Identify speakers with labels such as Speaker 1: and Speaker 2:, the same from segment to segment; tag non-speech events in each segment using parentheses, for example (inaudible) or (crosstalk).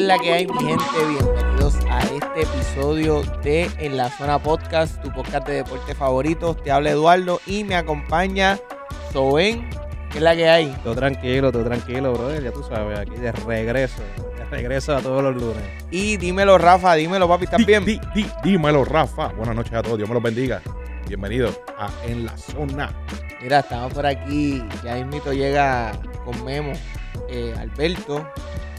Speaker 1: la que hay, mi gente. Bienvenidos a este episodio de En la Zona Podcast, tu podcast de deporte favorito. Te habla Eduardo y me acompaña Soben. ¿Qué es la que hay?
Speaker 2: Todo tranquilo, todo tranquilo, brother. Ya tú sabes, aquí de regreso. De regreso a todos los lunes.
Speaker 1: Y dímelo, Rafa, dímelo, papi, ¿estás
Speaker 3: Di-
Speaker 1: bien?
Speaker 3: di- di- dímelo, Rafa. Buenas noches a todos. Dios me los bendiga. Bienvenidos a En la Zona.
Speaker 1: Mira, estamos por aquí. Ya mismito llega con Memo eh, Alberto.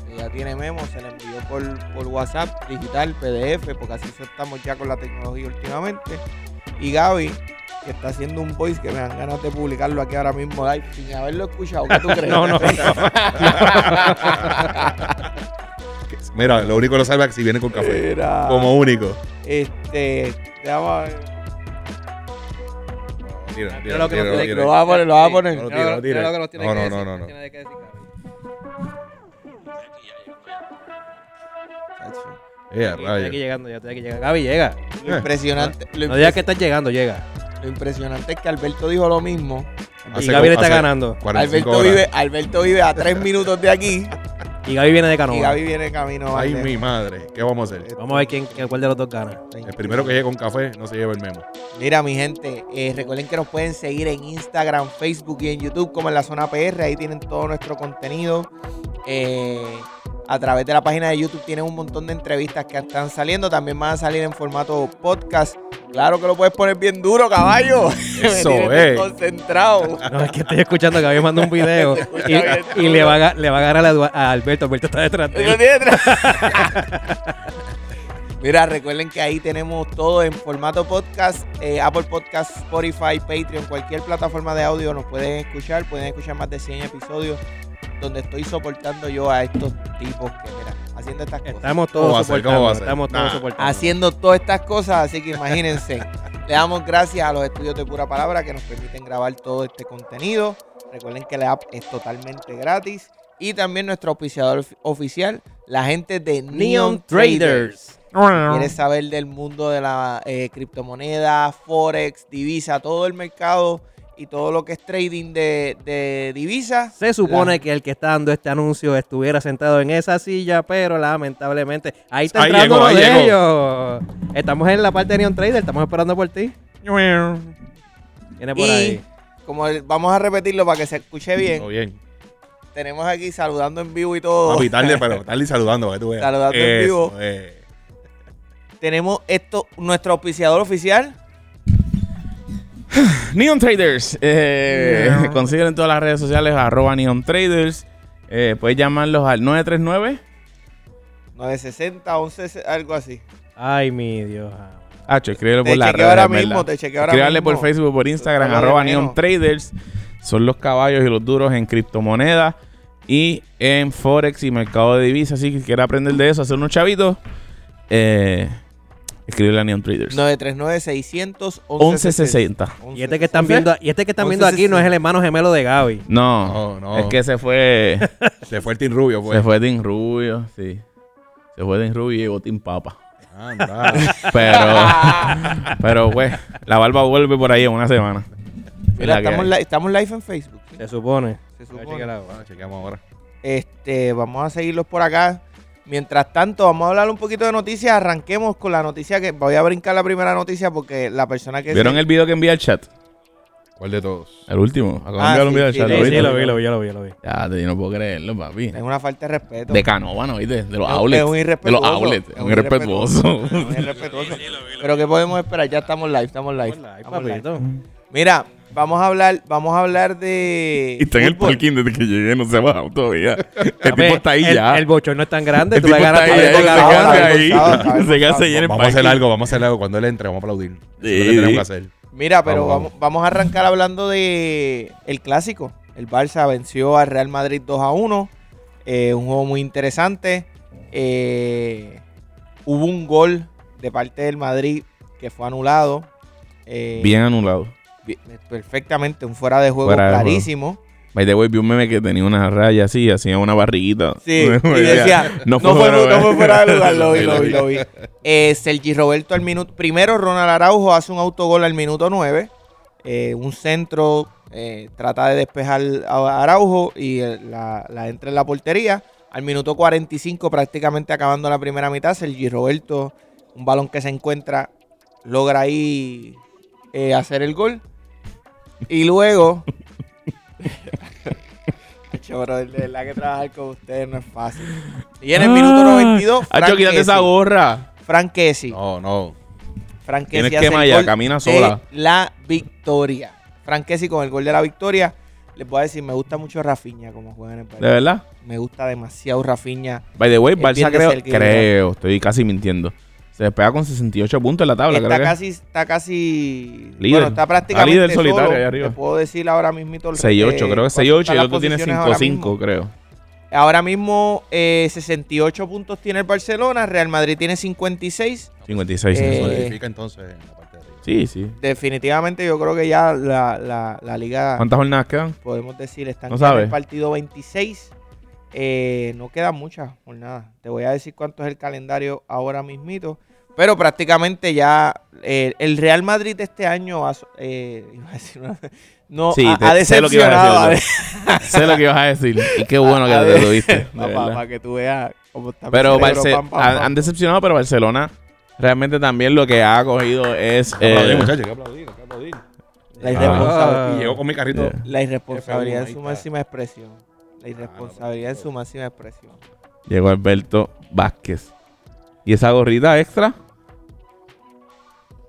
Speaker 1: que Ya tiene Memo, se le envió por, por WhatsApp, digital, PDF, porque así estamos ya con la tecnología últimamente. Y Gaby, que está haciendo un voice que me dan ganas de publicarlo aquí ahora mismo live sin haberlo escuchado.
Speaker 2: (laughs)
Speaker 1: ¿Qué tú crees?
Speaker 2: No, no,
Speaker 3: Que- Mira, lo único que lo salva es que si viene con café.
Speaker 1: Mira,
Speaker 3: Como único.
Speaker 1: Este, te vamos a-
Speaker 3: Tira,
Speaker 2: Mira lo que nos tiene-
Speaker 1: lo vamos a poner, lo vamos a poner.
Speaker 3: No lo tires, no lo tires.
Speaker 2: Mira lo que nos tiene
Speaker 3: No,
Speaker 2: que
Speaker 3: no,
Speaker 2: decir,
Speaker 3: no, no, no.
Speaker 2: tiene que decir, cabrón.
Speaker 1: Chacho,
Speaker 3: Eh,
Speaker 2: Estoy aquí
Speaker 3: rayos.
Speaker 2: llegando, ya estoy aquí llegando. Gaby, llega.
Speaker 1: Lo impresionante, lo,
Speaker 2: Eh, No digas
Speaker 1: impres-
Speaker 2: que estás llegando, llega.
Speaker 1: lo impresionante es que Alberto dijo lo mismo.
Speaker 2: Y
Speaker 3: Hace
Speaker 2: Gaby le
Speaker 3: como-
Speaker 2: está
Speaker 3: hace
Speaker 2: ganando.
Speaker 3: 45
Speaker 1: Alberto
Speaker 3: horas.
Speaker 1: vive, Alberto vive a tres minutos de aquí
Speaker 2: Y Gaby viene de
Speaker 1: y
Speaker 2: Canova.
Speaker 1: Gaby viene camino.
Speaker 3: Ay,
Speaker 1: Valdez.
Speaker 3: mi madre. ¿Qué vamos a hacer?
Speaker 2: Vamos a ver quién, quién- cuál de los dos gana.
Speaker 3: El primero que llegue con café no se lleva el memo.
Speaker 1: Mira, mi gente, eh, recuerden que nos pueden seguir en Instagram, Facebook y en YouTube como en la zona PR. Ahí tienen todo nuestro contenido. Eh, a través de la página de YouTube tienen un montón de entrevistas que están saliendo. También van a salir en formato podcast. Claro que lo puedes poner bien duro, caballo. (laughs) Me
Speaker 3: Eso
Speaker 1: tienes
Speaker 3: es.
Speaker 1: Concentrado.
Speaker 2: No, es que estoy escuchando que Gaby manda
Speaker 1: (laughs)
Speaker 2: un video y, y le, va a, ga- le va a ganar a, Edu- a Alberto. Alberto está detrás de
Speaker 1: Eso
Speaker 2: él.
Speaker 1: tiene tra- (laughs) Mira, recuerden que ahí tenemos todo en formato podcast, eh, Apple Podcast, Spotify, Patreon, cualquier plataforma de audio nos pueden escuchar, pueden escuchar más de 100 episodios donde estoy soportando yo a estos tipos que, mira, haciendo estas cosas.
Speaker 2: Estamos
Speaker 3: ¿Cómo va a
Speaker 2: todos
Speaker 3: ser? ¿Cómo va a
Speaker 2: soportando.
Speaker 3: ser?
Speaker 2: Estamos todos
Speaker 3: Nah.
Speaker 2: soportando.
Speaker 1: haciendo todas estas cosas, así que
Speaker 2: (laughs)
Speaker 1: imagínense. le damos gracias a los estudios de Pura Palabra que nos permiten grabar todo este contenido. Recuerden que la app es totalmente gratis. Y también nuestro auspiciador of- oficial, la gente de Neon Traders. ¿Quieres saber del mundo de la eh, criptomoneda, Forex, divisa, todo el mercado y todo lo que es trading de, de divisas?
Speaker 2: Se supone
Speaker 1: La-
Speaker 2: que el que está dando este anuncio estuviera sentado en esa silla, pero lamentablemente ahí está
Speaker 3: Ahí llegó,
Speaker 2: entrando uno
Speaker 3: ahí
Speaker 2: de ellos. Estamos en la parte de Neon Trader, estamos esperando por ti. Viene por
Speaker 1: Y-
Speaker 2: ahí.
Speaker 1: Como el- vamos a repetirlo para que se escuche bien,
Speaker 3: Todo bien.
Speaker 1: tenemos aquí saludando en vivo y todo.
Speaker 3: Papi, tarde, pero tarde y saludando. para que tú veas.
Speaker 1: Saludando en
Speaker 3: Eso,
Speaker 1: vivo.
Speaker 3: eh.
Speaker 1: Tenemos esto, nuestro auspiciador oficial.
Speaker 4: Neon Traders. Eh, (laughs) Consiguen en todas las redes sociales arroba Neon Traders. Eh, puedes llamarlos al 939.
Speaker 1: 960, 11, algo así.
Speaker 2: Ay, mi Dios.
Speaker 4: Ah, escríbele
Speaker 1: Te
Speaker 4: por las
Speaker 1: chequeo
Speaker 4: redes.
Speaker 1: ahora
Speaker 4: en verdad.
Speaker 1: mismo, te chequeo ahora
Speaker 4: Escríbale
Speaker 1: mismo.
Speaker 4: por Facebook, por Instagram,
Speaker 1: Eso es lo
Speaker 4: arroba
Speaker 1: de menos.
Speaker 4: Neon Traders. Son los caballos y los duros en criptomonedas y en Forex y mercado de divisas. Así que quiere aprender de eso, hacer unos chavitos, eh, escríbele a Neon Traders.
Speaker 1: 939 600
Speaker 4: 1160.
Speaker 2: Y este que están viendo, y este que están viendo aquí no es el hermano gemelo de Gaby.
Speaker 4: No,
Speaker 3: No, no.
Speaker 4: es que se fue,
Speaker 3: Se fue el Team Rubio, pues.
Speaker 4: se fue Tim Rubio, sí. Se fue Tim Rubio y llegó Tim Papa. (laughs)
Speaker 3: Anda.
Speaker 1: (laughs)
Speaker 4: Pero, (laughs) pero pues, la barba vuelve por ahí en una semana.
Speaker 1: Mira,
Speaker 4: La que
Speaker 1: estamos,
Speaker 4: hay.
Speaker 1: li- estamos live en Facebook. ¿sí?
Speaker 2: Se supone.
Speaker 1: Se
Speaker 2: A ver,
Speaker 1: supone.
Speaker 2: chécala.
Speaker 3: Bueno, chequeamos ahora.
Speaker 1: Este, vamos a seguirlos por acá. Mientras tanto, vamos a hablar un poquito de noticias. Arranquemos con la noticia que voy a brincar la primera noticia porque la persona que
Speaker 4: ¿Vieron
Speaker 1: se-
Speaker 4: el video que envié al chat?
Speaker 3: ¿Cuál de todos?
Speaker 4: El último. Acabo
Speaker 1: Ah,
Speaker 4: de enviar
Speaker 1: sí,
Speaker 4: un video al
Speaker 1: sí,
Speaker 4: chat.
Speaker 1: sí,
Speaker 4: ¿lo
Speaker 2: Sí, sí,
Speaker 4: viste?
Speaker 2: lo vi, lo vi, lo vi, lo vi.
Speaker 4: Ya, te- yo no puedo creerlo, papi.
Speaker 1: es una falta de respeto.
Speaker 4: De Canova, ¿no viste? De los
Speaker 1: Es-
Speaker 4: outlets.
Speaker 1: es un
Speaker 4: de los
Speaker 1: irrespetuoso.
Speaker 4: outlets.
Speaker 1: Es
Speaker 4: Es
Speaker 1: un
Speaker 4: un
Speaker 1: (laughs)
Speaker 4: irrespetuoso.
Speaker 1: Es muy respetuoso. Pero qué podemos esperar? Ya estamos live, estamos live.
Speaker 2: Ay,
Speaker 1: estamos live.
Speaker 2: papito.
Speaker 1: Mira, vamos a hablar, vamos a hablar de
Speaker 4: Y está en el
Speaker 1: fútbol.
Speaker 4: parking desde que llegué, no se ha bajado todavía. El
Speaker 2: Papi,
Speaker 4: tipo está ahí
Speaker 2: el-
Speaker 4: ya.
Speaker 2: El
Speaker 4: El
Speaker 2: bochorno es tan grande, tú
Speaker 4: tipo
Speaker 2: le ganas
Speaker 4: está ahí,
Speaker 2: a
Speaker 4: ya,
Speaker 2: Alberto
Speaker 4: él se
Speaker 1: Gaby,
Speaker 2: Canova.
Speaker 4: casa ahí.
Speaker 1: Gaby, Gaby,
Speaker 4: Se casa
Speaker 1: Gaby.
Speaker 4: ahí en el
Speaker 3: Vamos a hacer
Speaker 4: parking.
Speaker 3: algo, vamos a hacer algo. Cuando él entre, vamos a aplaudir.
Speaker 4: Sí.
Speaker 3: Eso es lo que tenemos que hacer.
Speaker 1: Mira, pero
Speaker 3: Vamos,
Speaker 1: vamos, vamos a arrancar hablando de el clásico. El Barça venció al Real Madrid 2 a 1. Eh, un juego muy interesante. Eh, hubo un gol de parte del Madrid que fue anulado. Eh,
Speaker 4: Bien anulado.
Speaker 1: bi- Perfectamente, un fuera de juego
Speaker 4: Fuera de juego.
Speaker 1: clarísimo.
Speaker 4: By the way, vi un meme que tenía una raya así, hacía una barriguita. (laughs)
Speaker 1: (laughs) Sí, y decía, no fue,
Speaker 4: bueno,
Speaker 1: no fue fuera de lugar, lo (laughs) vi,
Speaker 4: Sí,
Speaker 1: lo vi,
Speaker 4: (laughs)
Speaker 1: lo vi. Eh, Sergi Roberto al minuto. Primero, Ronald Araujo hace un autogol al minuto 9. un eh, centro eh, trata de despejar a Araujo y el- la, la entra en la portería. Al minuto 45, prácticamente acabando la primera mitad, Sergi Roberto, un balón que se encuentra, logra ahí eh, hacer el gol. Y (laughs) luego. Hacho, bro, de verdad que trabajar con ustedes no es fácil. Y en el minuto 92,
Speaker 4: Ah, Hacho, quítate
Speaker 1: Kessie.
Speaker 4: esa gorra.
Speaker 1: Frank Kessie.
Speaker 3: No, no.
Speaker 1: Frank
Speaker 4: Tienes
Speaker 1: Kessie hace
Speaker 4: que
Speaker 1: el
Speaker 4: malla,
Speaker 1: gol
Speaker 4: camina
Speaker 1: de
Speaker 4: sola.
Speaker 1: la victoria. Frank Kessie con el gol de la victoria. Les voy a decir, me gusta mucho Rafiña como juega en el país.
Speaker 4: ¿De verdad?
Speaker 1: Me gusta demasiado Rafiña.
Speaker 4: By the way,
Speaker 1: Es
Speaker 4: Barça
Speaker 1: bien de
Speaker 4: creo,
Speaker 1: cerca,
Speaker 4: creo, estoy casi mintiendo. Se despega con 68 puntos en Ah, la tabla,
Speaker 1: está
Speaker 4: creo que.
Speaker 1: casi, está casi.
Speaker 4: Líder.
Speaker 1: Bueno, está prácticamente.
Speaker 4: Ah, líder solitario
Speaker 1: solo.
Speaker 4: ahí arriba.
Speaker 1: Te puedo decir ahora mismito. el-
Speaker 4: 6-8,
Speaker 1: eh,
Speaker 4: creo que
Speaker 1: cuánto
Speaker 4: 6-8
Speaker 1: están
Speaker 4: y
Speaker 1: las
Speaker 4: el otro tiene
Speaker 1: posiciones ahora mismo.
Speaker 4: 5-5, creo.
Speaker 1: Ahora mismo, eh, 68 puntos tiene el Barcelona. Real Madrid tiene 56.
Speaker 4: 56.
Speaker 1: Eh,
Speaker 4: eso
Speaker 3: Eso
Speaker 4: es.
Speaker 3: edifica entonces en la parte de arriba.
Speaker 4: Sí, sí.
Speaker 1: Definitivamente, yo creo que ya la, la, la liga.
Speaker 4: ¿Cuántas jornadas quedan?
Speaker 1: podemos decir, están
Speaker 4: No
Speaker 1: ya en
Speaker 4: sabe.
Speaker 1: el partido 26. Eh, no quedan muchas jornadas. Te voy a decir cuánto es el calendario ahora mismito. Pero prácticamente ya eh, el Real Madrid de este año ha, so- eh, (laughs) iba a decir una- no,
Speaker 4: Sí,
Speaker 1: ha,
Speaker 4: te-
Speaker 1: ha
Speaker 4: sé lo que ibas
Speaker 1: decepcionado.
Speaker 4: a decir. sé lo que ibas a decir. Y qué bueno
Speaker 1: (laughs)
Speaker 4: que
Speaker 1: A
Speaker 4: te
Speaker 1: ver.
Speaker 4: tuviste. de
Speaker 1: Papá,
Speaker 4: verdad.
Speaker 1: para que tú veas cómo está mi
Speaker 4: Pero
Speaker 1: cerebro,
Speaker 4: Barce-
Speaker 1: pam, pam,
Speaker 4: han,
Speaker 1: pam.
Speaker 4: han decepcionado, pero Barcelona realmente también lo que ha cogido es.
Speaker 3: Hay que aplaudir,
Speaker 4: eh,
Speaker 3: muchachos, hay que aplaudir, hay que aplaudir.
Speaker 1: La
Speaker 4: Ah.
Speaker 1: irresponsabilidad.
Speaker 3: Y llegó con mi carrito.
Speaker 4: Yeah.
Speaker 1: La irresponsabilidad
Speaker 3: F1,
Speaker 1: en
Speaker 3: ahí
Speaker 1: su
Speaker 3: está.
Speaker 1: máxima
Speaker 4: Ah,
Speaker 1: expresión. La irresponsabilidad en su máxima expresión.
Speaker 4: llegó Alberto Vázquez. ¿Y esa gorrita extra?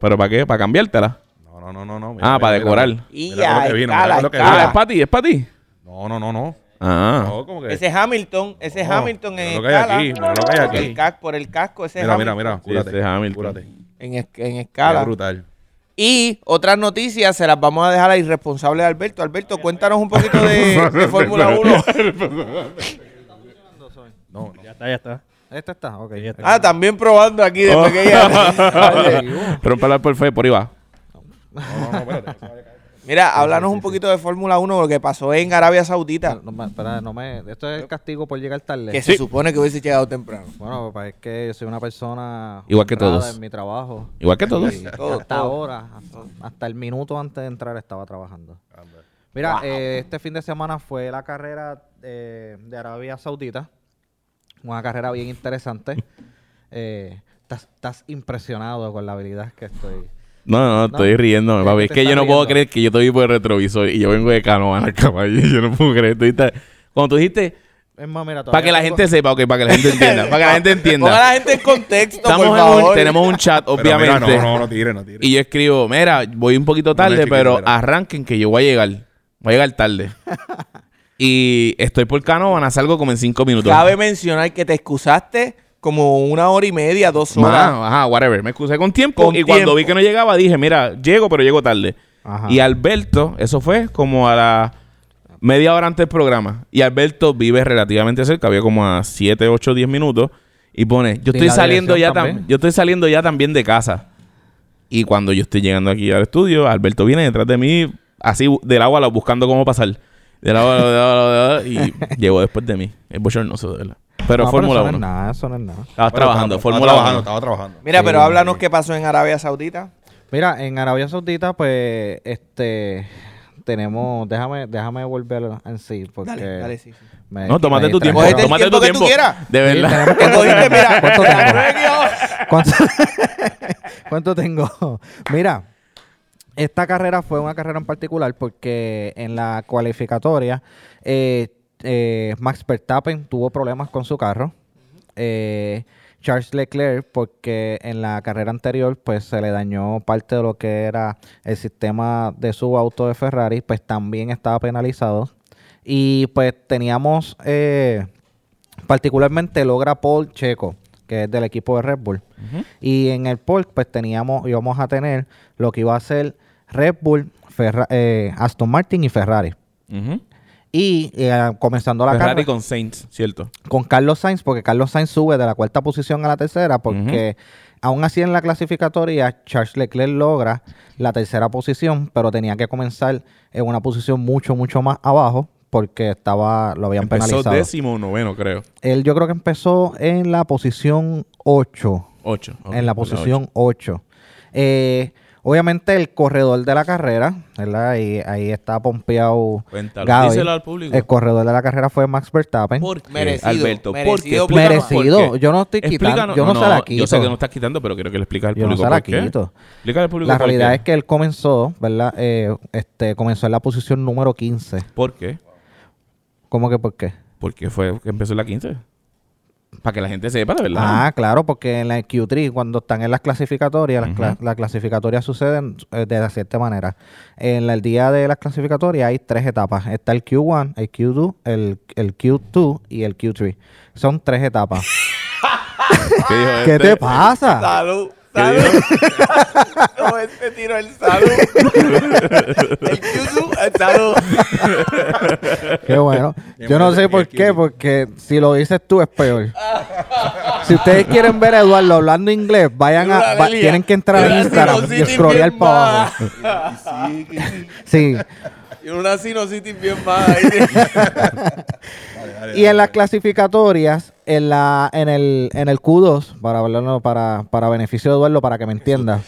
Speaker 4: ¿Pero para qué? ¿Para cambiártela?
Speaker 3: No, no, no, no. no.
Speaker 4: Ah, para decorar.
Speaker 1: Y
Speaker 3: Mira
Speaker 1: a
Speaker 3: cómo que vino,
Speaker 1: escala,
Speaker 3: mira Oh, lo que
Speaker 1: escala.
Speaker 4: Ah, es para ti, es para ti.
Speaker 3: No, no, no, no.
Speaker 4: Ah,
Speaker 3: No, como que.
Speaker 1: Ese Hamilton, ese
Speaker 3: No,
Speaker 1: Hamilton en
Speaker 3: Oh, mira lo que hay
Speaker 1: escala.
Speaker 3: aquí, mira lo que hay
Speaker 1: Por el
Speaker 3: aquí.
Speaker 1: cas- por el casco, ese
Speaker 3: Mira, mira,
Speaker 1: Hamilton
Speaker 3: mira.
Speaker 4: Sí, ese
Speaker 3: Cúrate.
Speaker 4: es Hamilton.
Speaker 3: Cúrate. Qué
Speaker 1: En, es- en escala.
Speaker 3: brutal.
Speaker 1: Y otras noticias se las vamos a dejar a irresponsable de Alberto. Alberto, cuéntanos un poquito
Speaker 3: (laughs)
Speaker 1: de, de Fórmula 1.
Speaker 3: No, no.
Speaker 2: Ya está, ya está.
Speaker 5: Esta está, ok.
Speaker 2: ya está.
Speaker 1: Ah, también probando aquí
Speaker 3: Oh.
Speaker 1: después que
Speaker 3: (laughs)
Speaker 1: ella-
Speaker 4: (laughs) Rompela por fe, por ahí va.
Speaker 3: No, no, no,
Speaker 4: (laughs)
Speaker 3: espérate.
Speaker 1: Mira, háblanos un poquito de Fórmula 1, lo que pasó en Arabia Saudita,
Speaker 5: No, me- espera, no me, esto es el castigo por llegar tarde.
Speaker 1: que se supone que hubiese llegado temprano.
Speaker 5: Bueno, pues es que yo soy una persona
Speaker 4: Igual que
Speaker 5: honrada
Speaker 4: todos.
Speaker 5: en mi trabajo.
Speaker 4: Igual que todos.
Speaker 5: Y
Speaker 1: Todo,
Speaker 5: hasta
Speaker 1: todo.
Speaker 5: ahora, hasta, hasta el minuto antes de entrar estaba trabajando. Mira, eh, este fin de semana fue la carrera eh, de Arabia Saudita. Una carrera bien interesante.
Speaker 4: (laughs)
Speaker 5: Eh, Estás estás impresionado con la habilidad que estoy.
Speaker 4: No, no, no, estoy riéndome,
Speaker 5: Sí,
Speaker 4: papi.
Speaker 5: te
Speaker 4: Es que
Speaker 5: estás
Speaker 4: yo no puedo
Speaker 5: riendo.
Speaker 4: creer que yo estoy por el retrovisor y yo vengo de Canoana, (laughs) caballo. Yo no puedo creer. Tú dijiste- Cuando tú dijiste,
Speaker 5: Es más, mira,
Speaker 4: para que la gente sepa, ok, para que la gente entienda, para que la gente
Speaker 1: Ponga a la
Speaker 4: entienda.
Speaker 1: gente en contexto,
Speaker 4: Estamos
Speaker 1: por
Speaker 4: en un-
Speaker 1: favor.
Speaker 4: tenemos un chat,
Speaker 3: Pero mira,
Speaker 4: obviamente.
Speaker 3: no, no, no tire, no tire.
Speaker 4: Y yo escribo, mira, voy un poquito tarde,
Speaker 3: chiquito,
Speaker 4: pero
Speaker 3: mira.
Speaker 4: arranquen que yo voy a llegar. Voy a llegar
Speaker 1: (laughs)
Speaker 4: tarde. y estoy por Canoana, salgo como en cinco minutos.
Speaker 1: Cabe mencionar que te excusaste como una hora y media, dos horas.
Speaker 4: Ma, ajá, whatever. Me excusé con tiempo.
Speaker 1: Con
Speaker 4: y cuando vi
Speaker 1: tiempo.
Speaker 4: que no llegaba, dije, mira, llego, pero llego tarde.
Speaker 5: Ajá.
Speaker 4: Y Alberto, eso fue como a la media hora antes del programa. Y Alberto vive relativamente cerca, había como a 7, 8, 10 minutos. Y pone, yo
Speaker 5: ¿De
Speaker 4: estoy
Speaker 5: la
Speaker 4: saliendo ya
Speaker 5: dirección
Speaker 4: también.
Speaker 5: también?
Speaker 4: Yo estoy saliendo ya también de casa. Y cuando yo estoy llegando aquí al estudio, Alberto viene detrás de mí, así bu- del agua buscando cómo pasar. Del agua, del agua, del agua, del agua, y llegó después de mí. Es bochornoso, de verdad. Pero
Speaker 5: No,
Speaker 4: Fórmula
Speaker 5: eso no es
Speaker 4: 1.
Speaker 5: nada, eso no es nada.
Speaker 4: Estabas
Speaker 3: Bueno,
Speaker 4: trabajando,
Speaker 3: estaba-
Speaker 4: Fórmula
Speaker 3: estaba
Speaker 4: 1.
Speaker 3: trabajando, Estaba trabajando.
Speaker 1: Mira, pero
Speaker 5: Sí.
Speaker 1: háblanos qué pasó en Arabia Saudita.
Speaker 5: Mira, en Arabia Saudita, pues, este, tenemos, déjame, déjame volver en sí, porque...
Speaker 1: Dale, dale, sí. sí.
Speaker 5: me-
Speaker 4: No, tómate
Speaker 5: me
Speaker 4: tu tiempo.
Speaker 1: Cógete el
Speaker 4: Tómate tu
Speaker 1: tiempo que tú
Speaker 4: tiempo.
Speaker 1: quieras.
Speaker 4: De
Speaker 5: Sí,
Speaker 4: verdad.
Speaker 5: tenemos-
Speaker 1: Que
Speaker 5: (laughs)
Speaker 1: cogiste, mira.
Speaker 5: ¿Cuánto
Speaker 1: (laughs) la
Speaker 5: tengo?
Speaker 1: nueve guiones.
Speaker 5: ¿Cuánto, (laughs) ¿Cuánto tengo? Mira, esta carrera fue una carrera en particular porque en la cualificatoria eh, eh, Max Verstappen tuvo problemas con su carro. Eh, Charles Leclerc, porque en la carrera anterior, pues se le dañó parte de lo que era el sistema de su auto de Ferrari, pues también estaba penalizado. Y pues teníamos eh, particularmente logra Paul Checo, que es del equipo de Red Bull. Y en el poll, pues teníamos, íbamos a tener lo que iba a ser Red Bull, Ferra- eh, Aston Martin y Ferrari.
Speaker 4: Ujú.
Speaker 5: Y eh, comenzando la
Speaker 4: Ferrari
Speaker 5: carrera
Speaker 4: con Saints, cierto.
Speaker 5: con Carlos Sainz, porque Carlos Sainz sube de la cuarta posición a la tercera, porque aún así en la clasificatoria Charles Leclerc logra la tercera posición, pero tenía que comenzar en una posición mucho, mucho más abajo, porque estaba, lo habían
Speaker 4: Empezó
Speaker 5: penalizado.
Speaker 4: décimo noveno, creo.
Speaker 5: Él yo creo que empezó en la posición 8
Speaker 4: Ocho. Ok,
Speaker 5: en la
Speaker 4: ocho.
Speaker 5: posición 8. Obviamente el corredor de la carrera, ¿verdad? Y ahí está pompeado
Speaker 4: Cuéntalo,
Speaker 5: Gaby.
Speaker 4: díselo al público.
Speaker 5: El corredor de la carrera fue Max Verstappen.
Speaker 4: ¿Por qué,
Speaker 1: Merecido,
Speaker 4: Alberto? ¿Por qué?
Speaker 1: merecido,
Speaker 4: Explícanos
Speaker 1: puta
Speaker 4: por
Speaker 5: Merecido.
Speaker 4: qué.
Speaker 5: Yo no estoy
Speaker 4: Explícanos-
Speaker 5: quitando. Yo no, se la quito.
Speaker 4: Yo sé que no estás quitando, pero quiero que le expliques al
Speaker 5: Yo no
Speaker 4: público
Speaker 5: se la
Speaker 4: por qué.
Speaker 5: quito.
Speaker 4: Explícale al público
Speaker 5: La
Speaker 4: por
Speaker 5: realidad
Speaker 4: qué.
Speaker 5: es que él comenzó, ¿verdad? Eh, este, comenzó en la posición número 15.
Speaker 4: ¿Por qué?
Speaker 5: ¿Cómo que por qué?
Speaker 4: Porque fue que empezó en la 15. Para que la gente sepa, de verdad.
Speaker 5: Ah, claro, porque en la Q3, cuando están en las clasificatorias, las cla- la clasificatoria sucede de la cierta manera. En la- el día de las clasificatorias hay tres etapas. Está el Q1, el Q2, el, el Q2 y el Q3. Son tres etapas.
Speaker 4: (laughs) ¿Qué, dijo
Speaker 5: ¿Qué
Speaker 4: este? (laughs)
Speaker 5: te pasa?
Speaker 1: Salud,
Speaker 4: ¿Qué
Speaker 1: salud.
Speaker 4: dijo?
Speaker 1: (laughs) No, este tiro el
Speaker 5: (laughs)
Speaker 1: salud. el yuzu, el salud.
Speaker 5: Qué bueno. Yo no sé por qué, porque si lo dices tú
Speaker 4: (laughs)
Speaker 5: es peor. Si ustedes quieren ver a Eduardo hablando inglés, vayan a, Ah, va- tienen que entrar a
Speaker 1: Una
Speaker 5: Instagram y
Speaker 1: sinusitis
Speaker 5: scrollear
Speaker 1: bien
Speaker 5: para abajo.
Speaker 1: mala.
Speaker 5: Sí.
Speaker 1: Y una sinusitis bien mala.
Speaker 5: (laughs)
Speaker 1: ahí.
Speaker 5: Y en las clasificatorias, en la, en el, en el Q2, para hablarlo, para, para beneficio de Eduardo, para que me entienda.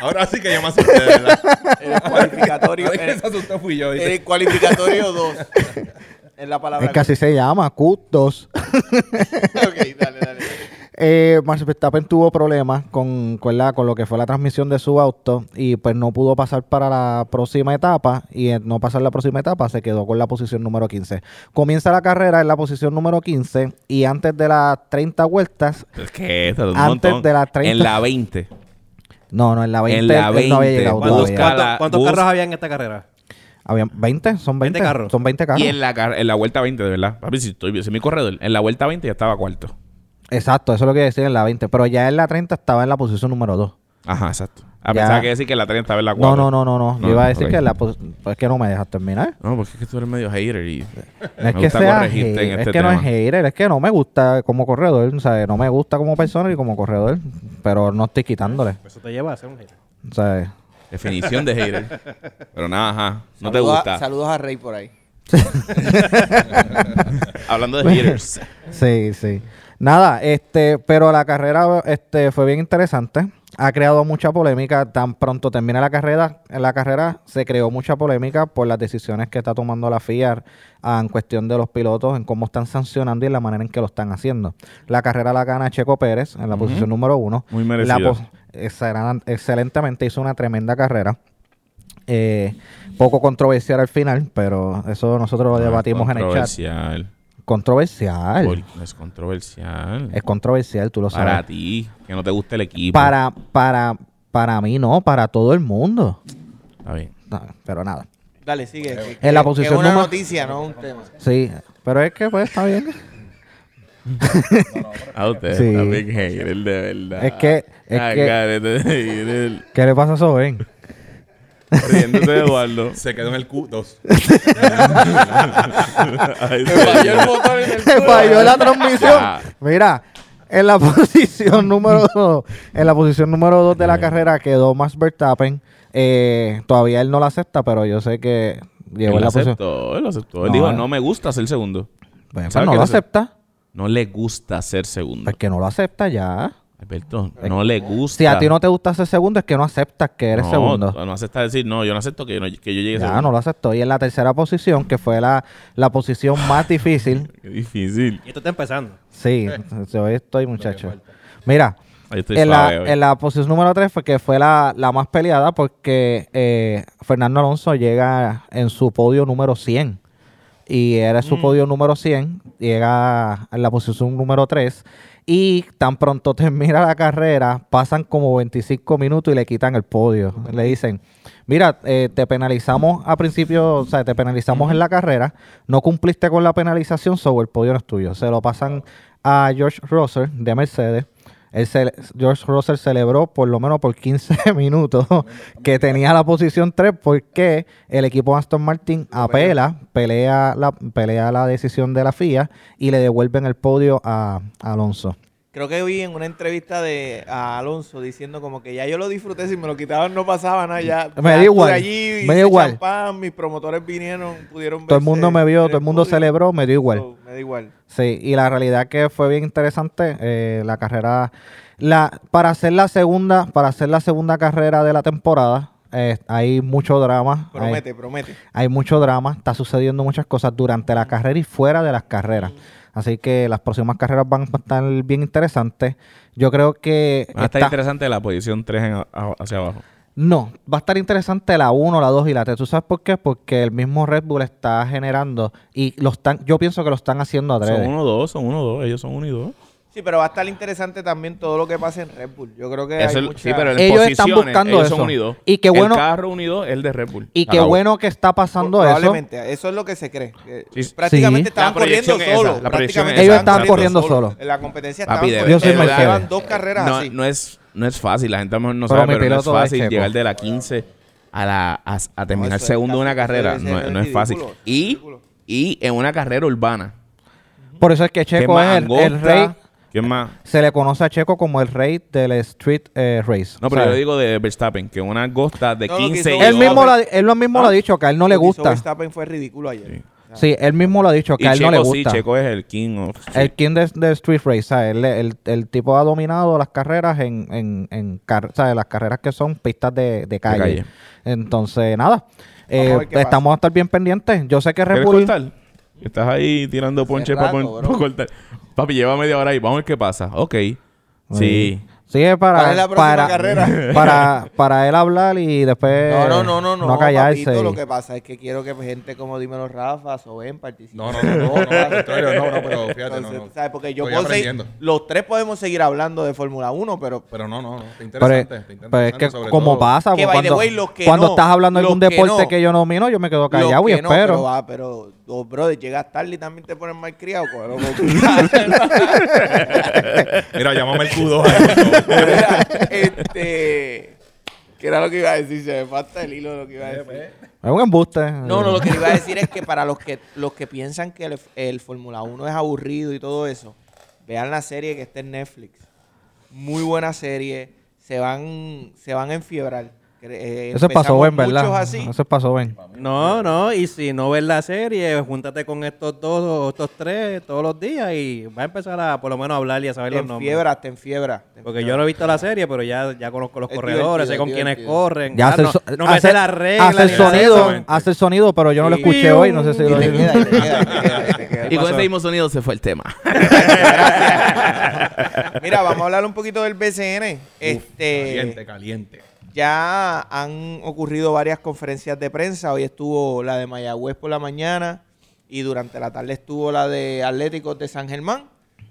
Speaker 3: Ahora sí que yo me asusté, de
Speaker 1: (laughs)
Speaker 3: ¿verdad?
Speaker 1: El cualificatorio.
Speaker 3: Ahora que
Speaker 1: El,
Speaker 3: se asustó fui yo. ¿viste?
Speaker 1: el cualificatorio 2. Es la palabra.
Speaker 5: Es que así se llama, Q2.
Speaker 1: (laughs) Ok, dale, dale.
Speaker 5: Eh, Max Verstappen tuvo problemas con, con, la- con lo que fue la transmisión de su auto y pues no pudo pasar para la próxima etapa y al no pasar la próxima etapa se quedó con la posición número 15. Comienza la carrera en la posición número 15 y antes de las 30 vueltas,
Speaker 4: Es que esto es un
Speaker 5: Antes
Speaker 4: montón.
Speaker 5: de la 30.
Speaker 4: En la 20.
Speaker 5: no, no, en la 20,
Speaker 4: En la
Speaker 5: él no había
Speaker 4: 20, cuando
Speaker 5: llegado
Speaker 2: ¿Cuántos,
Speaker 5: todavía.
Speaker 4: Busca
Speaker 2: cuántos-
Speaker 4: la-
Speaker 2: cuántos
Speaker 4: bus-
Speaker 2: carros había en esta carrera?
Speaker 5: Habían 20, son
Speaker 2: 20
Speaker 5: 20,
Speaker 2: carros.
Speaker 5: Son 20 carros.
Speaker 4: Y en la, car- en la vuelta 20, de verdad. Papi, si estoy si mi corredor. En la vuelta 20 ya estaba cuarto.
Speaker 5: Exacto, eso es lo que decía en la 20. Pero ya en la 30 estaba en la posición número 2.
Speaker 4: Ajá, exacto. Ah,
Speaker 5: Ya.
Speaker 4: pensaba que decir que en la 30 estaba en la
Speaker 5: No,
Speaker 4: 4.
Speaker 5: no, no, no, no.
Speaker 4: No,
Speaker 5: Yo iba a decir
Speaker 4: ok.
Speaker 5: que la posición. Pues es que no me dejas
Speaker 4: (laughs)
Speaker 5: terminar.
Speaker 4: No, porque es que tú eres medio hater y.
Speaker 5: No es
Speaker 4: Me
Speaker 5: que
Speaker 4: gusta
Speaker 5: sea.
Speaker 4: corregirte en
Speaker 5: hater, es
Speaker 4: este
Speaker 5: que no es
Speaker 4: tema.
Speaker 5: hater, es que no me gusta como corredor. O sea, no me gusta como persona y como corredor. Pero no estoy quitándole.
Speaker 2: Eso te lleva a hacer un hater.
Speaker 5: O sea,
Speaker 4: Definición de hater. Pero nada, ajá. No te
Speaker 1: Saludos a-
Speaker 4: gusta.
Speaker 1: Saludos a Rey por ahí.
Speaker 4: Hablando de
Speaker 5: (laughs)
Speaker 4: haters.
Speaker 5: sí, sí. Nada, este, pero la carrera este, fue bien interesante. Ha creado mucha polémica. Tan pronto termina la carrera, en la carrera se creó mucha polémica por las decisiones que está tomando la FIA ah, en cuestión de los pilotos, en cómo están sancionando y la manera en que lo están haciendo. La carrera la gana Checo Pérez en la posición número uno.
Speaker 4: Muy merecida.
Speaker 5: La pos- excelen- excelentemente hizo una tremenda carrera. Eh, poco controversial al final, pero eso nosotros lo debatimos en el chat.
Speaker 4: Ah, Controversial.
Speaker 5: Controversial.
Speaker 4: Por- no es controversial.
Speaker 5: Es controversial, tú lo sabes.
Speaker 4: para ti, pues. que no te gusta el equipo.
Speaker 5: Para, para, para mí no, para todo el mundo.
Speaker 4: Está bien.
Speaker 5: No, pero nada.
Speaker 1: Dale, sigue. que-
Speaker 5: En la
Speaker 1: que- que
Speaker 5: posición
Speaker 1: Es una
Speaker 5: número-
Speaker 1: noticia, no un tema.
Speaker 5: Sí, pero es que pues está bien.
Speaker 4: A usted
Speaker 5: Sí.
Speaker 4: está bien hater, de verdad.
Speaker 5: Es que- es
Speaker 4: Ay,
Speaker 5: que-
Speaker 4: careta de hater.
Speaker 5: ¿Qué le pasa a
Speaker 4: (laughs)
Speaker 5: Soben? (laughs)
Speaker 4: Riéndote de Eduardo. (laughs)
Speaker 3: Se quedó en el
Speaker 5: (laughs)
Speaker 3: Q2.
Speaker 4: Ay,
Speaker 1: Me
Speaker 4: sí.
Speaker 1: falló el botón
Speaker 5: (laughs)
Speaker 1: en el
Speaker 5: Se falló la transmisión.
Speaker 4: Ya.
Speaker 5: Mira, en la (laughs) posición número 2, en la posición número 2 de
Speaker 4: Eh.
Speaker 5: la carrera quedó Max Verstappen. Eh, todavía él no la acepta, pero yo sé que
Speaker 4: Él
Speaker 5: llegó
Speaker 4: lo
Speaker 5: en la posición.
Speaker 4: aceptó, él lo aceptó. Él
Speaker 5: No,
Speaker 4: dijo,
Speaker 5: eh.
Speaker 4: no me gusta ser segundo.
Speaker 5: Bueno,
Speaker 4: ¿Sabe
Speaker 5: pues no
Speaker 4: qué
Speaker 5: lo
Speaker 4: le hace?
Speaker 5: acepta.
Speaker 4: No le gusta ser segundo.
Speaker 5: Pues que no lo acepta ya.
Speaker 4: Alberto, no le gusta.
Speaker 5: Si a ti no te gusta ser segundo, es que no aceptas que eres
Speaker 4: no,
Speaker 5: segundo.
Speaker 4: No acepta decir, no, yo no acepto que yo, no- que yo llegue
Speaker 5: Ya,
Speaker 4: segundo.
Speaker 5: no lo aceptó. Y en la tercera posición, que fue la, la posición más difícil.
Speaker 4: Qué difícil.
Speaker 2: Y esto está empezando.
Speaker 5: Sí, yo estoy, muchacho. Mira,
Speaker 4: Ahí estoy
Speaker 5: en la,
Speaker 4: suave hoy.
Speaker 5: en la posición número 3 fue que fue la, la más peleada porque eh, Fernando Alonso llega en su podio número 100. Y era su podio número 100, llega en la posición número 3. Y tan pronto (laughs) termina la carrera, pasan como 25 minutos y le quitan el podio. Le dicen, mira, eh, te penalizamos a principio, o sea, te penalizamos en la carrera, no cumpliste con la penalización, sobre el podio no es tuyo. Se lo pasan a George Russell de Mercedes. Él cele- George Russell celebró por lo menos por 15 (laughs) minutos que tenía la posición 3 porque el equipo Aston Martin apela, pelea la, pelea la decisión de la FIA y le devuelven el podio a, a Alonso.
Speaker 1: Creo que vi en una entrevista de a Alonso diciendo como que ya yo lo disfruté, si me lo quitaban no pasaba nada, ya.
Speaker 5: Me da
Speaker 1: ya estuve
Speaker 5: igual,
Speaker 1: allí,
Speaker 5: me da
Speaker 1: hice
Speaker 5: igual.
Speaker 1: champán, mis promotores vinieron, pudieron
Speaker 5: Todo el mundo
Speaker 1: verse
Speaker 5: me vio,
Speaker 1: en
Speaker 5: todo el mundo
Speaker 1: podio.
Speaker 5: celebró, me dio igual.
Speaker 1: So, me da da igual.
Speaker 5: Sí, y la realidad que fue bien interesante eh, la carrera. La, para hacer la segunda, para hacer la segunda carrera de la temporada, eh, hay mucho drama. hay-
Speaker 1: Promete, promete.
Speaker 5: hay mucho drama, está sucediendo muchas cosas durante la carrera y fuera de las carreras. Así que las próximas carreras van a estar bien interesantes. Yo creo que
Speaker 4: Va a estar
Speaker 5: está-
Speaker 4: Ah, interesante la posición 3 en- a- hacia abajo.
Speaker 5: no, va a estar interesante la 1, la 2 y la 3. ¿Tú sabes por qué? Porque el mismo Red Bull está generando y los están yo pienso que lo están haciendo a
Speaker 4: Son 1-2, son 1-2. Ellos son 1 y 2.
Speaker 1: Sí, pero va a estar interesante también todo lo que pasa en Red Bull. Yo creo que
Speaker 4: Eso-
Speaker 1: hay mucha...
Speaker 4: Sí, pero en
Speaker 5: Ellos
Speaker 4: posiciones,
Speaker 5: están buscando
Speaker 4: ellos
Speaker 5: eso.
Speaker 4: son 1 y 2.
Speaker 5: Y qué bueno-
Speaker 4: El carro 1 y 2 es el de Red Bull.
Speaker 5: Y
Speaker 4: Se
Speaker 5: qué
Speaker 4: acabó.
Speaker 5: bueno que está pasando eso.
Speaker 1: Probablemente, eso es lo que se cree. que
Speaker 4: Sí.
Speaker 1: prácticamente
Speaker 5: Sí.
Speaker 1: estaban
Speaker 4: La
Speaker 1: corriendo
Speaker 4: proyección es esa,
Speaker 1: solos.
Speaker 4: la proyección
Speaker 1: prácticamente
Speaker 4: es
Speaker 5: Ellos
Speaker 4: esa,
Speaker 5: estaban
Speaker 4: exacto.
Speaker 5: corriendo
Speaker 1: solos.
Speaker 5: solos.
Speaker 1: En la competencia estaban
Speaker 4: Papi, de-
Speaker 1: corriendo
Speaker 5: Yo soy
Speaker 4: de verdad,
Speaker 5: Mercedes.
Speaker 1: Llevan dos carreras
Speaker 4: no,
Speaker 1: así.
Speaker 4: no es, no es fácil, la gente a lo mejor no
Speaker 5: Pero
Speaker 4: sabe, pero
Speaker 5: mi
Speaker 4: no es
Speaker 5: piloto es
Speaker 4: fácil
Speaker 5: checo.
Speaker 4: llegar de la 15 a, la, a, a terminar
Speaker 1: No, eso es
Speaker 4: segundo de una
Speaker 1: casi-
Speaker 4: carrera.
Speaker 1: eso
Speaker 4: No,
Speaker 1: es
Speaker 4: no es fácil.
Speaker 1: ridículo, eso es
Speaker 4: Y,
Speaker 1: ridículo.
Speaker 4: y en una carrera urbana.
Speaker 5: Por eso es que
Speaker 4: ¿Qué
Speaker 5: Checo es
Speaker 4: más?
Speaker 5: el, el
Speaker 4: Angosta.
Speaker 5: rey.
Speaker 4: ¿Quién más?
Speaker 5: Se le conoce a Checo como el rey del street eh, race.
Speaker 4: No, pero
Speaker 5: ¿sabes?
Speaker 4: yo digo de Verstappen, que una costa de
Speaker 1: No, lo que
Speaker 4: 15
Speaker 1: hizo
Speaker 4: y
Speaker 5: él mismo lo,
Speaker 4: dos.
Speaker 5: ha- él lo mismo
Speaker 1: Ah.
Speaker 5: lo ha dicho que a él no le
Speaker 1: Lo que hizo
Speaker 5: gusta.
Speaker 1: Verstappen fue ridículo ayer.
Speaker 4: Sí.
Speaker 1: O sea,
Speaker 5: Sí, él mismo lo ha dicho, que
Speaker 4: Y
Speaker 5: a él no le
Speaker 4: Checo sí,
Speaker 5: gusta.
Speaker 4: Checo es el king oh, of...
Speaker 5: El king del del Street Race, ¿sabes? Él- El, el tipo ha dominado las carreras en, en, en car- ¿sabes? las carreras que son pistas de, de calle.
Speaker 4: calle.
Speaker 5: Entonces, nada.
Speaker 1: Vamos a
Speaker 5: eh,
Speaker 1: ver qué pasa.
Speaker 5: estamos a estar bien pendientes. Yo sé que Red
Speaker 4: ¿Quieres
Speaker 5: Bull.
Speaker 4: cortar? Estás ahí tirando ponche para
Speaker 1: rato,
Speaker 4: pon-
Speaker 1: bro.
Speaker 4: para cortar. Papi, lleva media hora ahí. Vamos a ver qué pasa. Ok. Sí.
Speaker 5: Sí, es para.
Speaker 1: ¿Cuál es la próxima
Speaker 5: para,
Speaker 1: carrera?
Speaker 5: (laughs) Para, para él hablar y después.
Speaker 1: No, no, no, no, no.
Speaker 5: callarse.
Speaker 1: papito, lo que pasa es que quiero que gente como Dímelo Rafa, Soben participe.
Speaker 3: No, no, no, no, no, al contrario, no, no, pero fíjate, no,
Speaker 1: Entonces,
Speaker 3: no.
Speaker 1: ¿sabes? Porque yo
Speaker 3: Estoy
Speaker 1: puedo seguir-
Speaker 3: aprendiendo.
Speaker 1: los tres podemos seguir hablando de Fórmula 1, pero
Speaker 3: Pero no, no, no. Está
Speaker 5: Pero,
Speaker 3: interesante. está
Speaker 5: pero es
Speaker 3: interesante
Speaker 5: que
Speaker 3: sobre
Speaker 5: como
Speaker 3: todo.
Speaker 5: pasa,
Speaker 1: Que,
Speaker 5: pues,
Speaker 1: by the
Speaker 5: cuando,
Speaker 1: way, los que
Speaker 5: cuando
Speaker 1: no,
Speaker 5: estás hablando de
Speaker 1: los
Speaker 5: algún
Speaker 1: que
Speaker 5: deporte
Speaker 1: no.
Speaker 5: que yo no domino, yo me quedo
Speaker 1: Los
Speaker 5: callado y
Speaker 1: que no,
Speaker 5: espero.
Speaker 1: pero, ah, pero, oh, brother, llegas tarde y también te pones mal criado.
Speaker 5: (laughs)
Speaker 1: Mira,
Speaker 3: Mira, llámame el Q2. ahí,
Speaker 4: (laughs)
Speaker 3: por favor.
Speaker 1: este. ¿Qué era lo que iba a decir? Se me falta el hilo de lo que iba a decir.
Speaker 5: Es un embuste.
Speaker 1: No, no, lo que iba a decir es que para los que los que piensan que el, el Fórmula 1 es aburrido y todo eso, vean la serie que está en Netflix. Muy buena serie. Se van, se van a enfiebrar. Eh,
Speaker 5: Eso pasó
Speaker 1: empezamos
Speaker 5: Ben,
Speaker 1: muchos
Speaker 5: ¿verdad?
Speaker 1: así.
Speaker 5: Eso pasó Ben.
Speaker 2: No, no, y si no ves la serie, júntate con estos dos o estos tres todos los días y va a empezar a por lo menos hablar y a saber
Speaker 1: Te
Speaker 2: los nombres.
Speaker 1: enfiebras, te enfiebras. te
Speaker 2: Porque
Speaker 1: enfiebras.
Speaker 2: yo no he visto la serie, pero ya, ya conozco los
Speaker 1: Es
Speaker 2: corredores, sé
Speaker 1: divertido,
Speaker 2: con
Speaker 1: es
Speaker 2: quiénes
Speaker 1: divertido.
Speaker 2: corren.
Speaker 5: Ya
Speaker 2: Ah,
Speaker 5: hace,
Speaker 2: no,
Speaker 5: el so-
Speaker 2: no me
Speaker 5: hace-
Speaker 2: sé las reglas.
Speaker 5: hace el
Speaker 2: ni nada de
Speaker 5: sonido,
Speaker 2: eso.
Speaker 5: hace el sonido, pero yo no lo
Speaker 2: Sí.
Speaker 5: escuché hoy, no sé si
Speaker 1: Y
Speaker 5: lo
Speaker 1: te queda, y te queda, y te queda, y te queda.
Speaker 4: Y con ese mismo sonido se fue el tema.
Speaker 1: Mira, vamos a hablar un poquito del BCN.
Speaker 3: Caliente,
Speaker 1: Este,
Speaker 3: caliente.
Speaker 1: ya han ocurrido varias conferencias de prensa. Hoy estuvo la de Mayagüez por la mañana y durante la tarde estuvo la de Atléticos de San Germán.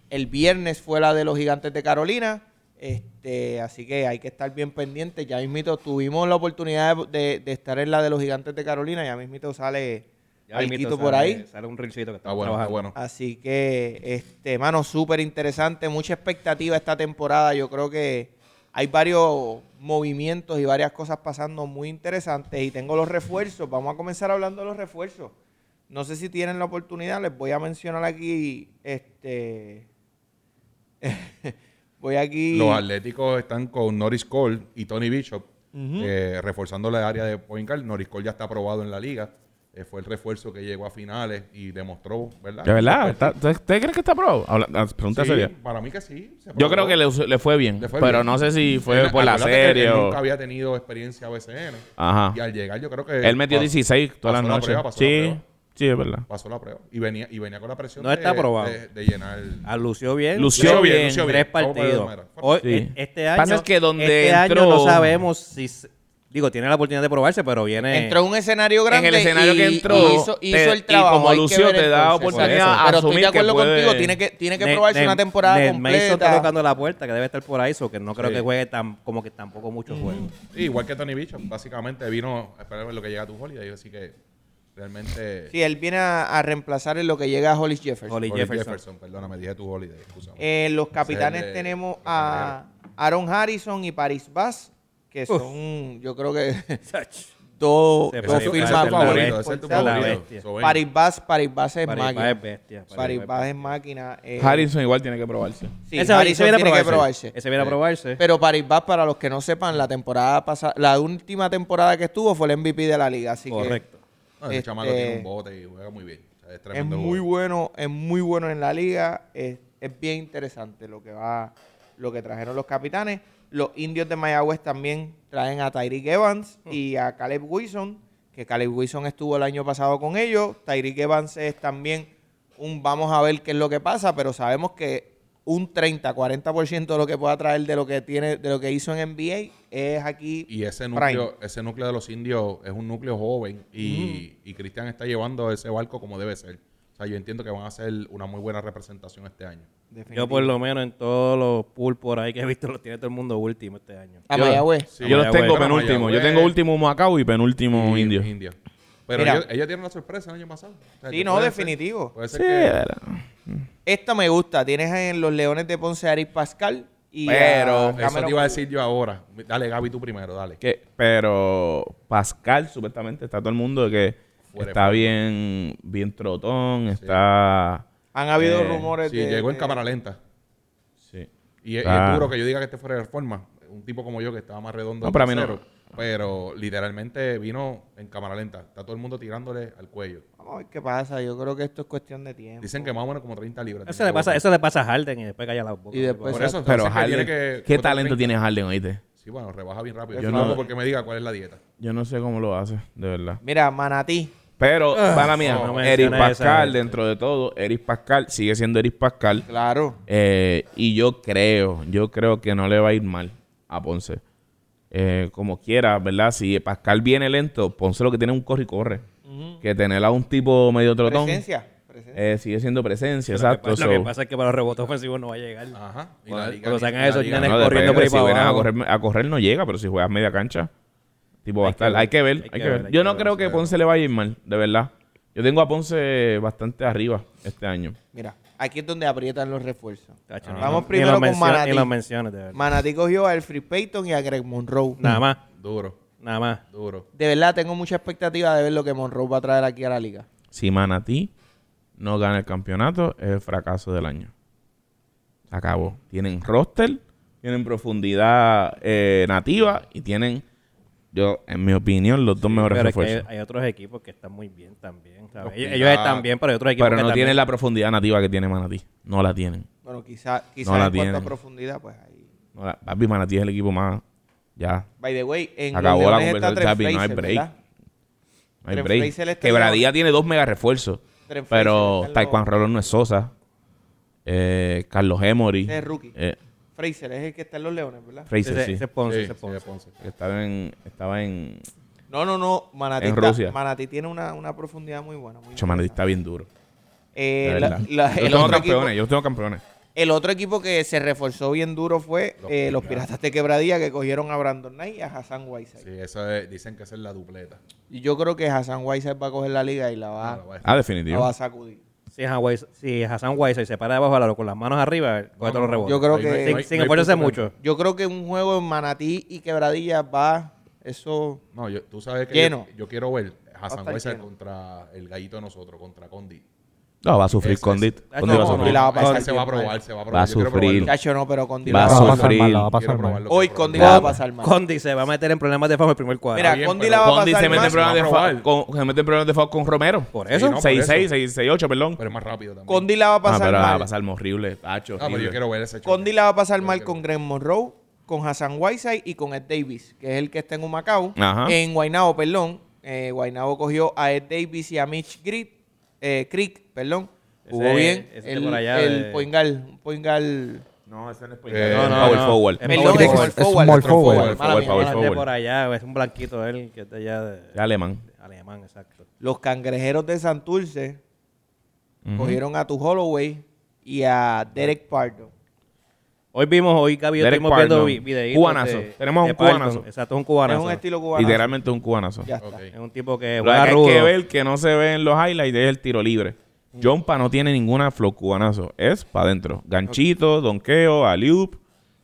Speaker 1: El viernes fue la de los Gigantes de Carolina. Este, así que hay que estar bien pendientes. Ya mismito tuvimos la oportunidad de, de- de estar en la de los Gigantes de Carolina. Ya mismito sale
Speaker 2: Ya mismito
Speaker 1: algo
Speaker 2: sale-
Speaker 1: por ahí.
Speaker 2: Sale un rilcito que
Speaker 3: Está
Speaker 2: está
Speaker 3: Ah, bueno, está
Speaker 2: trabajando.
Speaker 3: bueno.
Speaker 1: Así que, este, mano, súper interesante, mucha expectativa esta temporada. Yo creo que hay varios movimientos y varias cosas pasando muy interesantes. Y tengo los refuerzos. Vamos a comenzar hablando de los refuerzos. No sé si tienen la oportunidad, les voy a mencionar aquí, este, (laughs) voy aquí.
Speaker 3: Los Atléticos están con Norris Cole y Tony Bishop
Speaker 1: Ujú.
Speaker 3: eh, reforzando la área de point guard. Norris Cole ya está aprobado en la liga. Eh, fue el refuerzo que llegó a finales y demostró, ¿verdad?
Speaker 4: De verdad. ¿Está- ¿Usted cree que está aprobado? Habla- ah, Pregunta
Speaker 3: Sí,
Speaker 4: seria.
Speaker 3: para mí que sí. se
Speaker 4: Yo
Speaker 3: probó.
Speaker 4: creo que le, le fue bien.
Speaker 3: Le fue
Speaker 4: pero
Speaker 3: bien.
Speaker 4: no sé si fue
Speaker 3: Él-
Speaker 4: por la
Speaker 3: acuérdate que
Speaker 4: serie
Speaker 3: Él
Speaker 4: o...
Speaker 3: nunca había tenido experiencia BCN.
Speaker 4: Ajá.
Speaker 3: Y al llegar yo creo que...
Speaker 4: Él metió
Speaker 3: pa-
Speaker 4: 16 todas las
Speaker 3: pasó la
Speaker 4: noches.
Speaker 3: prueba, pasó la
Speaker 4: Sí,
Speaker 3: prueba.
Speaker 4: sí, es verdad.
Speaker 3: Pasó la prueba. Y venía, y venía con la presión
Speaker 2: No
Speaker 3: de,
Speaker 2: está aprobado.
Speaker 3: de, de llenar...
Speaker 2: Ah, lució bien.
Speaker 4: Lució
Speaker 2: Tres-
Speaker 4: bien,
Speaker 3: lució
Speaker 2: Tres
Speaker 3: bien. Vamos a ver de
Speaker 2: partidos.
Speaker 3: manera.
Speaker 2: Hoy,
Speaker 4: Sí.
Speaker 2: e- Este año.
Speaker 4: Pasa es que donde
Speaker 2: este
Speaker 4: entró-
Speaker 2: año no sabemos si. s- Digo, tiene la oportunidad de probarse, pero viene.
Speaker 1: Entró en un escenario grande.
Speaker 4: en el escenario
Speaker 1: y-
Speaker 4: que entró,
Speaker 1: y hizo, hizo
Speaker 4: te-
Speaker 1: el trabajo.
Speaker 4: y como
Speaker 1: Hay que
Speaker 4: lució,
Speaker 1: ver
Speaker 4: te da
Speaker 1: entonces.
Speaker 4: oportunidad a
Speaker 1: Pero estoy
Speaker 4: asumir
Speaker 1: de acuerdo
Speaker 4: que puede-
Speaker 1: contigo, tiene que, tiene que
Speaker 2: Ne-
Speaker 1: probarse
Speaker 2: Ne-
Speaker 1: una temporada
Speaker 2: Ned Mason está
Speaker 1: completa.
Speaker 2: tocando la puerta, que debe estar por ahí, so que no creo
Speaker 3: Sí.
Speaker 2: que juegue tan, como que tampoco
Speaker 1: Mm.
Speaker 2: muchos
Speaker 1: (laughs)
Speaker 2: juegos.
Speaker 3: Sí, igual que Tony Bishop. Básicamente vino a esperar lo que llega a tu holiday. Así que realmente...
Speaker 1: Sí, él viene a, a reemplazar en lo que llega a Hollis Jefferson. Eh,
Speaker 2: Hollis
Speaker 3: Holly
Speaker 2: Jefferson.
Speaker 3: Jefferson. perdóname, dije tu holiday. Excusame.
Speaker 1: En los
Speaker 3: Ese
Speaker 1: capitanes
Speaker 3: es el de-
Speaker 1: tenemos
Speaker 3: el
Speaker 1: a Aaron Harrison y Paris Bass, que son, yo creo que (laughs) dos,
Speaker 2: Se
Speaker 1: dos firmas
Speaker 2: pasó, ese es tu
Speaker 1: favoritas.
Speaker 2: favorito,
Speaker 3: ese es tu
Speaker 1: por ser.
Speaker 2: la
Speaker 3: favorito.
Speaker 2: bestia.
Speaker 3: So, ven.
Speaker 1: Paris Bass, Paris Bass es
Speaker 2: París
Speaker 1: máquina.
Speaker 2: es bestia. París
Speaker 1: Paris
Speaker 2: va-
Speaker 1: Bass es máquina. eh,
Speaker 4: Harrison igual tiene que probarse.
Speaker 1: Sí,
Speaker 2: Ese- ese
Speaker 1: Harrison
Speaker 2: viene a
Speaker 1: tiene que probarse.
Speaker 2: Ese viene a probarse.
Speaker 1: Pero Paris Bass, para los que no sepan, la temporada pasada, la última temporada que estuvo fue el MVP de la liga, así que
Speaker 2: Correcto.
Speaker 3: No, ese
Speaker 1: Este-
Speaker 3: chamaco tiene un bote y juega muy bien. O sea, Es
Speaker 1: Es
Speaker 3: tremendo
Speaker 1: muy
Speaker 3: jugador.
Speaker 1: bueno, es muy bueno en la liga. Es, es bien interesante lo que va, lo que trajeron los capitanes. Los indios de Mayagüez también traen a Tyreek Evans
Speaker 3: Hmm.
Speaker 1: y a Caleb Wilson, que Caleb Wilson estuvo el año pasado con ellos. Tyreek Evans es también un vamos a ver qué es lo que pasa, pero sabemos que un 30, 40% de lo que pueda traer de lo que tiene, de lo que hizo en NBA es aquí.
Speaker 3: Y ese
Speaker 1: Prime.
Speaker 3: núcleo, ese núcleo de los indios es un núcleo joven y,
Speaker 1: Mm.
Speaker 3: y Cristian está llevando ese barco como debe ser. O sea, yo entiendo que van a hacer una muy buena representación este año.
Speaker 2: Yo por lo menos en todos los pools por ahí que he visto los tiene todo el mundo último este año.
Speaker 1: A
Speaker 4: Yo-
Speaker 1: Mayagüez.
Speaker 3: Sí,
Speaker 4: yo los
Speaker 2: Mayagüez,
Speaker 4: tengo
Speaker 3: pero
Speaker 4: penúltimo. Yo
Speaker 3: Mayagüez-
Speaker 4: tengo último Macao y penúltimo
Speaker 3: Y-
Speaker 4: indio.
Speaker 3: Pero
Speaker 1: Mira.
Speaker 3: ellos, ellos tienen una sorpresa el año pasado. O sea,
Speaker 1: Sí,
Speaker 3: que
Speaker 1: no,
Speaker 3: puede
Speaker 1: definitivo.
Speaker 3: Ser, puede ser
Speaker 4: Sí,
Speaker 3: que-
Speaker 4: era.
Speaker 1: Esta me gusta. Tienes en los Leones de Ponce a Aris Pascal y
Speaker 4: Pero
Speaker 1: a
Speaker 3: eso
Speaker 1: Cameron
Speaker 3: te iba a
Speaker 1: Purdy.
Speaker 3: decir yo ahora. Dale, Gaby, tú primero, dale.
Speaker 4: Que- pero Pascal, supuestamente, está todo el mundo de que
Speaker 3: Fuera de
Speaker 4: está
Speaker 3: forma.
Speaker 4: bien, bien trotón, está.
Speaker 1: Han habido
Speaker 4: Eh,
Speaker 1: rumores
Speaker 3: Sí,
Speaker 1: de...
Speaker 3: llegó en
Speaker 1: de-
Speaker 3: cámara lenta.
Speaker 4: Sí.
Speaker 3: Y, es- y
Speaker 4: Ah.
Speaker 3: es duro que yo diga que este fuera de forma. Un tipo como yo que estaba más redondo.
Speaker 4: No,
Speaker 3: que
Speaker 4: para mí no.
Speaker 3: cero. Pero literalmente vino en cámara lenta. Está todo el mundo tirándole al cuello.
Speaker 1: Vamos a ver qué pasa. Yo creo que esto es cuestión de tiempo.
Speaker 3: Dicen que más o menos como 30 libras.
Speaker 2: Eso le pasa, eso le pasa a Harden y después calla la boca.
Speaker 1: Y después-
Speaker 3: Por eso,
Speaker 4: Pero
Speaker 3: dicen que
Speaker 4: Harden,
Speaker 3: tiene que-
Speaker 4: ¿qué
Speaker 3: otro
Speaker 4: talento
Speaker 3: 30.
Speaker 4: tiene Harden, oíste?
Speaker 3: Sí, bueno, rebaja bien rápido.
Speaker 4: Yo
Speaker 3: Yo
Speaker 4: no-
Speaker 3: no porque me diga cuál es la dieta.
Speaker 4: Yo no sé cómo lo hace, de verdad.
Speaker 1: Mira, Manatí.
Speaker 4: Pero, para mí,
Speaker 2: no me
Speaker 4: Eric
Speaker 2: menciones esa
Speaker 4: Pascal,
Speaker 2: gente.
Speaker 4: dentro de todo, Eric Pascal sigue siendo Eric Pascal.
Speaker 1: Claro.
Speaker 4: Eh, y yo creo, yo creo que no le va a ir mal a Ponce. Eh, como quiera, ¿verdad? Si Pascal viene lento, Ponce lo que tiene es un corre y corre.
Speaker 1: Ujú.
Speaker 4: Que tener a un tipo medio trotón
Speaker 1: Presencia. presencia.
Speaker 4: eh, sigue siendo presencia,
Speaker 2: Pero
Speaker 4: exacto.
Speaker 2: Lo que, pasa, lo que
Speaker 4: so-
Speaker 2: pasa es que para los rebotes ofensivos no va a llegar.
Speaker 1: Ah.
Speaker 3: Ajá. Y
Speaker 2: Cuando-
Speaker 3: la liga-
Speaker 2: cuando sacan
Speaker 3: la
Speaker 2: esos
Speaker 3: liga-
Speaker 2: nenes
Speaker 4: No,
Speaker 2: corriendo por ahí
Speaker 4: depende,
Speaker 2: para
Speaker 4: si vienes a
Speaker 2: abajo.
Speaker 4: correr, a correr no llega, pero si juegas media cancha, tipo va a
Speaker 2: Hay que
Speaker 4: estar.
Speaker 2: ver,
Speaker 4: hay que ver, hay,
Speaker 2: hay
Speaker 4: que
Speaker 2: que
Speaker 4: ver.
Speaker 2: ver, hay
Speaker 4: Yo
Speaker 2: que
Speaker 4: no
Speaker 2: ver,
Speaker 4: creo
Speaker 3: sí,
Speaker 4: que
Speaker 3: claro.
Speaker 4: Ponce le vaya a ir mal, de verdad. Yo tengo a Ponce bastante arriba este año.
Speaker 1: Mira, aquí es donde aprietan los refuerzos.
Speaker 3: Ah,
Speaker 2: Tacho, no,
Speaker 1: Vamos
Speaker 2: no.
Speaker 1: primero
Speaker 2: Ni los
Speaker 1: con
Speaker 2: mencio-
Speaker 1: Manatí.
Speaker 2: Ni los menciones, de verdad.
Speaker 1: Manatí cogió a Elfrid Payton y a Greg Monroe.
Speaker 2: Nada más,
Speaker 3: Duro,
Speaker 2: nada más.
Speaker 3: duro.
Speaker 1: De verdad, tengo mucha expectativa de ver lo que Monroe va a traer aquí a la liga.
Speaker 4: Si Manatí no gana el campeonato, es el fracaso del año. Se acabó. Tienen roster, tienen profundidad eh, nativa y tienen, yo, en mi opinión, los dos mejores
Speaker 2: Pero es que
Speaker 4: refuerzos.
Speaker 2: hay, hay otros equipos que están muy bien también. ¿sabes?
Speaker 3: Los
Speaker 2: Ellos,
Speaker 1: Ah.
Speaker 3: Piratas.
Speaker 2: ellos están bien, pero hay otros equipos
Speaker 4: Pero
Speaker 2: que
Speaker 4: no tienen
Speaker 2: también-
Speaker 4: la profundidad nativa que tiene Manatí. No la tienen.
Speaker 1: Bueno, quizás quizá
Speaker 4: No la
Speaker 1: en cuanto a
Speaker 4: tienen.
Speaker 1: profundidad, pues ahí.
Speaker 4: No la- papi, Manatí es el equipo más. Ya,
Speaker 1: By the way, en los
Speaker 4: Acabó la
Speaker 1: Leones está
Speaker 4: conversación,
Speaker 1: Trent
Speaker 4: Chapi, no hay
Speaker 1: Frazier,
Speaker 4: break.
Speaker 1: ¿verdad?
Speaker 4: No hay
Speaker 1: Trent
Speaker 4: break.
Speaker 1: Frazier está
Speaker 4: Quebradilla tiene dos mega refuerzos.
Speaker 1: Trent Frazier
Speaker 4: Pero
Speaker 1: está en
Speaker 4: Taekwondo
Speaker 1: los-
Speaker 4: Rolón no es Sosa. Eh, Carlos Emory.
Speaker 1: Ese es rookie.
Speaker 4: Eh,
Speaker 1: Fraser es el que está en los Leones, ¿verdad?
Speaker 4: Fraser,
Speaker 2: Ese-
Speaker 4: sí.
Speaker 2: ese es Ponce,
Speaker 3: Sí,
Speaker 2: ese es
Speaker 3: sí,
Speaker 2: Ponce.
Speaker 3: de Ponce.
Speaker 4: Que Estaba en. Estaba en.
Speaker 1: No, no, no. Manatí,
Speaker 4: En
Speaker 1: está-
Speaker 4: Rusia.
Speaker 1: Manatí tiene una, una profundidad muy buena. Muy
Speaker 4: Chacho, Manatí
Speaker 1: interesante.
Speaker 4: está bien duro.
Speaker 1: Eh,
Speaker 4: de
Speaker 1: la-
Speaker 4: verdad.
Speaker 1: la-
Speaker 4: yo
Speaker 1: el,
Speaker 4: tengo
Speaker 1: otro
Speaker 4: campeones,
Speaker 1: equipo, Ah,
Speaker 4: yo los tengo campeones.
Speaker 1: el otro equipo que se reforzó bien duro fue eh, los,
Speaker 3: Los
Speaker 1: Piratas de Quebradilla que cogieron a Brandon Knight y a Hassan Whiteside.
Speaker 3: Sí, eso es- dicen que esa es la dupleta.
Speaker 1: Y yo creo que Hassan Whiteside va a coger la liga y la va,
Speaker 3: Ah, bueno.
Speaker 4: Ah,
Speaker 1: la
Speaker 4: definitivo.
Speaker 1: va a sacudir.
Speaker 2: Si, Hawaii- si Hassan Weiser se para debajo del aro con las manos arriba, eh, coge todos los rebotes.
Speaker 1: Yo creo
Speaker 3: Ahí
Speaker 1: que-
Speaker 3: no hay-
Speaker 2: sin
Speaker 3: no hay-
Speaker 2: sin
Speaker 3: no hay
Speaker 2: esforzarse
Speaker 3: punto
Speaker 2: mucho.
Speaker 1: Yo creo que un juego en Manatí y Quebradilla va... Eso...
Speaker 3: que- No, yo- tú sabes que
Speaker 1: Lleno.
Speaker 3: Yo, yo quiero ver
Speaker 1: a
Speaker 3: Hassan
Speaker 1: estar
Speaker 3: Weiser
Speaker 1: lleno.
Speaker 3: contra el gallito de nosotros, contra Condi.
Speaker 4: No, va a sufrir
Speaker 3: Ese-
Speaker 4: Condit.
Speaker 2: ese-
Speaker 4: Condit va a
Speaker 1: no, no,
Speaker 4: sufrir.
Speaker 1: la va a pasar
Speaker 3: ese se va a
Speaker 1: bien,
Speaker 3: probar,
Speaker 1: vale.
Speaker 3: se va a
Speaker 4: Va
Speaker 3: probar.
Speaker 4: a
Speaker 3: Yo quiero
Speaker 4: sufrir.
Speaker 3: probarlo.
Speaker 1: Chacho, no, pero con
Speaker 4: Va a
Speaker 1: Dila va a
Speaker 5: pasar
Speaker 1: pasar.
Speaker 4: sufrir.
Speaker 5: mal, la Ah, va a pasar
Speaker 3: Quiero
Speaker 5: mal.
Speaker 3: probarlo,
Speaker 1: Hoy
Speaker 3: quiero
Speaker 1: con
Speaker 3: probarlo.
Speaker 1: Dila va a pasar
Speaker 4: Claro.
Speaker 1: mal.
Speaker 2: Condi se va a meter en problemas de fama el primer cuadro.
Speaker 1: Mira,
Speaker 3: bien,
Speaker 1: Condi
Speaker 3: pero
Speaker 1: la va a pasar
Speaker 4: Condit se mete en
Speaker 1: mal.
Speaker 4: problemas de
Speaker 3: Se va a
Speaker 4: fa-
Speaker 3: probar.
Speaker 4: con- se mete en problemas de foul con Romero.
Speaker 2: Por
Speaker 3: Sí,
Speaker 2: eso.
Speaker 3: no, por
Speaker 4: 6-6,
Speaker 3: eso.
Speaker 4: 6-8, perdón.
Speaker 3: Pero es más rápido también.
Speaker 1: Condi la va a
Speaker 4: Ah,
Speaker 1: pasar
Speaker 4: pero va a
Speaker 1: mal. pues
Speaker 4: pasar horrible, tacho.
Speaker 3: Ah, pero
Speaker 4: horrible.
Speaker 3: yo quiero ver ese choque.
Speaker 1: Condi la va a pasar
Speaker 3: Yo
Speaker 1: mal
Speaker 3: quiero-
Speaker 1: con Greg Monroe, con Hassan Whiteside y con Ed Davis, que es el que está en Humacao.
Speaker 4: Ajá.
Speaker 1: En Guaynabo, perdón. Eh, Guaynabo cogió a Ed Davis y a Mitch Grit, eh, Creek, perdón. Jugó
Speaker 2: Ese-
Speaker 1: bien.
Speaker 2: ese
Speaker 1: El,
Speaker 2: por allá
Speaker 1: el
Speaker 2: de-
Speaker 1: Poingal, un Poingal.
Speaker 4: No, ese no es
Speaker 3: Eh,
Speaker 4: no,
Speaker 3: no,
Speaker 4: no,
Speaker 3: no,
Speaker 4: Power
Speaker 2: no.
Speaker 4: forward.
Speaker 2: Es
Speaker 1: Perdón,
Speaker 2: power
Speaker 1: es
Speaker 2: forward.
Speaker 1: small
Speaker 5: Es small
Speaker 1: forward.
Speaker 5: forward.
Speaker 1: mala
Speaker 4: Forward,
Speaker 1: mía,
Speaker 4: power
Speaker 1: mala mía.
Speaker 2: de
Speaker 4: forward.
Speaker 2: por allá, es un blanquito él que está allá de
Speaker 4: Alemán.
Speaker 2: alemán, exacto.
Speaker 1: Los cangrejeros de Santurce cogieron a Tu Holloway y a Derek Pardo.
Speaker 2: Hoy vimos, hoy Gaby y yo
Speaker 4: Derek
Speaker 2: estuvimos viendo
Speaker 4: Pardon.
Speaker 2: vi- videitos.
Speaker 4: Cubanazo.
Speaker 2: de-
Speaker 4: Tenemos
Speaker 2: de
Speaker 4: un
Speaker 2: Pardon.
Speaker 4: cubanazo.
Speaker 2: Exacto, es un cubanazo.
Speaker 1: Es un estilo cubano.
Speaker 4: Literalmente un cubanazo.
Speaker 1: Ya está.
Speaker 3: Ok.
Speaker 1: (laughs)
Speaker 2: Es un tipo que
Speaker 4: Lo que
Speaker 2: juega rudo.
Speaker 4: hay que ver que no se ve en los highlights es el tiro libre. Jompa no tiene ninguna flow cubanazo. Es para adentro. Ganchito, donqueo, aliup.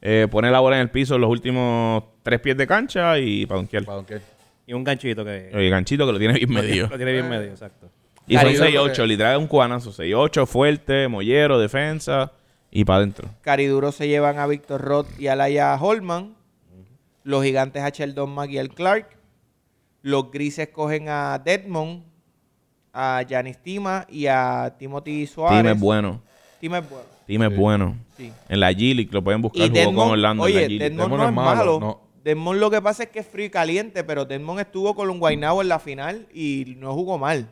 Speaker 4: Eh, pone la bola en el piso en los últimos tres pies de cancha y para donquear.
Speaker 3: Perdón, ¿qué?
Speaker 2: Y un ganchito que
Speaker 4: El ganchito que lo tiene
Speaker 1: (laughs)
Speaker 4: bien medio.
Speaker 2: lo tiene bien medio, exacto.
Speaker 4: Y son
Speaker 1: Caribe.
Speaker 4: 6-8, literal un cubanazo. 6-8, fuerte, mollero, defensa y para adentro.
Speaker 1: Cariduro se llevan a Víctor Roth y a Laia Holman. Los gigantes a Sheldon Maguire Clark. Los grises cogen a Deadmond a Janis Tima y a Timothy Suárez.
Speaker 4: Team es bueno.
Speaker 1: Tima es bueno,
Speaker 4: Team es bueno.
Speaker 1: sí.
Speaker 4: En la G-League lo pueden buscar.
Speaker 1: Y
Speaker 4: Jugó con
Speaker 1: Desmond,
Speaker 4: Orlando en la
Speaker 1: oye,
Speaker 4: G-League.
Speaker 1: Desmond,
Speaker 3: Desmond
Speaker 1: no
Speaker 3: es
Speaker 1: es
Speaker 3: malo,
Speaker 1: malo.
Speaker 3: no.
Speaker 1: Desmond lo que pasa es que es frío y caliente, pero Desmond estuvo con un Guaynabo en la final y no jugó mal.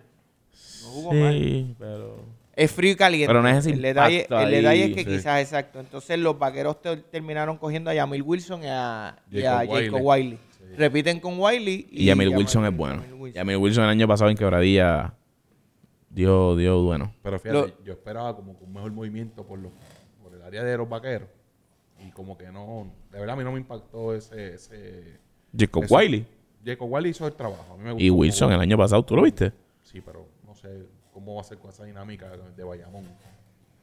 Speaker 1: No jugó mal.
Speaker 4: Sí, pero...
Speaker 1: Es frío y caliente.
Speaker 4: Pero no es ese
Speaker 1: el detalle,
Speaker 4: impacto
Speaker 1: el detalle
Speaker 4: ahí,
Speaker 1: es que
Speaker 3: sí.
Speaker 1: quizás, exacto. Entonces los vaqueros te- terminaron cogiendo a Yamil Wilson y a y a
Speaker 3: Jacob
Speaker 1: Jacob,
Speaker 3: Wiley.
Speaker 1: Wiley. Repiten con Wiley.
Speaker 4: Y Yamil Wilson es bueno.
Speaker 1: Yamil Wilson.
Speaker 4: Yamil Wilson el año pasado en quebradilla dio, dio bueno.
Speaker 3: Pero fíjate,
Speaker 1: Lo-
Speaker 3: yo esperaba como que un mejor movimiento por, los, por el área de los vaqueros. Y como que no, de verdad a mí no me impactó ese... ese
Speaker 4: Jacob
Speaker 3: ese-
Speaker 4: Wiley
Speaker 3: Jacob Wiley hizo el trabajo. A mí me gustó
Speaker 4: y
Speaker 3: cómo
Speaker 4: Wilson
Speaker 3: jugó.
Speaker 4: el año pasado, ¿tú lo viste?
Speaker 3: Sí, pero no sé cómo va a ser con esa dinámica de Bayamón.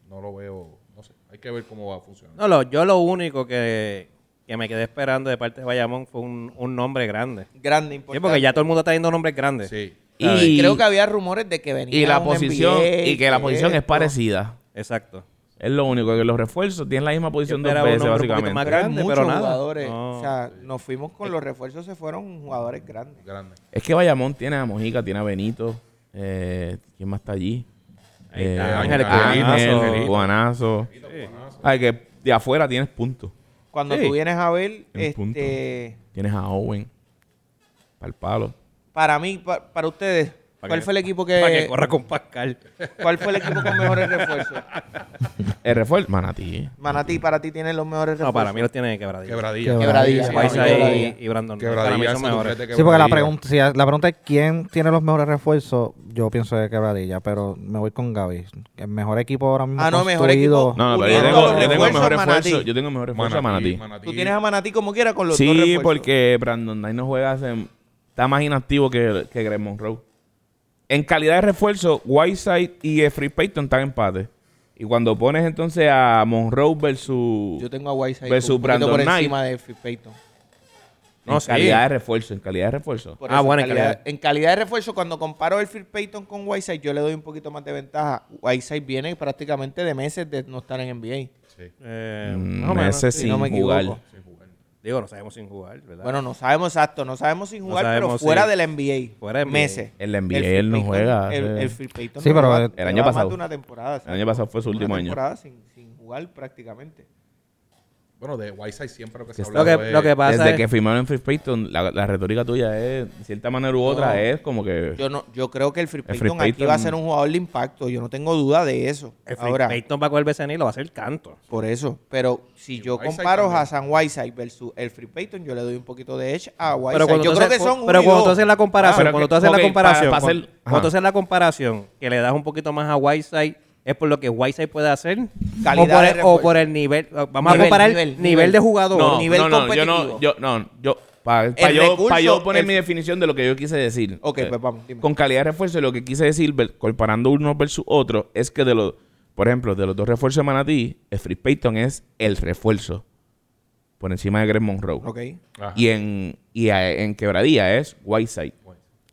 Speaker 3: No lo veo, no sé. Hay que ver cómo va a funcionar.
Speaker 2: No, lo- yo lo único que, que me quedé esperando de parte de Bayamón fue un, un nombre grande.
Speaker 1: Grande,
Speaker 2: Sí,
Speaker 1: importante.
Speaker 2: porque ya todo el mundo está dando nombres grandes.
Speaker 3: Sí.
Speaker 1: y, creo que había rumores de que venía
Speaker 4: y la
Speaker 1: un
Speaker 4: posición
Speaker 1: NBA,
Speaker 4: y que la posición es
Speaker 1: esto.
Speaker 4: parecida.
Speaker 2: Exacto.
Speaker 4: Es lo único que los refuerzos tienen la misma posición dos
Speaker 2: esperaba un
Speaker 4: veces
Speaker 2: hombre un poquito
Speaker 4: básicamente.
Speaker 2: más
Speaker 1: Pero hay
Speaker 2: grande,
Speaker 1: muchos
Speaker 2: pero nada.
Speaker 1: jugadores.
Speaker 2: No.
Speaker 1: O sea, nos fuimos
Speaker 4: Eh.
Speaker 1: con los refuerzos, se fueron jugadores grandes.
Speaker 3: Grande.
Speaker 4: Es que Bayamón tiene a Mojica, tiene a Benito. Eh, ¿Quién más está allí? Eh,
Speaker 2: Ahí está,
Speaker 3: Ángel Escobar.
Speaker 4: Ángel,
Speaker 3: Ángel.
Speaker 4: Guanazo. Ay, Ah, que de afuera tienes puntos.
Speaker 1: Cuando
Speaker 2: Sí.
Speaker 1: tú vienes a ver,
Speaker 4: En punto.
Speaker 1: este,
Speaker 4: Tienes a Owen. Para el palo.
Speaker 1: para mí, pa- para, ustedes,
Speaker 2: Para
Speaker 1: ¿cuál
Speaker 2: que-
Speaker 1: fue el
Speaker 4: (laughs)
Speaker 1: equipo
Speaker 2: Para que
Speaker 1: que,
Speaker 2: corra con
Speaker 1: (laughs)
Speaker 2: Pascal.
Speaker 1: cuál fue el equipo con mejores refuerzos?
Speaker 4: El refuerzo. Manatí. eh.
Speaker 1: Manatí, para ti tienen los mejores refuerzos.
Speaker 2: No, para mí los tiene quebradillas.
Speaker 3: Quebradilla.
Speaker 1: Quebradilla.
Speaker 3: Sí,
Speaker 2: Paisa
Speaker 3: sí,
Speaker 1: Quebradilla.
Speaker 2: y, y Brandon. Para mí
Speaker 3: Quebradilla.
Speaker 2: son mejores.
Speaker 5: Sí, porque la pregunta, si la pregunta es quién tiene los mejores refuerzos, yo pienso de quebradilla, pero me voy con Gaby. El mejor equipo ahora mismo
Speaker 1: Ah, no, mejor
Speaker 5: construido-
Speaker 1: equipo.
Speaker 4: No, no, pero yo
Speaker 5: Uniendo
Speaker 4: tengo,
Speaker 5: los
Speaker 4: yo tengo el mejor
Speaker 1: refuerzos, Manatí.
Speaker 4: refuerzo. Yo tengo el mejor refuerzo a Manatí.
Speaker 1: Tú tienes a Manatí como quiera con los dos
Speaker 4: Sí,
Speaker 1: refuerzos.
Speaker 4: porque Brandon Knight no juega hace- está más inactivo que, que Greg Monroe. En calidad de refuerzo, Whiteside y eh, Free Payton están en empate. Y cuando pones entonces a Monroe versus...
Speaker 1: Yo tengo a Whiteside
Speaker 4: Versus
Speaker 1: un poquito
Speaker 4: Brandon
Speaker 1: por encima de Phil Payton.
Speaker 4: en
Speaker 2: No, sí.
Speaker 4: calidad de refuerzo, en calidad de refuerzo.
Speaker 1: Por
Speaker 2: Ah,
Speaker 1: eso,
Speaker 2: bueno, en
Speaker 1: calidad-
Speaker 2: calidad.
Speaker 1: en calidad de refuerzo, cuando comparo el Phil Payton con Whiteside, yo le doy un poquito más de ventaja. Whiteside viene prácticamente de meses de no estar en NBA.
Speaker 2: Eh,
Speaker 4: Mm,
Speaker 2: más o menos,
Speaker 4: ese
Speaker 2: sí.
Speaker 4: sin
Speaker 1: no me
Speaker 4: jugar.
Speaker 1: equivoco.
Speaker 2: Digo, no sabemos sin jugar, ¿verdad?
Speaker 1: Bueno, no sabemos exacto, no sabemos sin jugar,
Speaker 2: sabemos
Speaker 1: pero fuera
Speaker 2: si-
Speaker 1: de la NBA.
Speaker 2: Fuera de NBA.
Speaker 1: Meses.
Speaker 4: En la NBA
Speaker 1: Phil
Speaker 4: él no
Speaker 1: Payton-
Speaker 4: juega,
Speaker 1: El,
Speaker 4: eh.
Speaker 1: el Phil Payton
Speaker 5: Sí,
Speaker 1: no
Speaker 5: pero
Speaker 1: lleva-
Speaker 5: el
Speaker 1: lleva
Speaker 4: año
Speaker 1: más
Speaker 4: pasado.
Speaker 1: de una temporada.
Speaker 4: El
Speaker 1: exacto.
Speaker 4: año pasado fue su último
Speaker 1: una
Speaker 4: año.
Speaker 1: temporada sin, sin jugar prácticamente.
Speaker 3: Bueno, de Whiteside siempre lo que se
Speaker 2: Lo
Speaker 3: habla
Speaker 2: que, lo que pasa
Speaker 4: Desde
Speaker 2: es...
Speaker 4: que (laughs) firmaron en Free Payton, la, la retórica tuya es, de cierta manera u otra,
Speaker 1: No.
Speaker 4: es como que...
Speaker 1: Yo no, yo creo que el Phil
Speaker 4: Pues, El Phil
Speaker 1: Payton, aquí
Speaker 4: Payton-
Speaker 1: va a ser un jugador de impacto. Yo no tengo duda de eso.
Speaker 2: El Flick
Speaker 1: Ahora,
Speaker 2: Payton va a coger BCN y lo va a hacer canto.
Speaker 1: por eso. Pero si
Speaker 3: Y
Speaker 1: yo
Speaker 3: Whiteside
Speaker 1: comparo
Speaker 3: también.
Speaker 1: a San Whiteside versus el Free Payton, yo le doy un poquito de edge a
Speaker 2: Pero
Speaker 1: Whiteside.
Speaker 2: cuando
Speaker 1: Yo
Speaker 2: tú
Speaker 1: creo que
Speaker 2: haces-
Speaker 1: son
Speaker 2: pero
Speaker 1: uno y
Speaker 2: cuando tú
Speaker 1: dos. Ah,
Speaker 2: haces la comparación,
Speaker 4: pero
Speaker 2: cuando
Speaker 4: que-
Speaker 2: tú haces
Speaker 4: ok,
Speaker 2: la comparación,
Speaker 4: para- para
Speaker 2: cuando,
Speaker 4: hacer-
Speaker 2: cuando
Speaker 4: ajá.
Speaker 2: tú haces la comparación que le das un poquito más a Whiteside, es por lo que Whiteside puede hacer
Speaker 1: Calidad
Speaker 2: o por,
Speaker 1: de
Speaker 2: el,
Speaker 1: refuerzo.
Speaker 2: o por el nivel, vamos
Speaker 1: Nivel,
Speaker 2: a comparar
Speaker 1: nivel,
Speaker 2: el nivel,
Speaker 1: nivel.
Speaker 2: de jugador.
Speaker 4: no,
Speaker 1: nivel
Speaker 4: no, no, yo no,
Speaker 1: competitivo.
Speaker 4: yo, no, yo, para yo,
Speaker 1: recurso-
Speaker 4: pa' yo poner
Speaker 1: el-
Speaker 4: mi definición de lo que yo quise decir.
Speaker 1: Ok,
Speaker 4: Eh,
Speaker 1: pues vamos, dime.
Speaker 4: Con calidad de refuerzo, lo que quise decir, ver- comparando uno versus otro, es que de los, por ejemplo, de los dos refuerzos de Manatí, el Free Payton es el refuerzo por encima de Greg Monroe.
Speaker 1: Ok.
Speaker 3: Ajá.
Speaker 4: Y en, y a- en Quebradía es Whiteside.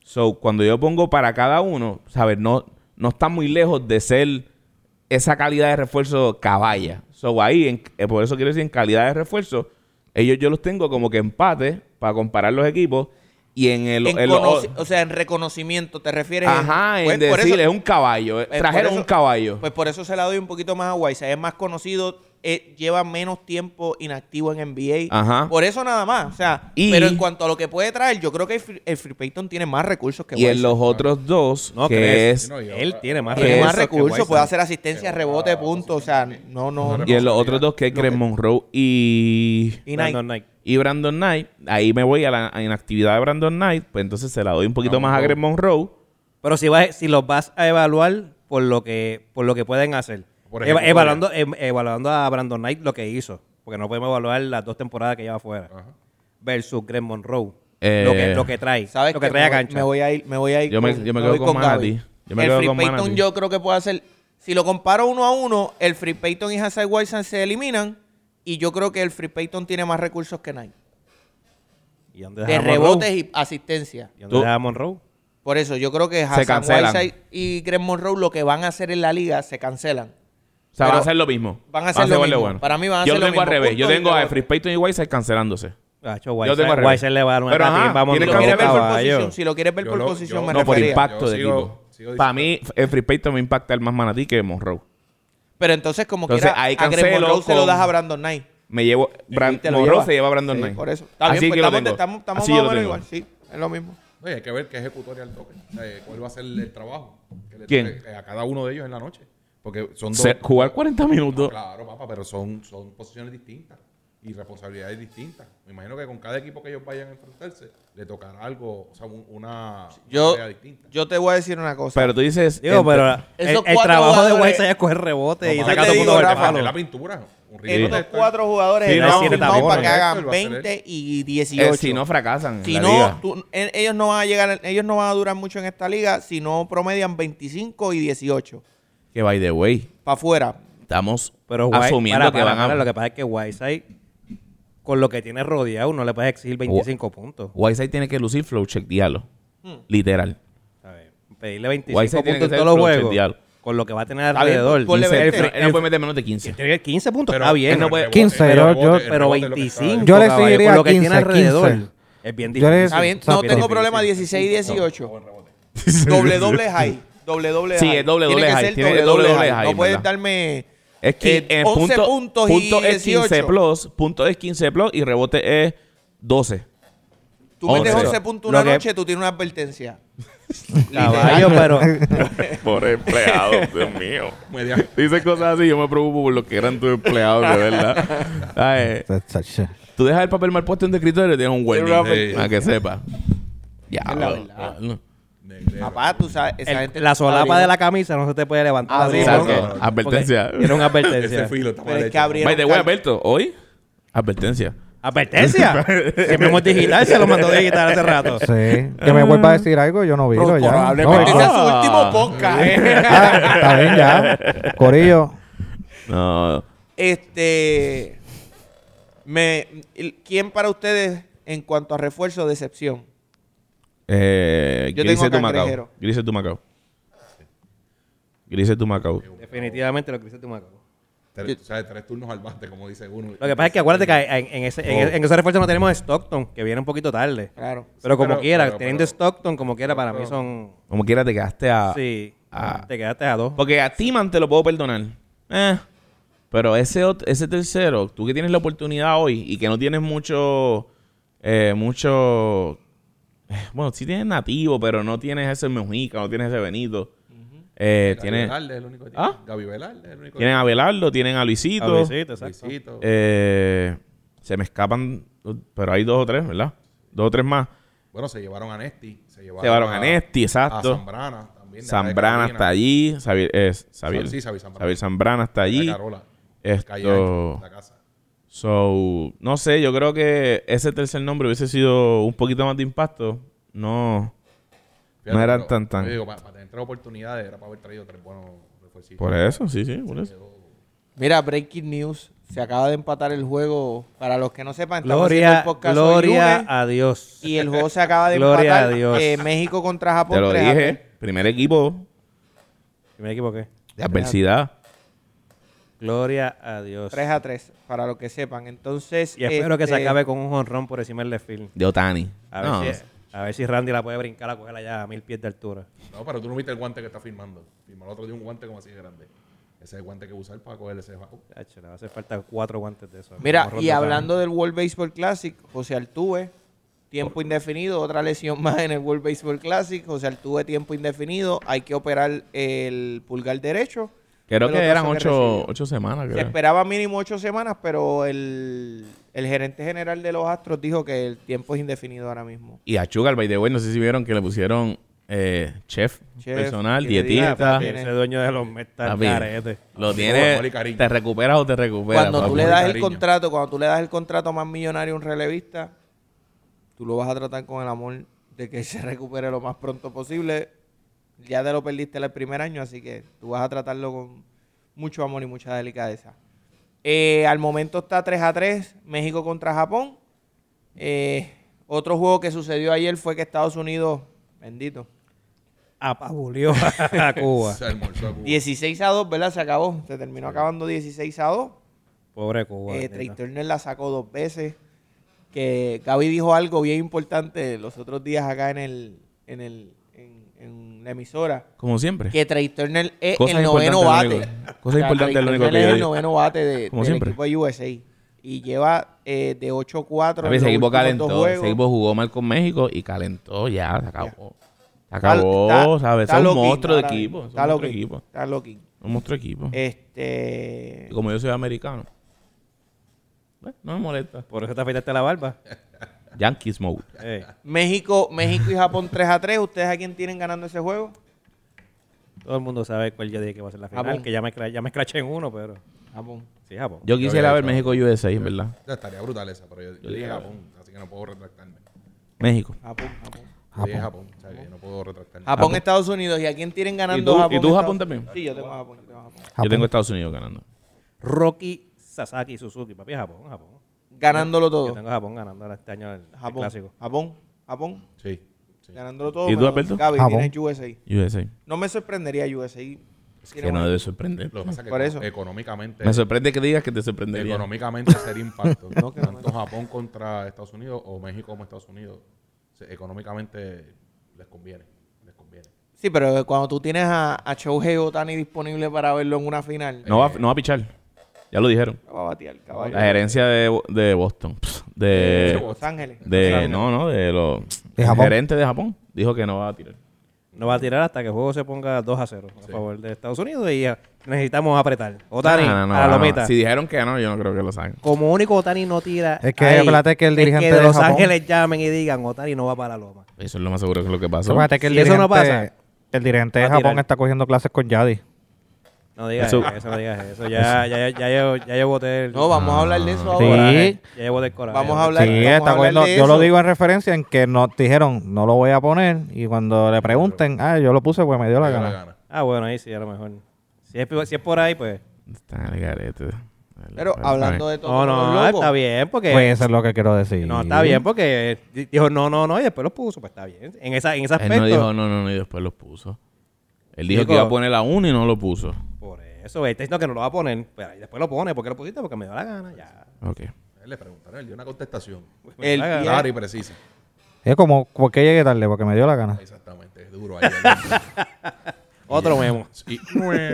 Speaker 4: So, cuando yo pongo para cada uno, ¿sabes? No, no está muy lejos de ser esa calidad de refuerzo caballa. So, ahí, en- eh, por eso quiero decir, en calidad de refuerzo, ellos yo los tengo como que empate para comparar los equipos. Y en el...
Speaker 1: En
Speaker 4: en los-
Speaker 1: conoci- o sea, en reconocimiento, ¿te refieres?
Speaker 4: ajá, en
Speaker 1: Pues por
Speaker 4: decir,
Speaker 1: eso-
Speaker 4: es un caballo. eh,
Speaker 1: pues por
Speaker 4: trajeron
Speaker 1: eso-
Speaker 4: un caballo.
Speaker 1: Pues por eso se la doy un poquito más a Whiteside. Es más conocido, eh, lleva menos tiempo inactivo en NBA.
Speaker 4: Ajá.
Speaker 1: Por eso nada más. O sea,
Speaker 4: Y-
Speaker 1: pero en cuanto a lo que puede traer, yo creo que el, Fr- el Free Payton tiene más recursos que
Speaker 4: y en
Speaker 1: Whiteside.
Speaker 4: los otros dos,
Speaker 2: No
Speaker 4: que
Speaker 2: crees.
Speaker 4: es...
Speaker 3: No, y
Speaker 2: Él
Speaker 3: ahora-
Speaker 2: tiene más
Speaker 1: tiene
Speaker 4: recursos
Speaker 1: más
Speaker 2: que
Speaker 1: recursos,
Speaker 2: Whiteside.
Speaker 1: puede hacer asistencia,
Speaker 3: Que
Speaker 1: rebote,
Speaker 3: va-
Speaker 1: punto. O sea, no, no.
Speaker 3: No,
Speaker 4: Y en los otros dos, que es Greg Monroe y...
Speaker 1: Y Nike.
Speaker 2: Brandon Knight.
Speaker 4: y Brandon Knight, ahí me voy a la a inactividad de Brandon Knight, pues entonces se la doy un poquito
Speaker 3: No,
Speaker 4: más a
Speaker 3: no.
Speaker 4: Greg Monroe.
Speaker 2: Pero si, vas, si los vas a evaluar por lo que, por lo que pueden hacer.
Speaker 3: Por ejemplo,
Speaker 2: Eva- evaluando, em- evaluando a Brandon Knight lo que hizo. Porque no podemos evaluar las dos temporadas que lleva afuera.
Speaker 3: Ajá.
Speaker 2: Versus Greg Monroe.
Speaker 4: Eh,
Speaker 2: lo, que, lo que trae.
Speaker 1: ¿Sabes
Speaker 2: lo que
Speaker 1: qué?
Speaker 2: trae a
Speaker 1: me, voy-
Speaker 2: cancha.
Speaker 1: me voy a ir, me voy a ir.
Speaker 4: Yo me- yo me quedo
Speaker 1: voy
Speaker 4: con
Speaker 1: Gaby.
Speaker 4: Manatí. Yo me
Speaker 1: el
Speaker 4: quedo
Speaker 1: Free
Speaker 4: con
Speaker 1: Payton
Speaker 4: Manatí.
Speaker 1: yo creo que puede hacer. Si lo comparo uno a uno, el Free Payton y Hassan Whiteside se eliminan. Y yo creo que el Free Payton tiene más recursos que Nike.
Speaker 2: ¿Y dónde
Speaker 1: De
Speaker 2: deja a Monroe?
Speaker 1: rebotes y asistencia.
Speaker 2: ¿Y dónde
Speaker 4: Tú-
Speaker 2: deja a Monroe?
Speaker 1: Por eso yo creo que Hassan
Speaker 4: cancelan.
Speaker 1: Whiteside y Greg Monroe lo que van a hacer en la liga se cancelan.
Speaker 4: O sea,
Speaker 1: Pero
Speaker 4: van a hacer lo mismo.
Speaker 1: van a hacer lo
Speaker 4: igual de
Speaker 1: mismo. Para mí van a
Speaker 4: yo
Speaker 1: hacer lo
Speaker 4: tengo al
Speaker 1: mismo.
Speaker 4: revés. Yo
Speaker 1: Punto y
Speaker 4: tengo a
Speaker 1: rebote.
Speaker 4: Free Payton y Whiteside cancelándose.
Speaker 2: Gacho,
Speaker 4: Yo tengo al
Speaker 2: Whiteside
Speaker 4: revés.
Speaker 2: Whiteside le va a dar una
Speaker 4: Pero, ajá,
Speaker 2: tatimba a
Speaker 4: ¿quiénes
Speaker 1: Si lo
Speaker 2: Monroe,
Speaker 4: Como
Speaker 1: quieres ver por
Speaker 2: caballo.
Speaker 1: posición, si lo quieres ver
Speaker 3: Yo
Speaker 1: por
Speaker 3: lo-
Speaker 1: posición,
Speaker 3: yo-
Speaker 1: me
Speaker 4: No, por
Speaker 1: refería.
Speaker 4: impacto. de
Speaker 3: sigo-
Speaker 4: equipo.
Speaker 3: sigo diciendo.
Speaker 4: Para mí, el free pay me impacta el más manatí que Monroe.
Speaker 1: Pero entonces, como
Speaker 4: Entonces,
Speaker 1: quiera,
Speaker 4: ahí
Speaker 1: a Greg
Speaker 4: cancelo
Speaker 1: Monroe se lo
Speaker 4: con-
Speaker 1: das a Brandon Knight.
Speaker 4: Me llevo. Bran-
Speaker 1: te lo
Speaker 4: Monroe
Speaker 1: lleva.
Speaker 4: se lleva a Brandon
Speaker 1: Sí,
Speaker 4: Knight.
Speaker 1: por eso. Está
Speaker 4: Así
Speaker 1: bien, pues
Speaker 4: que lo
Speaker 1: estamos,
Speaker 4: tengo.
Speaker 1: estamos, estamos
Speaker 4: Así
Speaker 1: más
Speaker 4: yo
Speaker 1: o
Speaker 4: lo
Speaker 1: menos
Speaker 4: tengo.
Speaker 1: igual, sí. Es lo mismo.
Speaker 3: Oye, hay que ver qué ejecutoria al toque. O sea, eh, cuál va a ser el trabajo que le
Speaker 4: ¿Quién?
Speaker 3: toque eh, a cada uno de ellos en la noche. Porque son dos.
Speaker 4: Se- jugar 40 minutos.
Speaker 3: Claro, papá, pero son, son posiciones distintas y responsabilidades distintas. Me imagino que con cada equipo que ellos vayan a enfrentarse, le tocará algo, o sea, un- una,
Speaker 1: Yo-
Speaker 3: una tarea distinta.
Speaker 1: Yo te voy a decir una cosa.
Speaker 4: Pero tú dices. eh,
Speaker 2: Digo,
Speaker 4: entre-
Speaker 2: pero el,
Speaker 1: Esos
Speaker 2: el
Speaker 1: cuatro
Speaker 2: trabajo de
Speaker 1: jugadores-
Speaker 2: Whiteside es coger rebote y
Speaker 1: yo
Speaker 2: sacar
Speaker 1: te
Speaker 2: todo el
Speaker 1: digo,
Speaker 2: mundo del
Speaker 1: Rafa,
Speaker 2: palo.
Speaker 3: la pintura. Un ridículo
Speaker 1: Estos
Speaker 3: de esto.
Speaker 1: cuatro jugadores
Speaker 4: Sí, no,
Speaker 1: están
Speaker 4: siete
Speaker 1: firmados
Speaker 4: tapones.
Speaker 1: para que hagan
Speaker 3: Él va a ser él.
Speaker 1: 20 y
Speaker 4: eh,
Speaker 1: 18.
Speaker 4: si no fracasan. en
Speaker 1: Si
Speaker 4: la
Speaker 1: no,
Speaker 4: liga.
Speaker 1: tú- e- ellos no van a llegar, ellos no van a durar mucho en esta liga si no promedian 25 y 18
Speaker 4: Que by the way,
Speaker 1: para afuera.
Speaker 4: estamos
Speaker 2: Pero White-
Speaker 4: asumiendo
Speaker 2: para,
Speaker 4: que
Speaker 2: para,
Speaker 4: van
Speaker 2: para,
Speaker 4: a.
Speaker 2: Lo que pasa es que Whiteside, con lo que tiene rodeado, no le puedes exigir 25 puntos.
Speaker 4: Whiteside tiene que lucir flow check, diálogo.
Speaker 1: Hmm.
Speaker 4: Literal.
Speaker 2: A ver, Pedirle 25
Speaker 4: Whiteside tiene
Speaker 2: puntos en todos
Speaker 4: que ser
Speaker 2: los
Speaker 4: flow
Speaker 2: juegos,
Speaker 4: chequeado.
Speaker 2: con lo que va a tener
Speaker 1: Está bien,
Speaker 2: alrededor.
Speaker 1: ponle
Speaker 2: Dice,
Speaker 1: 20.
Speaker 4: Él,
Speaker 1: Pero-
Speaker 4: él no pues, puede meter menos de 15.
Speaker 2: tiene 15 puntos, está bien.
Speaker 3: el
Speaker 2: no puede-
Speaker 3: rebote,
Speaker 5: 15,
Speaker 3: el
Speaker 5: yo- yo-
Speaker 3: el
Speaker 2: pero
Speaker 3: rebote es lo que está-
Speaker 2: 25,
Speaker 5: Yo le
Speaker 2: caballo,
Speaker 5: seguiría
Speaker 2: con lo que
Speaker 5: 15,
Speaker 2: tiene alrededor.
Speaker 5: 15.
Speaker 2: Es bien
Speaker 5: Yo
Speaker 2: difícil.
Speaker 5: le-
Speaker 1: Está bien,
Speaker 5: Está
Speaker 1: no
Speaker 5: bien.
Speaker 1: tengo problema 16 y 18. Doble doble high, doble doble
Speaker 4: Sí,
Speaker 1: high.
Speaker 4: es doble,
Speaker 1: Tiene
Speaker 4: doble
Speaker 1: que
Speaker 4: high,
Speaker 1: ser
Speaker 4: tiene
Speaker 1: doble doble high.
Speaker 4: en
Speaker 1: No puedes
Speaker 4: verdad.
Speaker 1: darme
Speaker 4: Es que
Speaker 1: eh, 11 puntos y
Speaker 4: punto es 15
Speaker 1: 18.
Speaker 4: plus, punto es 15 plus y rebote es 12.
Speaker 1: Tú metes
Speaker 4: 11.
Speaker 1: 11 puntos una
Speaker 2: Lo que-
Speaker 1: noche, tú tienes una advertencia.
Speaker 2: Caballo,
Speaker 5: (laughs)
Speaker 2: pero
Speaker 4: (laughs) Por empleado, Dios mío.
Speaker 3: Media-
Speaker 4: Dice cosas así, yo me preocupo por lo que eran tus empleados, de verdad. (laughs) Ay, tú dejas el papel mal puesto en tu escritorio y tienes un welding,
Speaker 3: Sí.
Speaker 4: para que sepa. Ya, Ah,
Speaker 1: la
Speaker 4: bueno,
Speaker 1: verdad.
Speaker 4: bueno.
Speaker 3: Negrero.
Speaker 1: Papá, tú sabes, esa
Speaker 2: el-
Speaker 1: gente
Speaker 2: la solapa
Speaker 1: abrió-
Speaker 2: de la camisa no se te puede levantar.
Speaker 5: Ah,
Speaker 1: Así,
Speaker 2: ¿no?
Speaker 1: no,
Speaker 4: ¿Sabes qué?
Speaker 3: no, no.
Speaker 4: Advertencia.
Speaker 2: Porque Era una
Speaker 3: Ese
Speaker 4: (laughs)
Speaker 2: advertencia.
Speaker 3: filo está
Speaker 1: Pero
Speaker 3: mal
Speaker 1: es
Speaker 3: hecho.
Speaker 1: que abrieron
Speaker 4: By
Speaker 1: (laughs)
Speaker 4: the way,
Speaker 1: cal-
Speaker 4: Alberto, hoy, advertencia. (laughs)
Speaker 2: ¿Advertencia? que me hemos digital, se lo mandó digital hace rato.
Speaker 5: Sí. Que me vuelva a decir algo, yo no viro ya.
Speaker 1: Probablemente
Speaker 5: No,
Speaker 1: ese
Speaker 5: ya.
Speaker 1: es su último podcast. ¿eh?
Speaker 2: (laughs)
Speaker 5: Ah, está bien ya. Corillo.
Speaker 4: No,
Speaker 1: Este. Me, el- ¿Quién para ustedes en cuanto a refuerzo decepción?
Speaker 4: eh,
Speaker 1: Yo
Speaker 4: Gris
Speaker 1: tengo
Speaker 4: es tu
Speaker 1: cangrejero.
Speaker 4: Macao. Gris es tu Macao. Gris es tu Macao.
Speaker 2: Definitivamente lo que dice tu maco.
Speaker 3: Tres, o sea, tres turnos al bate, como dice uno.
Speaker 2: Lo que pasa es que acuérdate que en, en ese,
Speaker 1: Oh.
Speaker 2: en, en ese refuerzo no tenemos a Stockton, que viene un poquito tarde.
Speaker 1: Claro.
Speaker 2: Pero como
Speaker 3: Pero-
Speaker 2: quiera,
Speaker 3: pero-
Speaker 2: teniendo
Speaker 3: pero-
Speaker 2: Stockton, como quiera, para mí son...
Speaker 4: Como quiera te quedaste a...
Speaker 2: sí.
Speaker 4: ah.
Speaker 2: Te quedaste a dos.
Speaker 4: Porque a Timan te lo puedo perdonar. Eh, pero ese, ot- ese tercero, tú que tienes la oportunidad hoy y que no tienes mucho. eh, mucho. eh, Bueno, sí tienes nativo, pero no tienes ese Mejica, no tienes ese Benito. Eh,
Speaker 3: Tiene...
Speaker 4: tienes,
Speaker 3: Velarde es el único que tiene.
Speaker 4: ¿Ah?
Speaker 3: Gaby Velarde es el único que
Speaker 4: tienen a Belardo, tienen a
Speaker 2: A
Speaker 4: Luisito.
Speaker 2: Luisito, exacto.
Speaker 3: Luisito.
Speaker 4: Eh, se me escapan, pero hay dos o tres, ¿verdad? Dos o tres más.
Speaker 3: Bueno, se llevaron a Nesti. Se llevaron,
Speaker 4: Se llevaron a Nesti, exacto.
Speaker 3: A Zambrana también. de acá de
Speaker 4: Zambrana
Speaker 3: Carolina.
Speaker 4: está allí. Xavier, eh, Xavier-
Speaker 3: Sí, Xavier Zambrana.
Speaker 4: Xavier Zambrana está
Speaker 3: De
Speaker 4: allí.
Speaker 3: Carola. Calle
Speaker 4: Esto.
Speaker 3: Ancho, la casa.
Speaker 4: So, no sé, yo creo que ese tercer nombre hubiese sido un poquito más de impacto. No,
Speaker 3: Fíjate,
Speaker 4: no eran
Speaker 3: pero
Speaker 4: tan tan.
Speaker 3: yo digo, para, tener tres oportunidades era para haber traído tres buenos refuerzos.
Speaker 4: Por eso, sí, sí, por eso.
Speaker 1: Mira, breaking news. Se acaba de empatar el juego. Para los que no sepan, estamos haciendo
Speaker 2: Gloria,
Speaker 1: el podcast hoy
Speaker 2: gloria
Speaker 1: lunes,
Speaker 2: a Dios.
Speaker 1: Y el juego se acaba de
Speaker 2: Gloria
Speaker 1: empatar.
Speaker 2: a Dios.
Speaker 1: eh, México contra Japón.
Speaker 4: Te lo
Speaker 1: 3 a
Speaker 4: dije,
Speaker 1: 3.
Speaker 4: primer equipo
Speaker 2: Y me equivoqué.
Speaker 4: de adversidad.
Speaker 2: Gloria a Dios.
Speaker 1: 3 a 3, para los que sepan. Entonces.
Speaker 2: Y espero que se
Speaker 1: este,
Speaker 2: acabe con un jonrón por encima del left field.
Speaker 4: De Otani.
Speaker 2: A ver, si, a ver si Randy la puede brincar a cogerla ya a mil pies de altura.
Speaker 3: No, pero tú no viste el guante que está firmando. Firmó el otro día un guante como así de grande. Ese es el guante que va a usar para coger ese bajo.
Speaker 2: Chacho, le va a hacer falta cuatro guantes de eso.
Speaker 1: Mira, y hablando del World Baseball Classic, José Altuve, tiempo indefinido, otra lesión (laughs) más en el World Baseball Classic. José Altuve, tiempo indefinido, hay que operar el pulgar derecho.
Speaker 4: Creo que
Speaker 1: Pelotazo
Speaker 4: eran ocho,
Speaker 1: recibió.
Speaker 4: ocho semanas.
Speaker 1: Se
Speaker 4: creo.
Speaker 1: esperaba mínimo ocho semanas, pero el, el gerente general de los Astros dijo que el tiempo es indefinido ahora mismo.
Speaker 4: Y a Sugar, by the way, no sé si vieron que le pusieron eh, chef,
Speaker 1: Chef,
Speaker 4: personal,
Speaker 1: que le diga,
Speaker 4: dietista.
Speaker 1: papi.
Speaker 2: Ese dueño de los metas
Speaker 4: Papi,
Speaker 2: carete.
Speaker 4: Lo
Speaker 3: amor y
Speaker 4: tiene.
Speaker 3: cariño.
Speaker 4: Te recuperas o te recuperas.
Speaker 1: Cuando tú
Speaker 4: papi.
Speaker 1: le das el
Speaker 3: cariño.
Speaker 1: contrato, cuando tú le das el contrato más millonario a un relevista, tú lo vas a tratar con el amor de que se recupere lo más pronto posible. Ya te lo perdiste el primer año, así que tú vas a tratarlo con mucho amor y mucha delicadeza. Eh, al momento está 3 a 3, México contra Japón. Eh, otro juego que sucedió ayer fue que Estados Unidos, bendito,
Speaker 2: Apabulió a Cuba.
Speaker 3: Se almorzó a Cuba.
Speaker 1: 16 a 2, ¿verdad? Se acabó, se terminó acabando 16 a 2.
Speaker 2: (laughs) Pobre Cuba.
Speaker 1: Eh,
Speaker 2: bendito.
Speaker 1: Trey Turner la sacó dos veces. Que Gaby dijo algo bien importante los otros días acá en el en el en, en la emisora,
Speaker 4: Como siempre.
Speaker 1: que Trey Turner es
Speaker 4: Cosas
Speaker 1: el noveno
Speaker 4: importantes,
Speaker 1: bate.
Speaker 4: lo único- cosas importantes, lo
Speaker 1: Trey
Speaker 4: único
Speaker 1: Turner
Speaker 4: que yo
Speaker 1: es el
Speaker 4: digo.
Speaker 1: noveno bate de,
Speaker 4: Como
Speaker 1: del
Speaker 4: siempre.
Speaker 1: equipo de USA. Y lleva eh, de 8-4
Speaker 4: A ver, ese
Speaker 1: los
Speaker 4: equipo
Speaker 1: últimos dos
Speaker 4: calentó.
Speaker 1: juegos.
Speaker 4: Ese equipo jugó mal con México y calentó ya. Se acabó. Se
Speaker 1: Está-
Speaker 4: acabó,
Speaker 1: está-
Speaker 4: ¿sabes?
Speaker 1: está
Speaker 4: Es un
Speaker 1: loquín
Speaker 4: monstruo de
Speaker 1: ahora mismo.
Speaker 4: equipo. Es un
Speaker 1: Está Eh.
Speaker 4: monstruo
Speaker 1: loquín.
Speaker 4: de equipo.
Speaker 1: Está loquín.
Speaker 4: Un monstruo de equipo.
Speaker 1: Este...
Speaker 4: Y como yo soy americano, bueno, no me molesta.
Speaker 2: Por eso te afeitaste la barba.
Speaker 4: Yankees mode.
Speaker 2: Eh,
Speaker 1: México, México y Japón 3 a 3. ¿Ustedes a quién tienen ganando ese juego?
Speaker 2: todo el mundo sabe cuál yo dije que va a ser la final.
Speaker 1: Japón.
Speaker 2: Que ya me, cra- ya me escraché en uno, pero.
Speaker 1: Japón.
Speaker 2: Sí, Japón.
Speaker 4: Yo quisiera
Speaker 3: había
Speaker 4: ver
Speaker 3: hecho-
Speaker 4: México-USA, en verdad.
Speaker 3: Ya estaría brutal esa, pero yo, yo dije Japón, así que no puedo retractarme. Yo
Speaker 4: México.
Speaker 1: Japón, Japón.
Speaker 3: dije Japón, o sea que yo no puedo retractarme.
Speaker 1: Japón, Estados Unidos. ¿Y a quién tienen ganando
Speaker 4: tú- y
Speaker 1: Japón?
Speaker 4: tú
Speaker 1: Estados-
Speaker 4: Japón también?
Speaker 1: Sí, yo tengo a Japón. yo tengo a Japón.
Speaker 4: Yo tengo Estados Unidos ganando.
Speaker 2: Rocky, Sasaki, Suzuki. Papi, Japón, Japón.
Speaker 1: Ganándolo
Speaker 2: Yo
Speaker 1: todo.
Speaker 2: tengo a Japón ganando este año el, el
Speaker 1: Japón,
Speaker 2: clásico.
Speaker 1: Japón, Japón.
Speaker 3: Sí. sí.
Speaker 1: Ganándolo todo.
Speaker 4: ¿Y tú,
Speaker 1: menos
Speaker 4: Alberto?
Speaker 1: Gaby,
Speaker 5: Japón.
Speaker 1: tienes USA.
Speaker 4: USA.
Speaker 1: No me sorprendería USA.
Speaker 4: Que no debe sorprender.
Speaker 3: Lo que pasa es que
Speaker 1: Por eso.
Speaker 3: económicamente,
Speaker 4: Me sorprende que digas que te sorprendería.
Speaker 3: económicamente sería impacto.
Speaker 1: (laughs) No, que no
Speaker 3: Tanto Japón contra Estados Unidos o México como Estados Unidos, se- económicamente les conviene. Les conviene.
Speaker 1: Sí, pero cuando tú tienes a, a Shohei Otani disponible para verlo en una final,
Speaker 4: No
Speaker 3: eh.
Speaker 4: va, no va a pichar. Ya lo dijeron.
Speaker 1: la va a batear, caballo.
Speaker 4: La gerencia de, de Boston. pss, De,
Speaker 1: Los Ángeles.
Speaker 4: de. No, no, de los.
Speaker 5: De
Speaker 4: el
Speaker 5: Japón.
Speaker 4: gerente de Japón dijo que no va a tirar.
Speaker 2: No va a tirar hasta que el juego se ponga 2 a 0 a favor de Estados Unidos y ah, necesitamos apretar. Otani,
Speaker 4: No, no, no,
Speaker 2: a la
Speaker 4: no.
Speaker 2: lomita.
Speaker 4: Si dijeron que no, yo no creo que lo saquen.
Speaker 2: Como único Otani no tira.
Speaker 5: Es que acuérdate que el dirigente
Speaker 2: de
Speaker 5: de
Speaker 2: Los
Speaker 5: Japón-
Speaker 2: Ángeles llamen y digan Otani no va para la loma.
Speaker 4: Eso es lo más seguro que es lo que pasó.
Speaker 5: Acuérdate que el
Speaker 2: Si eso
Speaker 5: dirigente,
Speaker 2: no pasa,
Speaker 5: el dirigente
Speaker 1: Ah,
Speaker 2: va
Speaker 5: de
Speaker 2: a
Speaker 5: Japón
Speaker 2: tirar.
Speaker 5: está cogiendo clases con Yadi.
Speaker 2: No digas eso,
Speaker 4: Eso-
Speaker 2: no digas eso. Ya, ya, ya, ya, yo- ya yo boté el
Speaker 1: No, vamos a hablar de eso ahora.
Speaker 5: Sí,
Speaker 2: coraje. Ya yo boté el coraje.
Speaker 1: Vamos a
Speaker 5: sí,
Speaker 1: hablar, vamos a
Speaker 5: está
Speaker 1: hablar
Speaker 5: cogiendo.
Speaker 1: de
Speaker 5: Yo lo
Speaker 1: eso.
Speaker 5: digo en referencia en que nos dijeron, no lo voy a poner. Y cuando le pregunten, ah, yo lo puse porque me dio la
Speaker 3: Me dio la
Speaker 5: gana.
Speaker 3: gana.
Speaker 2: Ah, bueno, ahí sí, a lo mejor. Si es, si es por ahí, pues.
Speaker 4: Está el garete.
Speaker 1: Pero hablando de todo.
Speaker 2: No, no, está bien, porque.
Speaker 5: Pues eso es lo que quiero decir.
Speaker 2: no, está bien, porque di- dijo no, no, no, y después lo puso, pues está bien. En, esa, en ese
Speaker 4: Él
Speaker 2: aspecto.
Speaker 4: no dijo no, no, no, y después los puso. Él dijo
Speaker 2: Chico.
Speaker 4: que iba a poner la 1 y no lo puso.
Speaker 2: Por eso, él está diciendo que no lo va a poner, pero ahí después lo pone. ¿Por qué lo pusiste? Porque me dio la gana, ya.
Speaker 4: Ok.
Speaker 3: Él Eh, le preguntaron, él dio una contestación
Speaker 2: Me dio
Speaker 1: El
Speaker 2: la gana.
Speaker 1: día-
Speaker 3: clara y precisa.
Speaker 5: Es como, ¿por qué llegué tarde? Porque me dio la gana.
Speaker 3: Exactamente, es duro ahí. el-
Speaker 2: Otro memo.
Speaker 3: y el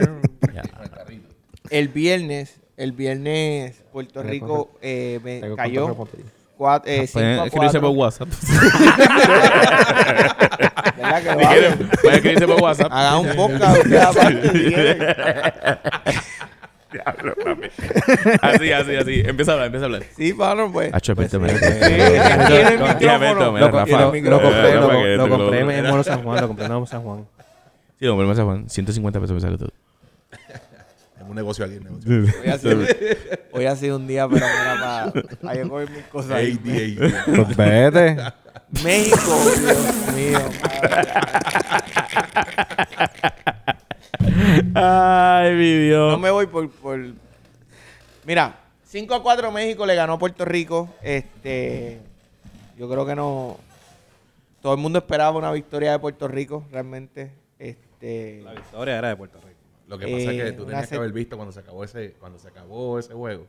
Speaker 4: Ya.
Speaker 3: carrito.
Speaker 1: El viernes, el viernes Puerto Rico eh, me cayó eh, 5
Speaker 4: Pues, escribirse por WhatsApp. (laughs) Puede escribirse por WhatsApp. (laughs)
Speaker 1: Haga un podcast usted aparte, si quiere.
Speaker 4: Diablo, mami. Así, así, así. Empieza a hablar, empieza a hablar.
Speaker 1: Sí, Pablo, pues.
Speaker 4: Hacho, vete, me-
Speaker 1: Tiene el
Speaker 4: (laughs) Mira,
Speaker 1: micrófono.
Speaker 4: Beto, mira,
Speaker 2: Lo, co- y
Speaker 4: Rafa.
Speaker 2: lo-
Speaker 4: Eh,
Speaker 2: lo compré,
Speaker 4: Rafa,
Speaker 2: lo,
Speaker 4: que
Speaker 2: lo
Speaker 4: te
Speaker 2: compré
Speaker 4: lo-
Speaker 2: en Molo San Juan, lo compré en Molo San Juan.
Speaker 4: Sí, hombre, me hace Juan. 150 pesos me sale todo.
Speaker 3: Es un negocio aquí, un negocio.
Speaker 1: Hoy ha sido- Hoy ha sido un día, pero mira, para. Hay que coger mis cosas. ahí.
Speaker 3: ADA.
Speaker 5: Pues vete.
Speaker 1: México, Dios mío. madre.
Speaker 4: (laughs) Ay, mi
Speaker 1: No
Speaker 4: Dios.
Speaker 1: me voy por. por... Mira, 5 a 4 México le ganó a Puerto Rico. Este. Yo creo que no. Todo el mundo esperaba una victoria de Puerto Rico, realmente. Este.
Speaker 2: La victoria era de Puerto Rico.
Speaker 3: Lo que pasa es
Speaker 1: Eh,
Speaker 3: que tú
Speaker 1: una
Speaker 3: tenías
Speaker 1: se-
Speaker 3: que haber visto cuando se acabó ese, cuando se acabó ese juego,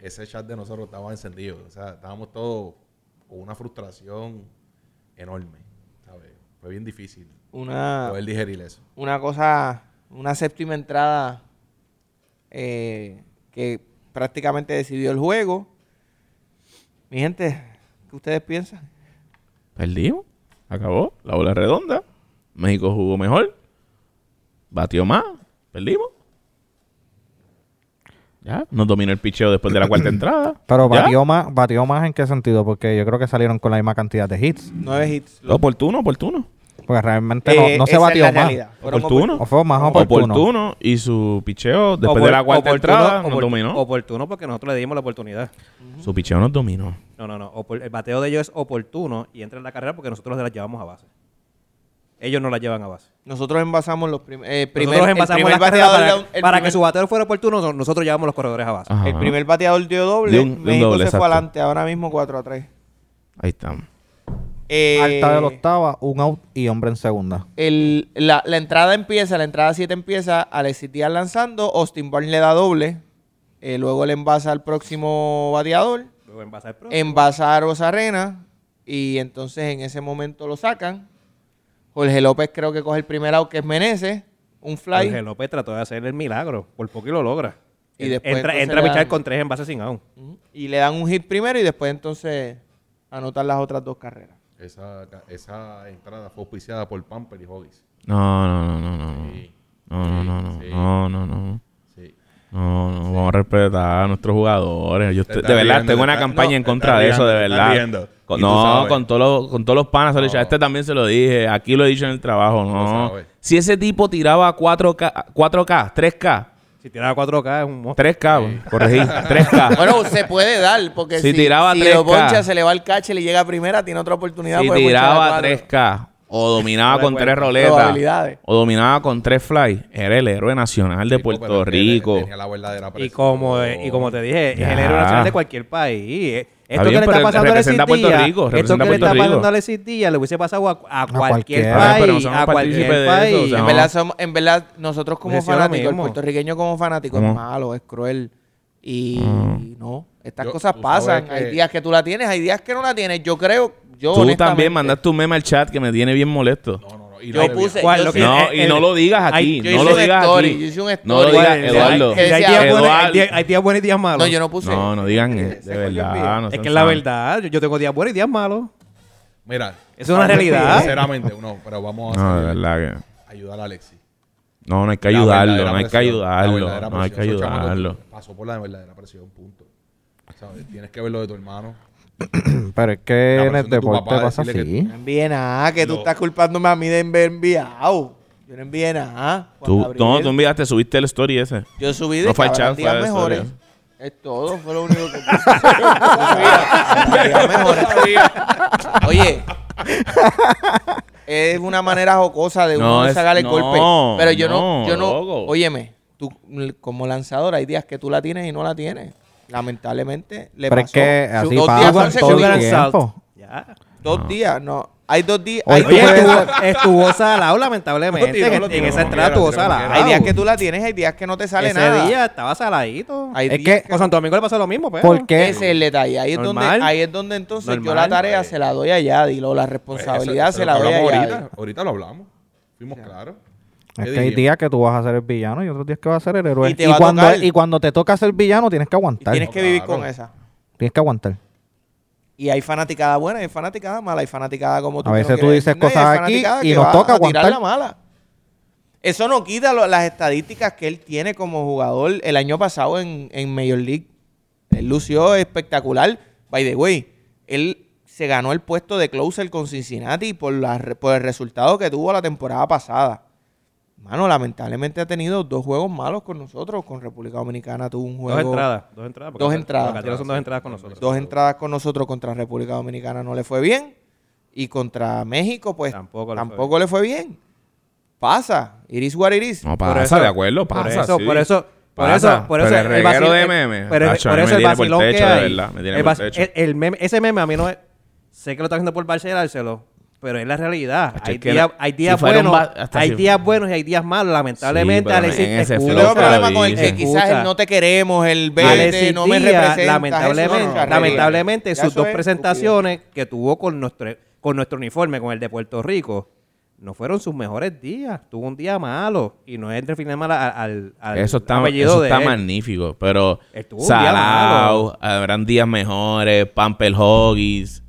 Speaker 3: ese chat de nosotros estaba encendido. O sea, estábamos todos con una frustración enorme. ¿sabes? Fue bien difícil
Speaker 1: Una.
Speaker 3: poder digerir eso.
Speaker 1: una cosa, una séptima entrada eh, que prácticamente decidió el juego. Mi gente, ¿qué ustedes piensan?
Speaker 4: Perdimos. Acabó. La bola redonda. México jugó mejor. Batió más. Perdimos. Ya. Nos dominó el picheo después de la cuarta entrada.
Speaker 3: (laughs)
Speaker 5: Pero
Speaker 4: Ya.
Speaker 5: batió más, batió más en qué sentido? Porque yo creo que salieron con la misma cantidad de hits.
Speaker 1: Nueve hits.
Speaker 4: Oportuno, oportuno.
Speaker 5: Porque realmente
Speaker 1: Eh,
Speaker 5: no, no se
Speaker 1: esa
Speaker 5: batió
Speaker 1: es la
Speaker 5: más.
Speaker 1: realidad. Fueron
Speaker 4: Oportuno.
Speaker 5: O fue más
Speaker 4: oportuno.
Speaker 5: oportuno.
Speaker 4: y su picheo después de
Speaker 2: Opor-
Speaker 4: la cuarta
Speaker 2: oportuno-
Speaker 4: entrada nos
Speaker 2: opor-
Speaker 4: dominó.
Speaker 2: Oportuno porque nosotros le dimos la oportunidad.
Speaker 4: Su picheo nos dominó.
Speaker 2: No, no, no. opor- el bateo de ellos es oportuno y entra en la carrera porque nosotros las llevamos a base. Ellos no la llevan a base.
Speaker 1: Nosotros envasamos los prim- eh, primer,
Speaker 2: Nosotros
Speaker 1: el
Speaker 2: envasamos
Speaker 1: primer
Speaker 2: la carrera
Speaker 1: bateador
Speaker 2: para,
Speaker 1: de un- el
Speaker 2: para
Speaker 1: primer-
Speaker 2: que su bateo fuera oportuno, no- nosotros llevamos los corredores a base.
Speaker 4: Ajá.
Speaker 1: el primer bateador dio doble.
Speaker 4: De un- de un
Speaker 1: México
Speaker 4: doble,
Speaker 1: se fue
Speaker 4: exacto.
Speaker 1: adelante, ahora mismo 4 a 3.
Speaker 4: Ahí estamos.
Speaker 1: Eh,
Speaker 5: Alta de la octava, un out y hombre en segunda.
Speaker 1: el- la, la entrada empieza, la entrada 7 empieza, Alexis Díaz lanzando, Austin Barnes le da doble, eh, luego le envasa al próximo bateador,
Speaker 2: Luego en base al pro.
Speaker 1: envasar a Rosarena y entonces en ese momento lo sacan. Jorge López creo que coge el primer out que es Meneses, un fly.
Speaker 2: Jorge López trató de hacer el milagro. Por poco y lo logra.
Speaker 1: Y después
Speaker 2: entra,
Speaker 1: entonces
Speaker 2: entra a
Speaker 1: le
Speaker 2: pichar
Speaker 1: dan-
Speaker 2: con tres envases sin out.
Speaker 1: Ujú. Y le dan un hit primero y después entonces anotan las otras dos
Speaker 4: (laughs)
Speaker 1: carreras.
Speaker 3: Esa, ca- esa entrada fue auspiciada por Pamper y Hoggies.
Speaker 4: No, no, no, no, no.
Speaker 3: Sí,
Speaker 4: No, no, no, no.
Speaker 3: Sí.
Speaker 4: No, no, no.
Speaker 3: sí.
Speaker 4: No, no, vamos a respetar a nuestros jugadores. Yo
Speaker 3: Te
Speaker 4: estoy-
Speaker 3: estás
Speaker 4: de verdad,
Speaker 3: riendo,
Speaker 4: tengo
Speaker 3: te
Speaker 4: una
Speaker 3: estás-
Speaker 4: campaña
Speaker 3: no,
Speaker 4: en
Speaker 3: te
Speaker 4: contra
Speaker 3: estás
Speaker 4: de eso,
Speaker 3: riendo,
Speaker 4: de
Speaker 3: te estás
Speaker 4: verdad.
Speaker 3: riendo.
Speaker 4: Con-
Speaker 3: Y tú
Speaker 4: no,
Speaker 3: sabes.
Speaker 4: con todos los, con todos los panas, se lo he dicho.
Speaker 3: No.
Speaker 4: A este también se lo dije. Aquí lo he dicho en el trabajo. No.
Speaker 3: sabes.
Speaker 4: Si ese tipo tiraba 4K, 4K 3K,
Speaker 2: Si tiraba 4K es un monstruo.
Speaker 4: 3K,
Speaker 3: (laughs)
Speaker 4: corregí, 3K.
Speaker 1: Bueno, se puede dar, porque
Speaker 4: Si
Speaker 1: si,
Speaker 4: tiraba
Speaker 1: si
Speaker 4: 3K.
Speaker 1: lo poncha, se le va el cache, le llega a primera, tiene otra oportunidad.
Speaker 4: si
Speaker 1: puede ponchar a
Speaker 4: tiraba
Speaker 1: cuatro.
Speaker 4: 3K o dominaba
Speaker 2: Dale
Speaker 4: con tres
Speaker 2: cuenta.
Speaker 4: roletas
Speaker 1: pues, Probabilidades.
Speaker 4: o dominaba con tres fly, era el héroe nacional de
Speaker 3: Chico, pero
Speaker 4: Puerto
Speaker 3: es que le-
Speaker 4: Rico.
Speaker 3: tenía la verdadera
Speaker 2: Y
Speaker 3: presión.
Speaker 2: como, eh, y como te dije, es el
Speaker 4: Ya.
Speaker 2: héroe nacional de cualquier país. Eh, Esto que le
Speaker 4: bien, pero
Speaker 2: está pasando a
Speaker 4: representa a Puerto
Speaker 2: Lesitia,
Speaker 4: Rico,
Speaker 2: esto
Speaker 4: representa
Speaker 2: que
Speaker 4: a
Speaker 2: le está
Speaker 4: Puerto Rico.
Speaker 2: pasando a Lesitia, le hubiese pasado a, a cualquier
Speaker 5: cualquiera.
Speaker 2: país.
Speaker 4: Pero no somos
Speaker 2: a cualquier
Speaker 4: partícipes de eso,
Speaker 2: país.
Speaker 4: o sea,
Speaker 1: En
Speaker 4: No. Pues
Speaker 1: verdad, somos- en verdad, nosotros como
Speaker 2: Decía lo
Speaker 1: fanáticos, el
Speaker 2: mismo.
Speaker 1: puertorriqueño como fanático
Speaker 4: Ujú.
Speaker 1: es malo, es cruel. Y
Speaker 4: Mm.
Speaker 1: no, estas
Speaker 3: Yo-
Speaker 1: cosas
Speaker 3: tú sabes
Speaker 1: pasan.
Speaker 3: que-
Speaker 1: Hay días que tú la tienes, hay días que no la tienes. Yo creo, yo
Speaker 4: Tú
Speaker 1: honestamente,
Speaker 4: también mandaste un meme al chat que me tiene bien molesto.
Speaker 3: No, no, no. Y
Speaker 1: Yo
Speaker 3: no le
Speaker 1: puse-
Speaker 3: vi.
Speaker 2: ¿Cuál?
Speaker 1: yo
Speaker 2: Lo que-
Speaker 1: sí- eh,
Speaker 4: No, y
Speaker 2: el-
Speaker 4: no lo digas aquí.
Speaker 2: Ay,
Speaker 1: yo
Speaker 4: no
Speaker 1: hice
Speaker 4: lo
Speaker 1: un
Speaker 4: digas
Speaker 1: story,
Speaker 4: aquí.
Speaker 1: yo hice un
Speaker 4: No lo
Speaker 1: story.
Speaker 4: digas,
Speaker 2: Hay- hay-
Speaker 4: Eduardo.
Speaker 2: hay,
Speaker 1: Decía-
Speaker 2: días buenos, hay
Speaker 4: Eduardo.
Speaker 2: días- hay días buenos y días malos.
Speaker 1: No, yo no puse.
Speaker 4: No, no digan eh, de verdad. no
Speaker 2: es
Speaker 4: sean
Speaker 2: que es la
Speaker 4: sanos.
Speaker 2: verdad. Yo, yo tengo días buenos y días malos.
Speaker 3: Mira.
Speaker 2: Es una realidad.
Speaker 3: Sinceramente, no, pero vamos a
Speaker 4: No, de
Speaker 3: hacer-
Speaker 4: verdad que.
Speaker 3: ayudar a Alexis.
Speaker 4: No, no hay que
Speaker 3: La
Speaker 4: ayudarlo,
Speaker 3: verdadera
Speaker 4: no hay que
Speaker 3: presión, la
Speaker 4: ayudarlo,
Speaker 3: verdadera
Speaker 4: no hay que
Speaker 3: presión. Esos chamacos
Speaker 4: ayudarlo.
Speaker 3: Pasó por la verdadera presión, punto. ¿Sabes? Tienes que ver lo de tu hermano.
Speaker 5: Pero es que
Speaker 3: La
Speaker 5: en el
Speaker 3: presión de tu
Speaker 5: deporte
Speaker 3: papá,
Speaker 5: pasa
Speaker 3: decirle que-
Speaker 5: así.
Speaker 1: No envié nada, que tú
Speaker 3: No.
Speaker 1: estás culpándome a mí de haber enviado. Yo no envié nada. Juan
Speaker 4: Tú,
Speaker 1: Gabriel.
Speaker 4: no, tú enviaste, subiste el story ese.
Speaker 1: Yo subí de
Speaker 4: No fue el
Speaker 1: cabrón,
Speaker 4: chat, fue
Speaker 1: días
Speaker 4: la
Speaker 1: mejores.
Speaker 4: historia.
Speaker 1: Es todo, fue lo único que puse. Días mejores. (laughs) Oye, es una manera jocosa de
Speaker 4: No,
Speaker 1: uno de
Speaker 4: es-
Speaker 1: sacar el
Speaker 4: no,
Speaker 1: golpe. Pero yo no,
Speaker 4: no,
Speaker 1: yo no,
Speaker 4: loco.
Speaker 1: óyeme, tú l- como lanzador hay días que tú la tienes y no la tienes. Lamentablemente le
Speaker 5: Pero es
Speaker 1: pasó.
Speaker 5: que así
Speaker 1: dos
Speaker 5: pasa
Speaker 1: días
Speaker 5: todo el
Speaker 1: consecutivos.
Speaker 5: tiempo.
Speaker 2: Ya.
Speaker 1: Dos días, no. Hay dos días.
Speaker 5: Hoy
Speaker 1: Hay,
Speaker 5: tú
Speaker 2: Oye,
Speaker 1: días que
Speaker 5: puedes-
Speaker 1: tú-
Speaker 2: estuvo, estuvo salado, lamentablemente.
Speaker 4: Pues,
Speaker 3: Lo tiró,
Speaker 2: en
Speaker 3: lo
Speaker 2: en
Speaker 3: tiró,
Speaker 2: esa
Speaker 3: como
Speaker 2: entrada
Speaker 3: quiera,
Speaker 2: estuvo
Speaker 3: lo tiró como
Speaker 2: salado.
Speaker 3: quiera.
Speaker 1: hay días que tú la tienes, hay días que no te sale
Speaker 2: Ese
Speaker 1: nada.
Speaker 2: día estaba saladito.
Speaker 1: Hay
Speaker 5: Es
Speaker 1: días
Speaker 5: que-
Speaker 2: Con Santo Domingo le pasó lo mismo, pero.
Speaker 5: ¿Por qué?
Speaker 1: Ese es el detalle. Ahí es, donde,
Speaker 2: Normal.
Speaker 1: ahí es donde entonces yo la
Speaker 2: Normal.
Speaker 1: tarea se la doy a Yadi. lo- La responsabilidad
Speaker 3: Pues, eso-
Speaker 1: se
Speaker 3: eso es lo
Speaker 1: la doy
Speaker 3: que
Speaker 1: a
Speaker 3: hablamos
Speaker 1: Yadi.
Speaker 3: ahorita. Ahorita lo hablamos. Fuimos claros. ¿Qué
Speaker 5: Es que hay
Speaker 3: dijimos?
Speaker 5: días que tú vas a ser el villano y otros días que vas a ser el héroe.
Speaker 1: Y te va a
Speaker 5: cuando,
Speaker 1: tocar.
Speaker 5: y cuando te toca ser villano, tienes que
Speaker 1: Y
Speaker 5: aguantar.
Speaker 1: tienes que vivir
Speaker 3: Claro.
Speaker 1: con esa.
Speaker 5: aguantar.
Speaker 1: Y hay fanaticada buena, hay fanaticada mala, hay fanaticada como tú.
Speaker 5: A
Speaker 1: que
Speaker 5: veces tú
Speaker 1: quieres
Speaker 5: dices
Speaker 1: decir nada,
Speaker 5: cosas
Speaker 1: hay
Speaker 5: aquí
Speaker 1: fanaticada
Speaker 5: y
Speaker 1: que
Speaker 5: nos
Speaker 1: va
Speaker 5: toca
Speaker 1: a tirar la
Speaker 5: aguantar.
Speaker 1: mala. Eso no quita lo- las estadísticas que él tiene como jugador el año pasado en, en Major League. Él lució espectacular. By the way, él se ganó el puesto de closer con Cincinnati por, la re- por el resultado que tuvo la temporada pasada. Mano, lamentablemente ha tenido dos juegos malos con nosotros. Con República Dominicana tuvo un
Speaker 2: Dos
Speaker 1: juego.
Speaker 2: entradas. Dos entradas. porque
Speaker 1: Dos
Speaker 2: acá-
Speaker 1: entradas.
Speaker 2: acá tiraron son dos entradas con nosotros.
Speaker 1: Dos entradas con nosotros contra República Dominicana no le fue bien. Y contra México, pues
Speaker 2: Tampoco
Speaker 1: tampoco
Speaker 2: le
Speaker 1: le,
Speaker 2: fue
Speaker 1: fue, bien. Pasa. Iris what iris.
Speaker 4: No
Speaker 2: Por
Speaker 4: pasa,
Speaker 2: eso-
Speaker 4: de acuerdo,
Speaker 2: Por
Speaker 4: pasa.
Speaker 2: eso,
Speaker 4: sí.
Speaker 2: por eso, por
Speaker 4: Pasa,
Speaker 2: eso, por
Speaker 4: pero
Speaker 2: eso.
Speaker 4: el reguero
Speaker 2: vacil-
Speaker 4: de
Speaker 2: el-
Speaker 4: memes,
Speaker 2: Pero,
Speaker 4: macho, a
Speaker 2: por
Speaker 4: mí
Speaker 2: eso
Speaker 4: me
Speaker 2: el
Speaker 4: tiene por el
Speaker 2: vacilón que
Speaker 4: techo, de
Speaker 2: hay.
Speaker 4: verdad, me tiene
Speaker 2: el
Speaker 4: por el
Speaker 2: vac-
Speaker 4: techo.
Speaker 2: el- el meme- ese meme a mí no es. Sé que lo está haciendo por parcelárselo, pero es la realidad.
Speaker 4: Macho,
Speaker 2: Hay
Speaker 4: es que
Speaker 2: días,
Speaker 4: la-
Speaker 2: hay días
Speaker 4: si fuera un
Speaker 2: buenos,
Speaker 4: va- hasta
Speaker 2: hay
Speaker 4: si-
Speaker 2: días buenos y hay días malos. Lamentablemente,
Speaker 4: pero
Speaker 2: Alexis,
Speaker 4: en ese
Speaker 2: escucha,
Speaker 4: flow
Speaker 1: Tengo problema con el
Speaker 4: Escucha.
Speaker 1: que quizás el no te queremos, el
Speaker 2: Alexis
Speaker 1: verde, este, no me
Speaker 2: Díaz,
Speaker 1: representa.
Speaker 2: lamentablemente, lamentablemente sus dos
Speaker 1: presentaciones
Speaker 2: presentaciones que tuvo con nuestro, con nuestro uniforme, con el de Puerto Rico, no fueron sus mejores días. Tuvo un día malo y no entra el final mal al, al- al
Speaker 4: Eso está,
Speaker 2: apellido
Speaker 4: eso
Speaker 2: de
Speaker 4: está
Speaker 2: él.
Speaker 4: magnífico, pero
Speaker 2: Estuvo un día
Speaker 4: Salao,
Speaker 2: malo.
Speaker 4: habrán días mejores, Pamper Hoggies.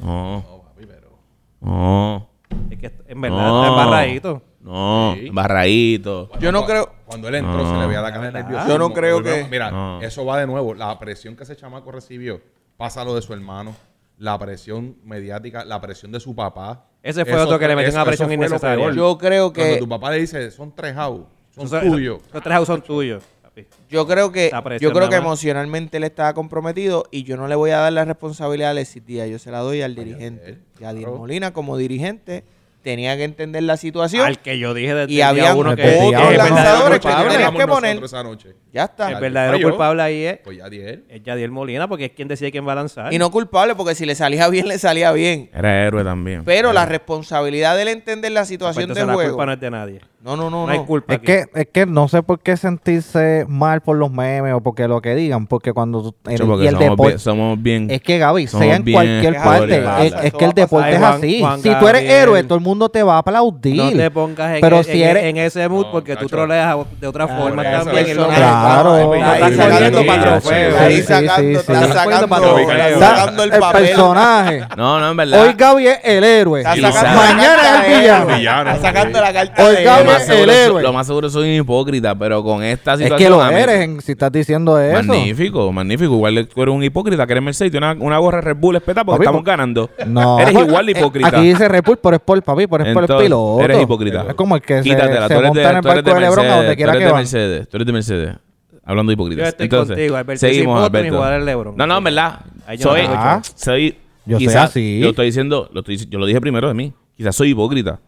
Speaker 4: No,
Speaker 3: No, papi, pero.
Speaker 4: no.
Speaker 2: Es que en verdad
Speaker 4: no,
Speaker 2: está embarradito.
Speaker 4: No,
Speaker 3: Sí.
Speaker 4: barradito.
Speaker 1: Yo no
Speaker 3: Cu-
Speaker 1: creo-
Speaker 3: Cuando él entró,
Speaker 4: No.
Speaker 3: se le veía la cara de nerviosismo.
Speaker 1: Yo no creo que-
Speaker 3: Mira,
Speaker 4: No.
Speaker 3: eso va de nuevo. La presión que ese chamaco recibió, pasa lo de su hermano, la presión mediática, la presión de su papá.
Speaker 2: Ese fue otro que le metió
Speaker 3: eso-
Speaker 2: una
Speaker 3: eso
Speaker 2: presión
Speaker 3: fue lo
Speaker 2: innecesaria.
Speaker 3: peor.
Speaker 1: Yo creo que-
Speaker 3: Cuando tu papá le dice, son tres outs, son
Speaker 2: Eso-
Speaker 3: tuyos.
Speaker 2: Los tres outs son tuyos. papi.
Speaker 1: Yo creo que
Speaker 2: Está presión
Speaker 1: yo creo que
Speaker 2: nada más.
Speaker 1: emocionalmente él estaba comprometido y yo no le voy a dar la responsabilidad a Alexis Díaz, yo se la doy al dirigente. Yadier
Speaker 3: claro.
Speaker 1: Molina como dirigente tenía que entender la situación.
Speaker 2: Al que yo dije desde
Speaker 1: Y
Speaker 2: el día
Speaker 1: habían
Speaker 2: uno que
Speaker 5: otros
Speaker 2: que el
Speaker 5: lanzadores
Speaker 2: verdadero
Speaker 1: que
Speaker 2: culpable-
Speaker 1: tenían- que
Speaker 3: nosotros
Speaker 1: poner-
Speaker 3: esa noche.
Speaker 1: Ya está.
Speaker 2: el verdadero
Speaker 3: Falló.
Speaker 2: culpable ahí es,
Speaker 3: Pues ya, Diel.
Speaker 2: es Yadier Molina porque es quien decide quién va a lanzar.
Speaker 1: Y no culpable porque si le salía bien le salía bien,
Speaker 4: Era héroe también.
Speaker 1: pero la responsabilidad de él entender la situación
Speaker 2: Entonces
Speaker 1: de
Speaker 2: la
Speaker 1: juego.
Speaker 2: culpa no es de nadie.
Speaker 1: No, no,
Speaker 2: No,
Speaker 1: no,
Speaker 2: hay
Speaker 1: no.
Speaker 2: culpa.
Speaker 5: Es
Speaker 2: aquí.
Speaker 5: que, es que no sé por qué sentirse mal por los memes o porque lo que digan, porque cuando tú- el,
Speaker 4: Yo porque
Speaker 5: y el
Speaker 4: somos,
Speaker 5: deporte
Speaker 4: bien, somos bien-
Speaker 5: es que Gaby,
Speaker 4: somos
Speaker 5: sea en
Speaker 4: bien
Speaker 5: cualquier
Speaker 4: jodedores.
Speaker 1: Eso
Speaker 5: parte, es, es
Speaker 1: pasa,
Speaker 5: que el
Speaker 1: eso va a
Speaker 5: deporte
Speaker 2: pasar.
Speaker 5: es
Speaker 2: Juan-
Speaker 5: así.
Speaker 2: Juan
Speaker 5: si tú eres
Speaker 2: Gabriel.
Speaker 5: héroe, todo el mundo te va a aplaudir.
Speaker 2: No te pongas en,
Speaker 5: Pero
Speaker 2: en-
Speaker 5: si
Speaker 2: en-
Speaker 5: eres-
Speaker 2: en ese mood
Speaker 3: No,
Speaker 2: porque tú
Speaker 3: cacho.
Speaker 2: troleas a- de otra forma
Speaker 3: eso,
Speaker 2: también.
Speaker 3: eso,
Speaker 2: es lo-
Speaker 3: eso.
Speaker 5: Claro.
Speaker 1: Está
Speaker 2: Ahí
Speaker 1: saliendo
Speaker 2: sí,
Speaker 1: para
Speaker 2: sí,
Speaker 1: trofeo.
Speaker 2: sí,
Speaker 1: Ahí
Speaker 2: sí,
Speaker 1: sacando,
Speaker 5: sí, sí.
Speaker 1: está sacando,
Speaker 2: Trofeo.
Speaker 1: está
Speaker 5: Está-
Speaker 1: sacando el
Speaker 5: el
Speaker 1: papel.
Speaker 5: personaje.
Speaker 4: No, no, en verdad.
Speaker 5: Hoy Gaby es el héroe.
Speaker 1: Está
Speaker 4: Y
Speaker 1: sacando
Speaker 4: Lizardo.
Speaker 1: la carta
Speaker 5: Mañana es el
Speaker 1: de héroe.
Speaker 5: villano.
Speaker 3: Villano,
Speaker 1: Está sacando
Speaker 3: sí.
Speaker 1: la carta de
Speaker 4: lo,
Speaker 5: Oiga,
Speaker 1: héroe.
Speaker 5: Gaby
Speaker 4: más
Speaker 5: es
Speaker 4: seguro,
Speaker 5: el héroe.
Speaker 4: lo más seguro soy un hipócrita, pero con esta
Speaker 5: Es
Speaker 4: situación.
Speaker 5: que lo
Speaker 4: a mí-
Speaker 5: eres en- si estás diciendo eso.
Speaker 4: Magnífico, magnífico. Igual tú eres un hipócrita, que eres Mercedes, tienes una, una gorra Red Bull espeta porque
Speaker 5: Papi,
Speaker 4: estamos
Speaker 5: por-
Speaker 4: ganando.
Speaker 5: No. Pues, eh,
Speaker 4: Eres igual de hipócrita.
Speaker 5: Aquí dice Red Bull, pero es por papi, pero es por el
Speaker 4: Entonces,
Speaker 5: piloto.
Speaker 4: Eres hipócrita.
Speaker 5: Es como el que se,
Speaker 4: Quítatela,
Speaker 5: se
Speaker 4: tú eres
Speaker 5: monta
Speaker 4: de,
Speaker 5: en el
Speaker 4: tú eres
Speaker 5: barco
Speaker 4: de
Speaker 5: de Lebron a donde
Speaker 4: Mercedes,
Speaker 5: quiera
Speaker 4: tú
Speaker 5: que
Speaker 4: eres de
Speaker 5: va.
Speaker 4: Mercedes, tú eres de Mercedes. Hablando de hipócritas.
Speaker 2: Yo estoy
Speaker 4: Entonces,
Speaker 2: contigo, Alberto. Yo soy
Speaker 4: Seguimos,
Speaker 2: hipócrita
Speaker 4: Alberto.
Speaker 2: ni jugar al LeBron.
Speaker 4: No, no, en verdad.
Speaker 2: Ahí yo no
Speaker 4: Soy,
Speaker 2: tengo
Speaker 5: Ah. choice.
Speaker 4: soy,
Speaker 5: Yo soy
Speaker 4: quizás-
Speaker 5: así.
Speaker 4: Yo estoy diciendo, lo estoy, yo lo dije primero de mí. Quizás soy hipócrita.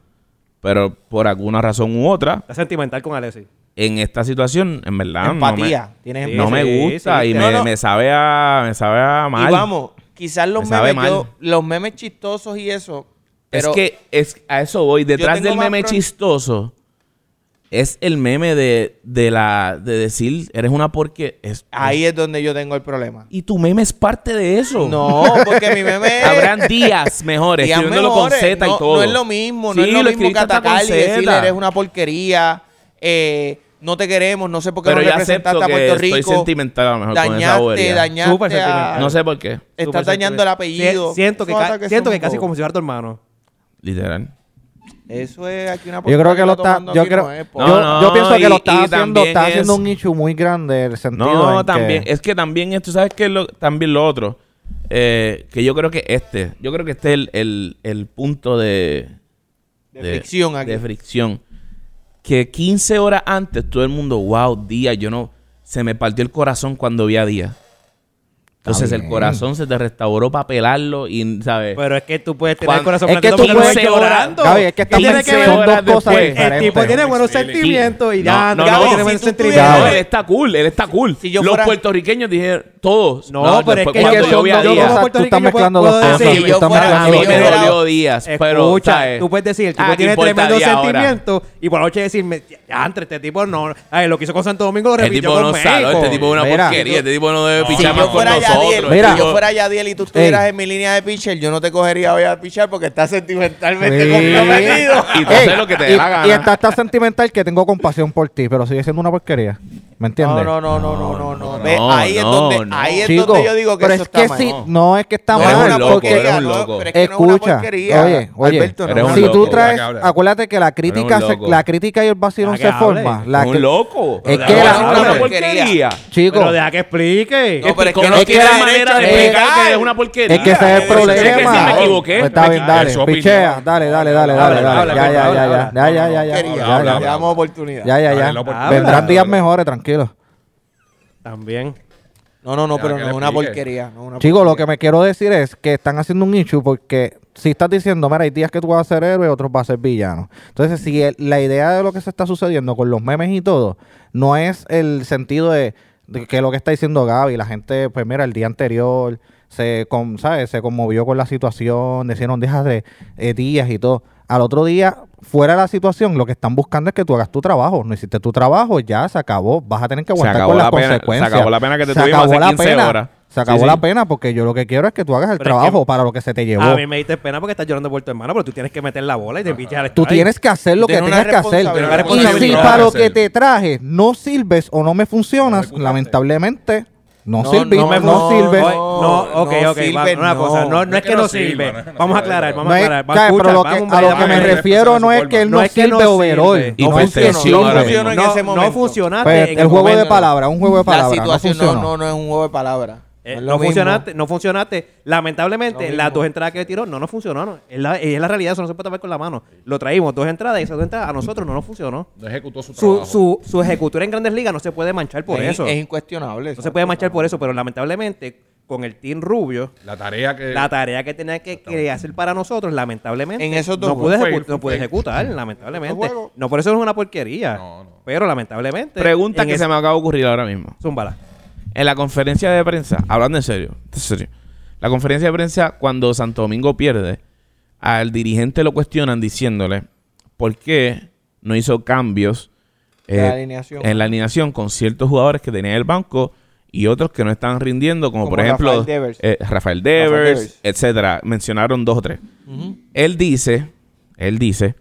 Speaker 4: Pero por alguna razón u otra,
Speaker 2: Está sentimental con Alexis.
Speaker 4: en esta situación, en verdad, no me-
Speaker 1: Empatía. Tienes
Speaker 2: Sí,
Speaker 1: empatía.
Speaker 4: no me, gusta
Speaker 2: sí,
Speaker 4: y
Speaker 2: sí.
Speaker 4: me,
Speaker 1: No, no.
Speaker 4: me sabe a, me sabe a mal.
Speaker 1: Y vamos, quizás los
Speaker 4: Me sabe
Speaker 1: memes,
Speaker 4: mal.
Speaker 1: yo- los memes chistosos y eso.
Speaker 4: Es
Speaker 1: pero-
Speaker 4: que es, a eso voy. Detrás
Speaker 1: tengo
Speaker 4: del
Speaker 1: más
Speaker 4: meme
Speaker 1: pro-
Speaker 4: chistoso es el meme de, de la de decir eres una porque es
Speaker 1: Ahí es donde yo tengo el problema.
Speaker 4: y tu meme es parte de eso.
Speaker 1: No, porque mi meme
Speaker 4: (laughs)
Speaker 1: es.
Speaker 4: Habrán días mejores,
Speaker 1: días
Speaker 4: escribiéndolo
Speaker 1: mejores.
Speaker 4: con Z
Speaker 1: no,
Speaker 4: y todo.
Speaker 1: No es lo mismo, no
Speaker 4: Sí,
Speaker 1: es lo, mismo
Speaker 4: escribiste
Speaker 1: que
Speaker 4: hasta
Speaker 1: atacar
Speaker 4: con
Speaker 1: y decirle
Speaker 4: Z.
Speaker 1: eres una porquería, eh, no te queremos, no sé por qué
Speaker 4: Pero
Speaker 1: no
Speaker 4: ya
Speaker 1: representaste
Speaker 4: acepto
Speaker 1: a
Speaker 4: que
Speaker 1: Puerto Rico.
Speaker 4: estoy sentimental a lo mejor con esa
Speaker 1: dañaste,
Speaker 4: bobería.
Speaker 2: Súper
Speaker 1: dañaste. a-
Speaker 2: sentimental.
Speaker 4: No sé por qué,
Speaker 1: Estás
Speaker 2: Súper
Speaker 1: dañando
Speaker 2: sentimental.
Speaker 1: el apellido.
Speaker 2: Sie- Siento que,
Speaker 1: Esos
Speaker 2: ca-
Speaker 1: ataques
Speaker 2: siento
Speaker 1: son
Speaker 2: que casi
Speaker 1: bobos.
Speaker 2: como si fuera tu hermano.
Speaker 4: literal.
Speaker 1: Eso es aquí una
Speaker 5: Yo creo que lo
Speaker 1: está.
Speaker 5: está. Yo, creo,
Speaker 4: No,
Speaker 5: yo, yo pienso que
Speaker 4: y-
Speaker 5: lo está
Speaker 4: y
Speaker 5: haciendo,
Speaker 4: también
Speaker 5: está haciendo
Speaker 4: es-
Speaker 5: un issue muy grande el sentido. en
Speaker 4: No,
Speaker 5: que-
Speaker 4: también. Es que también esto, ¿sabes qué? es Lo, también lo otro. Eh, que yo creo que este, yo creo que este es el, el- el punto de,
Speaker 1: De fricción aquí.
Speaker 4: De fricción. Que 15 horas antes todo el mundo, wow, día, yo no. Se me partió el corazón cuando vi a día. Entonces el
Speaker 5: bien.
Speaker 4: corazón se te restauró para pelarlo y, ¿sabes?
Speaker 2: Pero es que tú puedes tener
Speaker 4: Cuando-
Speaker 2: el corazón
Speaker 5: es que
Speaker 2: partido
Speaker 5: tú
Speaker 2: porque
Speaker 5: puedes-
Speaker 2: estás llorando.
Speaker 5: Gaby, es que estás
Speaker 2: Tiene
Speaker 5: pensando-
Speaker 2: ver-
Speaker 5: son dos
Speaker 4: horas
Speaker 5: cosas
Speaker 4: después.
Speaker 2: El
Speaker 5: diferentes.
Speaker 2: tipo tiene buenos sentimientos y ya.
Speaker 4: no,
Speaker 2: ya,
Speaker 4: no,
Speaker 2: tiene
Speaker 4: si
Speaker 2: buenos
Speaker 1: tú tuvieras-
Speaker 2: sentimientos.
Speaker 4: No, él está cool, él está cool.
Speaker 1: Si yo
Speaker 4: Los
Speaker 1: fuera-
Speaker 4: puertorriqueños dijeron, todos.
Speaker 2: No, pero es
Speaker 4: después
Speaker 2: que
Speaker 4: cuando
Speaker 2: yo-
Speaker 4: yo vi a
Speaker 2: yo como
Speaker 4: Díaz-
Speaker 5: Tú estás
Speaker 2: puertorriqueño
Speaker 5: mezclando
Speaker 2: puedo
Speaker 4: Ah,
Speaker 5: dos cosas.
Speaker 2: decir,
Speaker 5: tú
Speaker 1: yo
Speaker 5: estás
Speaker 1: fuera-
Speaker 4: A
Speaker 5: mezclando
Speaker 4: mí
Speaker 5: dos
Speaker 4: me
Speaker 5: cosas.
Speaker 4: dolió Díaz, pero
Speaker 2: Escucha,
Speaker 4: ¿sabes?
Speaker 2: tú puedes decir, el tipo
Speaker 4: Ah, ¿qué
Speaker 2: tiene
Speaker 4: importa
Speaker 2: tremendo
Speaker 4: Díaz ahora?
Speaker 2: sentimiento y por la noche decirme, ya, entre este tipo no, ay, lo que hizo con Santo Domingo lo
Speaker 4: Este
Speaker 2: repitió
Speaker 4: tipo
Speaker 2: con
Speaker 4: no
Speaker 2: México.
Speaker 4: sabe, este tipo es una
Speaker 5: Mira.
Speaker 4: porquería, este tipo no debe
Speaker 3: Si
Speaker 1: Si
Speaker 4: pichar más
Speaker 1: yo
Speaker 3: Chamaco
Speaker 4: con
Speaker 1: fuera Yadiel,
Speaker 4: nosotros.
Speaker 5: Mira.
Speaker 1: si yo fuera Yadiel y tú estuvieras en mi línea de pitcher, yo no te cogería hoy a pichar porque estás sentimentalmente
Speaker 5: Sí.
Speaker 1: comprometido.
Speaker 4: Y tú
Speaker 5: Ey,
Speaker 4: haces lo que te dé
Speaker 5: y-
Speaker 4: la gana.
Speaker 5: Y está tan sentimental que tengo compasión por ti, pero sigue siendo una porquería. ¿Me entiendes?
Speaker 1: No, no, no, no, no, no,
Speaker 4: no,
Speaker 1: Ve,
Speaker 4: no,
Speaker 1: ahí es
Speaker 4: no,
Speaker 1: donde,
Speaker 4: no.
Speaker 1: ahí es
Speaker 5: Chico,
Speaker 1: donde yo digo que
Speaker 5: pero
Speaker 1: eso
Speaker 5: es
Speaker 1: está
Speaker 5: que
Speaker 1: mal.
Speaker 5: si
Speaker 4: No.
Speaker 5: no es que está
Speaker 1: No,
Speaker 4: eres
Speaker 5: mal,
Speaker 4: un loco,
Speaker 5: porque
Speaker 4: eres un
Speaker 1: no,
Speaker 4: loco.
Speaker 1: pero es que no es una
Speaker 5: escucha,
Speaker 1: porquería.
Speaker 5: oye, oye,
Speaker 1: Alberto, no,
Speaker 4: eres
Speaker 1: no,
Speaker 4: un
Speaker 5: si
Speaker 1: no.
Speaker 5: tú
Speaker 4: loco.
Speaker 5: traes,
Speaker 3: Ya que habla.
Speaker 5: acuérdate que la crítica,
Speaker 4: un
Speaker 5: se-
Speaker 4: loco.
Speaker 5: la crítica y el
Speaker 2: Ya
Speaker 5: vacilón
Speaker 2: que
Speaker 5: se
Speaker 2: hable.
Speaker 5: forma. La
Speaker 4: un
Speaker 5: cri-
Speaker 4: loco.
Speaker 5: Es
Speaker 4: Pero
Speaker 5: que
Speaker 4: no,
Speaker 5: la-
Speaker 4: es
Speaker 5: no,
Speaker 4: una
Speaker 5: no.
Speaker 4: porquería.
Speaker 5: Chico,
Speaker 2: Pero deja que explique.
Speaker 1: No, pero es que
Speaker 4: Explicó-
Speaker 1: no
Speaker 4: es que
Speaker 1: tiene
Speaker 4: la
Speaker 1: derecho
Speaker 4: manera de
Speaker 5: de
Speaker 4: explicar que
Speaker 1: explicar.
Speaker 4: es una porquería.
Speaker 5: es que ese es el
Speaker 4: Yo sé que
Speaker 5: problema.
Speaker 4: sí me equivoqué.
Speaker 5: Pues está
Speaker 4: me
Speaker 5: bien,
Speaker 4: equivoqué.
Speaker 5: dale,
Speaker 4: Es su opinión.
Speaker 5: pichea, dale, dale, dale, dale,
Speaker 2: Habla,
Speaker 5: dale,
Speaker 2: habla,
Speaker 5: ya, ya,
Speaker 2: habla,
Speaker 5: ya, ya,
Speaker 2: habla.
Speaker 5: ya, ya, ya, ya,
Speaker 1: Porquería,
Speaker 5: ya,
Speaker 3: habla,
Speaker 5: ya,
Speaker 1: Le
Speaker 3: habla.
Speaker 1: damos oportunidad.
Speaker 5: ya, ya,
Speaker 3: Dale la
Speaker 5: ya,
Speaker 3: oportunidad.
Speaker 5: vendrán
Speaker 2: Habla.
Speaker 5: días mejores, tranquilo.
Speaker 2: También.
Speaker 1: No, no, no,
Speaker 3: Ya,
Speaker 1: pero
Speaker 3: que
Speaker 1: no
Speaker 3: le
Speaker 1: es una
Speaker 3: explique.
Speaker 1: porquería. no es una
Speaker 5: Chico, lo que
Speaker 1: porquería.
Speaker 5: me quiero decir es que están haciendo un issue porque si estás diciendo, mira, hay días que tú vas a ser héroe, otros vas a ser villano. Entonces, si el- la idea de lo que se está sucediendo con los memes y todo, no es el sentido de, de que lo que está diciendo Gaby, la gente, pues mira, el día anterior se, con, ¿sabes? se conmovió con la situación, decían, dejas de eh, días y todo. Al otro día, fuera de la situación, lo que están buscando es que tú hagas tu trabajo. No hiciste tu trabajo, ya se acabó. Vas a tener que
Speaker 4: Se
Speaker 5: aguantar
Speaker 4: acabó
Speaker 5: con las
Speaker 4: la pena, se
Speaker 5: consecuencias.
Speaker 4: acabó la pena que te
Speaker 5: Se
Speaker 4: tuvimos
Speaker 5: acabó
Speaker 4: hace
Speaker 5: la
Speaker 4: 15
Speaker 5: pena.
Speaker 4: horas.
Speaker 5: Se acabó
Speaker 4: Sí,
Speaker 5: la
Speaker 4: sí.
Speaker 5: pena porque yo lo que quiero es que tú hagas el
Speaker 2: Pero es
Speaker 5: trabajo
Speaker 2: que-
Speaker 5: para lo que se te llevó.
Speaker 2: A mí me diste pena porque estás llorando por tu hermano, pero tú tienes que meter la bola y te pichas al
Speaker 5: Tú
Speaker 2: estadio.
Speaker 5: tienes que hacer lo que
Speaker 1: Tienes
Speaker 5: tengas
Speaker 1: una
Speaker 5: que hacer.
Speaker 1: responsabilidad.
Speaker 5: Y
Speaker 3: Una
Speaker 5: si
Speaker 3: responsabilidad.
Speaker 5: para lo
Speaker 3: Hacer.
Speaker 5: que te traje no sirves o no me funcionas,
Speaker 3: No me
Speaker 5: lamentablemente no,
Speaker 1: No,
Speaker 5: sirvi-
Speaker 1: no me
Speaker 5: no
Speaker 1: fun-
Speaker 5: sirves.
Speaker 1: no,
Speaker 2: Oye, No, ok,
Speaker 1: no
Speaker 2: ok.
Speaker 1: sirve,
Speaker 2: va, una
Speaker 1: no.
Speaker 2: cosa, no, no es que no sirve.
Speaker 3: no, no
Speaker 2: Vamos a
Speaker 3: sirve,
Speaker 2: aclarar,
Speaker 3: no.
Speaker 2: vamos a
Speaker 5: No es-
Speaker 2: aclarar. Va,
Speaker 5: ¿sabes?
Speaker 2: escucha,
Speaker 5: pero lo que-
Speaker 2: vamos
Speaker 5: a
Speaker 2: bregar,
Speaker 5: lo que me
Speaker 2: vamos a
Speaker 3: bregar.
Speaker 5: refiero no es que él no,
Speaker 2: No es que
Speaker 5: sirve
Speaker 2: no
Speaker 5: overall.
Speaker 2: sirve.
Speaker 5: Y no,
Speaker 4: No
Speaker 5: es que
Speaker 4: funcionó ahora
Speaker 5: sirve.
Speaker 4: mismo.
Speaker 1: en
Speaker 2: no,
Speaker 1: ese momento.
Speaker 2: no funcionaste
Speaker 5: Pues,
Speaker 2: en
Speaker 5: el juego de
Speaker 2: momento.
Speaker 5: palabras, un juego de
Speaker 1: La
Speaker 5: palabras.
Speaker 1: situación
Speaker 5: no
Speaker 1: no, no,
Speaker 5: funcionó.
Speaker 1: no es un juego de palabras.
Speaker 2: Eh,
Speaker 1: es lo
Speaker 2: no
Speaker 1: mismo.
Speaker 2: funcionaste, no funcionaste. Lamentablemente,
Speaker 1: Lo
Speaker 2: las
Speaker 1: mismo.
Speaker 2: dos entradas que tiró no nos funcionaron. Es la, es la realidad, eso no se puede tapar con la mano. Lo traímos, dos entradas y esas dos entradas a nosotros no nos funcionó.
Speaker 3: No ejecutó su
Speaker 2: Su,
Speaker 3: trabajo.
Speaker 2: su, su ejecutora en grandes ligas no se puede manchar por
Speaker 1: es,
Speaker 2: eso.
Speaker 1: es incuestionable.
Speaker 2: no se puede manchar por eso, pero lamentablemente, con el Team Rubio,
Speaker 3: La tarea que...
Speaker 2: la tarea que tenía que, que hacer para nosotros, lamentablemente,
Speaker 1: En esos dos
Speaker 2: no, pude
Speaker 3: juegos.
Speaker 2: ejecu-
Speaker 3: Fue-
Speaker 2: no pude
Speaker 3: fue-
Speaker 2: ejecutar, lamentablemente.
Speaker 1: juegos.
Speaker 2: No, por eso no es una porquería.
Speaker 3: No, no.
Speaker 2: Pero lamentablemente.
Speaker 4: Pregunta
Speaker 2: en
Speaker 4: que
Speaker 2: es-
Speaker 4: se me acaba de ocurrir ahora mismo.
Speaker 2: Zúmbala.
Speaker 4: En la conferencia de prensa, hablando en serio, en serio, la conferencia de prensa cuando Santo Domingo pierde, al dirigente lo cuestionan diciéndole por qué no hizo cambios eh,
Speaker 1: De la alineación.
Speaker 4: en la alineación con ciertos jugadores que tenía en el banco y otros que no están rindiendo, como,
Speaker 1: Como
Speaker 4: por ejemplo
Speaker 1: Rafael Devers.
Speaker 4: eh, Rafael Devers,
Speaker 1: Rafael Devers.
Speaker 4: etcétera. Mencionaron dos o tres. Él dice, él dice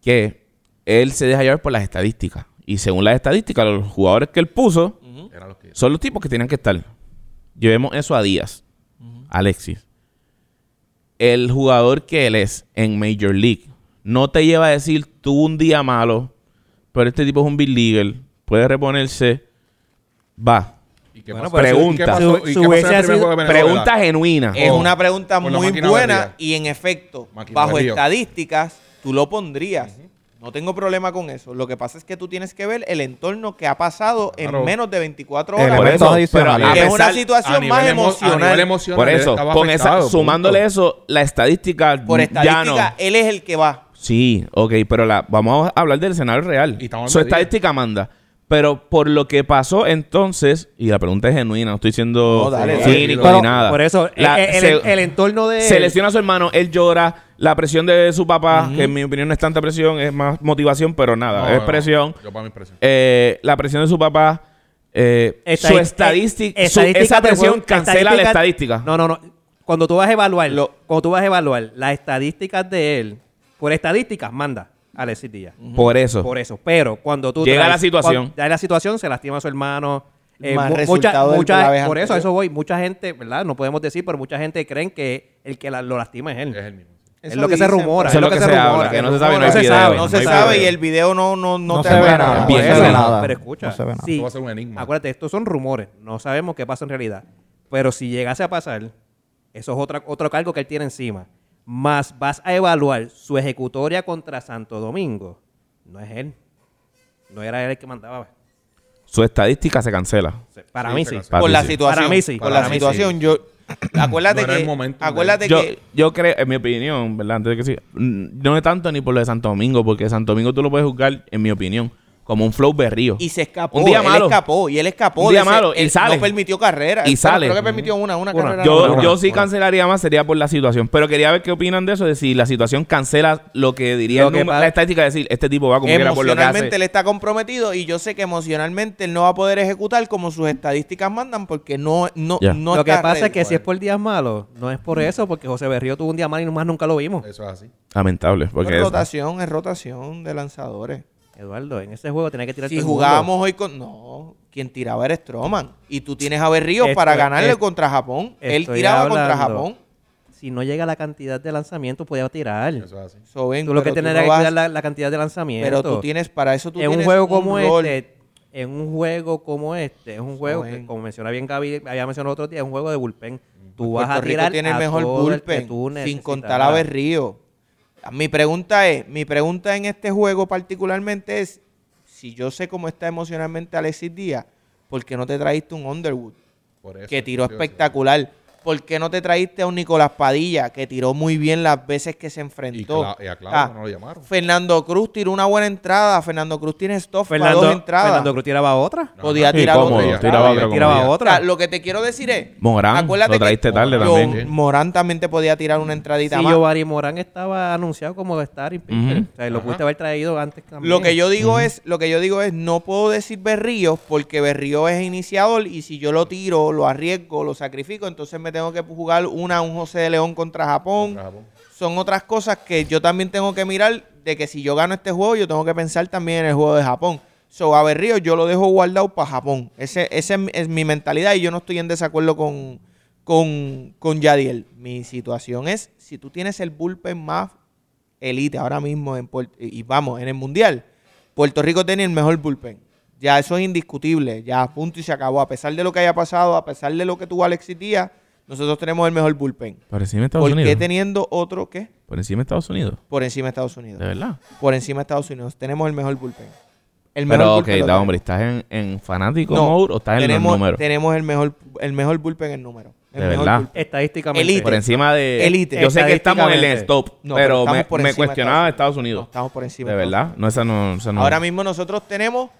Speaker 4: que él se deja llevar por las estadísticas. Y según las estadísticas, los jugadores que él puso
Speaker 3: Eran los que
Speaker 4: son los tipos que tienen que estar. Llevemos eso a Díaz, Alexis. El jugador que él es en Major League no te lleva a decir tuvo un día malo, pero este tipo es un big leaguer, puede reponerse. Va.
Speaker 3: ¿Y qué
Speaker 2: Bueno,
Speaker 3: pasó?
Speaker 2: pero
Speaker 4: pregunta.
Speaker 3: ¿Y qué pasó?
Speaker 2: Su-
Speaker 3: ¿Y
Speaker 2: su
Speaker 3: qué pasó en el
Speaker 2: hubiese
Speaker 3: primer
Speaker 2: sido-
Speaker 3: juego de Venezuela?
Speaker 4: Pregunta genuina.
Speaker 1: Es
Speaker 3: Oh,
Speaker 1: una pregunta
Speaker 3: con la
Speaker 1: muy
Speaker 3: máquina
Speaker 1: buena
Speaker 3: barrida.
Speaker 1: y en efecto,
Speaker 3: Máquina
Speaker 1: bajo
Speaker 3: barrida.
Speaker 1: estadísticas, tú lo pondrías. No tengo problema con eso. Lo que pasa es que tú tienes que ver el entorno que ha pasado
Speaker 3: Claro.
Speaker 1: en menos de 24
Speaker 5: Por
Speaker 1: horas.
Speaker 4: Por
Speaker 5: Elementos
Speaker 4: eso, pero
Speaker 5: adicionales.
Speaker 4: a
Speaker 1: que es una
Speaker 4: pesar-
Speaker 3: A
Speaker 1: situación
Speaker 3: nivel
Speaker 1: más
Speaker 3: emo-
Speaker 1: emocional.
Speaker 3: A nivel emocional.
Speaker 4: por
Speaker 3: él
Speaker 4: eso,
Speaker 3: estaba
Speaker 4: con esa-
Speaker 3: afectado,
Speaker 4: sumándole
Speaker 3: punto.
Speaker 4: eso, la estadística,
Speaker 1: Por
Speaker 4: ya
Speaker 1: estadística,
Speaker 4: no.
Speaker 1: él es el que va.
Speaker 4: Sí, ok, pero la, vamos a hablar del escenario real.
Speaker 3: Y estamos hablando
Speaker 4: Su
Speaker 3: de Díaz.
Speaker 4: estadística manda. Pero por lo que pasó entonces, y la pregunta es genuina, no estoy siendo
Speaker 1: No, dale,
Speaker 3: dale.
Speaker 4: cínico
Speaker 3: Pero-
Speaker 4: ni nada.
Speaker 2: Por eso, eh,
Speaker 4: La-
Speaker 2: el, el-
Speaker 4: se,
Speaker 2: el entorno de.
Speaker 4: se lesiona a su hermano, él llora, la presión de su papá, que en mi opinión no es tanta presión, es más motivación, pero nada,
Speaker 3: No,
Speaker 4: es
Speaker 3: no,
Speaker 4: presión.
Speaker 3: Yo para mi presión.
Speaker 4: Eh, la presión de su papá, eh,
Speaker 2: Estadi-
Speaker 4: su estadística,
Speaker 2: eh,
Speaker 4: su-
Speaker 2: estadística
Speaker 4: esa
Speaker 2: te
Speaker 4: presión
Speaker 2: puede-
Speaker 4: cancela la estadística.
Speaker 2: No, no, no. Cuando tú vas a evaluar, cuando tú vas a evaluar las estadísticas de él, por estadísticas, manda a Alexis Díaz.
Speaker 4: Por eso.
Speaker 2: Por eso. Pero cuando tú.
Speaker 4: Llega la situación.
Speaker 2: cuando- Ya la situación, se lastima a su hermano. Eh,
Speaker 1: Más
Speaker 2: mu- mucha,
Speaker 1: resultado del
Speaker 2: mucha-
Speaker 1: de la vez
Speaker 2: por eso, a
Speaker 1: anterior.
Speaker 2: eso voy. Mucha gente, ¿verdad? No podemos decir, pero mucha gente creen que el que la- lo lastima es él.
Speaker 3: Es el mismo.
Speaker 2: Es
Speaker 1: Eh, Eso
Speaker 2: lo que se
Speaker 1: dicen,
Speaker 2: rumora.
Speaker 1: pero-
Speaker 2: Es lo que se
Speaker 4: habla,
Speaker 2: rumora.
Speaker 4: que no se sabe, no hay
Speaker 2: se
Speaker 4: video,
Speaker 2: sabe.
Speaker 1: No
Speaker 4: no
Speaker 1: se
Speaker 4: hay
Speaker 1: sabe
Speaker 4: video.
Speaker 1: y el video no, no, no,
Speaker 5: No
Speaker 1: te
Speaker 5: se ve
Speaker 1: revela
Speaker 5: nada.
Speaker 1: nada.
Speaker 5: Bien.
Speaker 2: Por
Speaker 4: No
Speaker 2: eso,
Speaker 4: se ve
Speaker 5: nada.
Speaker 2: Pero escucha,
Speaker 5: No se ve nada.
Speaker 2: si-
Speaker 3: Esto va a ser un enigma.
Speaker 2: acuérdate, estos son rumores, no sabemos qué pasa en realidad. Pero si llegase a pasar, eso es otra, otro cargo que él tiene encima. Más vas a evaluar su ejecutoria contra Santo Domingo. No es él. No era él el que mandaba. e-
Speaker 4: Su estadística se cancela.
Speaker 2: O sea, Para
Speaker 3: Sí,
Speaker 2: mí
Speaker 3: se
Speaker 2: sí.
Speaker 3: cancela.
Speaker 4: Para
Speaker 1: Por
Speaker 4: ti
Speaker 1: la
Speaker 4: sí.
Speaker 1: situación.
Speaker 2: Para mí sí,
Speaker 1: Por
Speaker 3: para
Speaker 1: la
Speaker 3: mí
Speaker 1: situación, yo. Acuérdate
Speaker 3: No era el
Speaker 1: que.
Speaker 3: momento de-
Speaker 1: acuérdate
Speaker 4: yo,
Speaker 1: que.
Speaker 4: yo creo, en mi opinión, ¿verdad? Antes de que siga, mm, no es tanto ni por lo de Santo Domingo, porque Santo Domingo tú lo puedes juzgar, en mi opinión, como un flow berrío.
Speaker 1: Y se escapó.
Speaker 4: Un día
Speaker 1: él
Speaker 4: malo.
Speaker 1: escapó. Y él escapó.
Speaker 4: Un
Speaker 1: de
Speaker 4: día
Speaker 1: ese-
Speaker 4: malo, y
Speaker 1: él
Speaker 4: sale.
Speaker 1: No permitió carrera.
Speaker 4: Y
Speaker 1: Bueno,
Speaker 4: sale.
Speaker 1: Creo que permitió una, una
Speaker 2: Una.
Speaker 1: carrera.
Speaker 4: yo,
Speaker 1: no, no.
Speaker 4: yo sí cancelaría más, sería por la situación. Pero quería ver qué opinan de eso, de si la situación cancela lo que diría
Speaker 2: Lo
Speaker 4: el
Speaker 2: que
Speaker 4: número-
Speaker 2: pasa-
Speaker 4: la estadística, decir, este tipo va como quiera por lo que
Speaker 1: Emocionalmente él
Speaker 4: hace.
Speaker 1: está comprometido y yo sé que emocionalmente él no va a poder ejecutar como sus estadísticas mandan porque no, no,
Speaker 4: Ya.
Speaker 1: no
Speaker 2: lo que
Speaker 1: está
Speaker 2: pasa es
Speaker 1: ready.
Speaker 2: que si es por días malos, no es por eso, porque José Berrío tuvo un día malo y más nunca lo vimos.
Speaker 3: Eso es así.
Speaker 4: Lamentable, porque
Speaker 1: es
Speaker 4: es-
Speaker 1: rotación, es rotación de lanzadores.
Speaker 2: Eduardo, en ese juego tenía que tirar
Speaker 1: Si
Speaker 2: todo el mundo.
Speaker 1: jugábamos hoy con. No, quien tiraba era Stroman. Y tú tienes a Berrío
Speaker 2: Esto-
Speaker 1: para ganarle
Speaker 2: es-
Speaker 1: contra Japón. Él
Speaker 2: estoy
Speaker 1: tiraba contra
Speaker 2: hablando.
Speaker 1: Japón.
Speaker 2: Si no llega la cantidad de lanzamientos, podía tirar.
Speaker 3: Eso es así.
Speaker 1: So, ven,
Speaker 2: Tú lo que
Speaker 1: pero tú
Speaker 2: tienes
Speaker 1: no
Speaker 2: es que
Speaker 1: vas-
Speaker 2: cuidar la, la cantidad de lanzamientos.
Speaker 1: Pero tú tienes, para eso tú
Speaker 2: en
Speaker 1: tienes
Speaker 2: un juego como
Speaker 1: rol.
Speaker 2: este, en un juego como este, es un juego que,
Speaker 1: Joven.
Speaker 2: como menciona bien Gaby, había mencionado otro día, es un juego de bullpen. Tú vas
Speaker 1: Mm. Puerto
Speaker 2: a
Speaker 1: Rico
Speaker 2: tirar
Speaker 1: tiene el
Speaker 2: a
Speaker 1: mejor
Speaker 2: todo el que
Speaker 1: bullpen,
Speaker 2: tú
Speaker 1: sin
Speaker 2: necesitas.
Speaker 1: contar a Berrío. Mi pregunta es, mi pregunta en este juego particularmente es, si yo sé cómo está emocionalmente Alexis Díaz, ¿por qué no te trajiste un Underwood
Speaker 3: Por eso.
Speaker 1: que tiró
Speaker 3: Sí, sí.
Speaker 1: espectacular? ¿Por qué no te trajiste a un Nicolás Padilla que tiró muy bien las veces que se
Speaker 3: Y,
Speaker 1: enfrentó?
Speaker 3: Cla- y a Clavo
Speaker 1: Ah,
Speaker 3: no lo llamaron.
Speaker 1: Fernando Cruz tiró una buena entrada, Fernando Cruz tiene stuff para dos
Speaker 2: Fernando,
Speaker 1: entradas.
Speaker 2: Fernando Cruz tiraba otra.
Speaker 3: No,
Speaker 1: podía
Speaker 3: no,
Speaker 1: tirar
Speaker 3: cómodo,
Speaker 1: otro.
Speaker 3: tiraba otro,
Speaker 2: Tiraba
Speaker 3: cómodo.
Speaker 1: O sea,
Speaker 2: otra.
Speaker 1: lo que te quiero decir es,
Speaker 4: Morán,
Speaker 1: acuérdate
Speaker 4: lo
Speaker 1: que-
Speaker 4: traíste tarde
Speaker 1: Yo-
Speaker 4: también.
Speaker 1: Morán también te podía tirar una entradita
Speaker 2: Si
Speaker 1: más.
Speaker 2: Giovanni Morán estaba anunciado como de estar en pitcher.
Speaker 4: Ujú.
Speaker 2: O sea, lo
Speaker 3: Ajá.
Speaker 2: pudiste haber traído antes también.
Speaker 1: Lo que yo digo es, lo que yo digo es, no puedo decir Berríos porque Berríos es iniciador y si yo lo tiro, lo arriesgo, lo sacrifico, entonces me tengo que jugar una un José de León contra Japón.
Speaker 3: Contra Japón.
Speaker 1: Son otras cosas que yo también tengo que mirar de que si yo gano este juego, yo tengo que pensar también en el juego de Japón. So, a Berríos yo lo dejo guardado para Japón. Ese, esa es, mi- es mi mentalidad y yo no estoy en desacuerdo con, con, con Yadiel. Mi situación es, si tú tienes el bullpen más elite ahora mismo en Puer- y vamos, en el Mundial, Puerto Rico tiene el mejor bullpen. Ya eso es indiscutible, ya punto y se acabó. A pesar de lo que haya pasado, a pesar de lo que tuvo Alexis Díaz, nosotros tenemos el mejor bullpen.
Speaker 4: Por encima de Estados
Speaker 1: ¿Por qué
Speaker 4: Unidos.
Speaker 1: teniendo otro qué?
Speaker 4: Por encima de Estados Unidos.
Speaker 1: Por encima de Estados Unidos.
Speaker 4: De verdad.
Speaker 1: Por encima de Estados Unidos. Tenemos el mejor bullpen. El
Speaker 4: Pero, ok,
Speaker 1: bullpen lo
Speaker 4: da,
Speaker 1: tenemos.
Speaker 4: hombre, ¿estás en, en fanático
Speaker 1: No,
Speaker 4: mode o estás en los
Speaker 1: tenemos,
Speaker 4: números?
Speaker 1: Tenemos el mejor, el mejor bullpen en número. El
Speaker 4: De
Speaker 1: mejor
Speaker 4: verdad.
Speaker 1: bullpen.
Speaker 2: Estadísticamente.
Speaker 1: Elite.
Speaker 4: Por encima de.
Speaker 1: Elite.
Speaker 4: Yo sé que estamos en el
Speaker 2: Estadísticamente.
Speaker 4: stop,
Speaker 1: No,
Speaker 4: pero,
Speaker 1: estamos
Speaker 4: me,
Speaker 1: por
Speaker 4: me
Speaker 1: encima de
Speaker 4: cuestionaba de Estados Unidos.
Speaker 1: No, estamos por encima
Speaker 4: de
Speaker 1: Estados
Speaker 4: verdad. No, esa no. esa no-
Speaker 1: Ahora mismo nosotros tenemos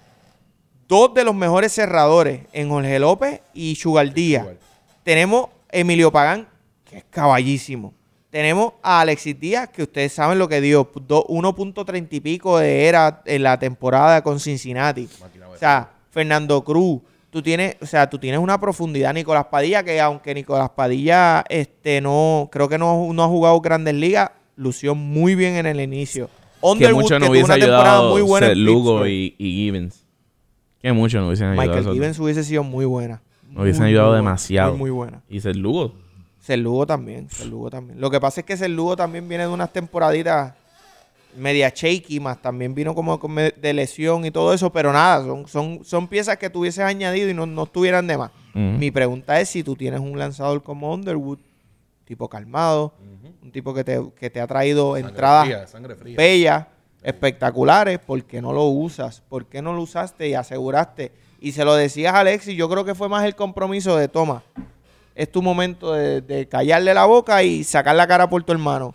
Speaker 1: dos de los mejores cerradores en Jorge López y Sugar Díaz.
Speaker 3: Sugar.
Speaker 1: Tenemos Emilio Pagán, que es caballísimo. Tenemos a Alexis Díaz, que ustedes saben lo que dio, do- 1.30 y pico de era en la temporada con Cincinnati.
Speaker 3: Máquina
Speaker 1: O sea, Fernando Cruz, tú tienes, o sea, tú tienes una profundidad, Nicolás Padilla, que aunque Nicolás Padilla este no, creo que no, no ha jugado grandes ligas, lució muy bien en el inicio.
Speaker 4: Que
Speaker 1: Underwood,
Speaker 4: mucho
Speaker 1: que
Speaker 4: no
Speaker 1: tuvo
Speaker 4: hubiese
Speaker 1: una temporada
Speaker 4: ayudado
Speaker 1: muy buena
Speaker 4: Seth
Speaker 1: en
Speaker 4: Lugo
Speaker 1: Pittsburgh.
Speaker 4: y, y Givens. Que mucho no hubiesen ayudado.
Speaker 1: Michael
Speaker 4: esos dos.
Speaker 1: Givens hubiese sido muy buena.
Speaker 4: Nos hubiesen
Speaker 1: Muy,
Speaker 4: ayudado
Speaker 1: muy buena.
Speaker 4: demasiado.
Speaker 1: Muy, muy buena.
Speaker 4: Y Seth Lugo.
Speaker 1: Ser Lugo también, Ser Lugo también. Lo que pasa es que Ser Lugo también viene de unas temporaditas media shaky, más también vino como con me- de lesión y todo eso, pero nada, son, son, son piezas que tuvieses añadido y no, no estuvieran de más.
Speaker 4: Ujú.
Speaker 1: Mi pregunta es si tú tienes un lanzador como Underwood, tipo calmado, un tipo que te, que te ha traído
Speaker 3: Sangre
Speaker 1: entradas
Speaker 3: fría, sangre fría.
Speaker 1: bellas, espectaculares, ¿por qué no lo usas? ¿Por qué no lo usaste y aseguraste? Y se lo decías a Alexis, yo creo que fue más el compromiso de toma. Es tu momento de, de callarle la boca y sacar la cara por tu hermano.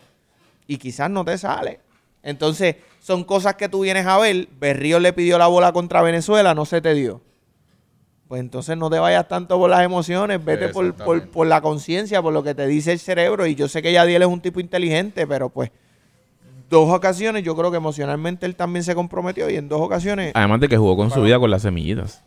Speaker 1: Y quizás no te sale. Entonces, son cosas que tú vienes a ver. Berrío le pidió la bola contra Venezuela, no se te dio. Pues entonces no te vayas tanto por las emociones, vete por, por,
Speaker 3: Exactamente.
Speaker 1: por la conciencia, por lo que te dice el cerebro. Y yo sé que Yadiel es un tipo inteligente, pero pues dos ocasiones, yo creo que emocionalmente él también se comprometió y en dos ocasiones.
Speaker 3: Ah,
Speaker 4: Además de que jugó con su vida con las semillitas.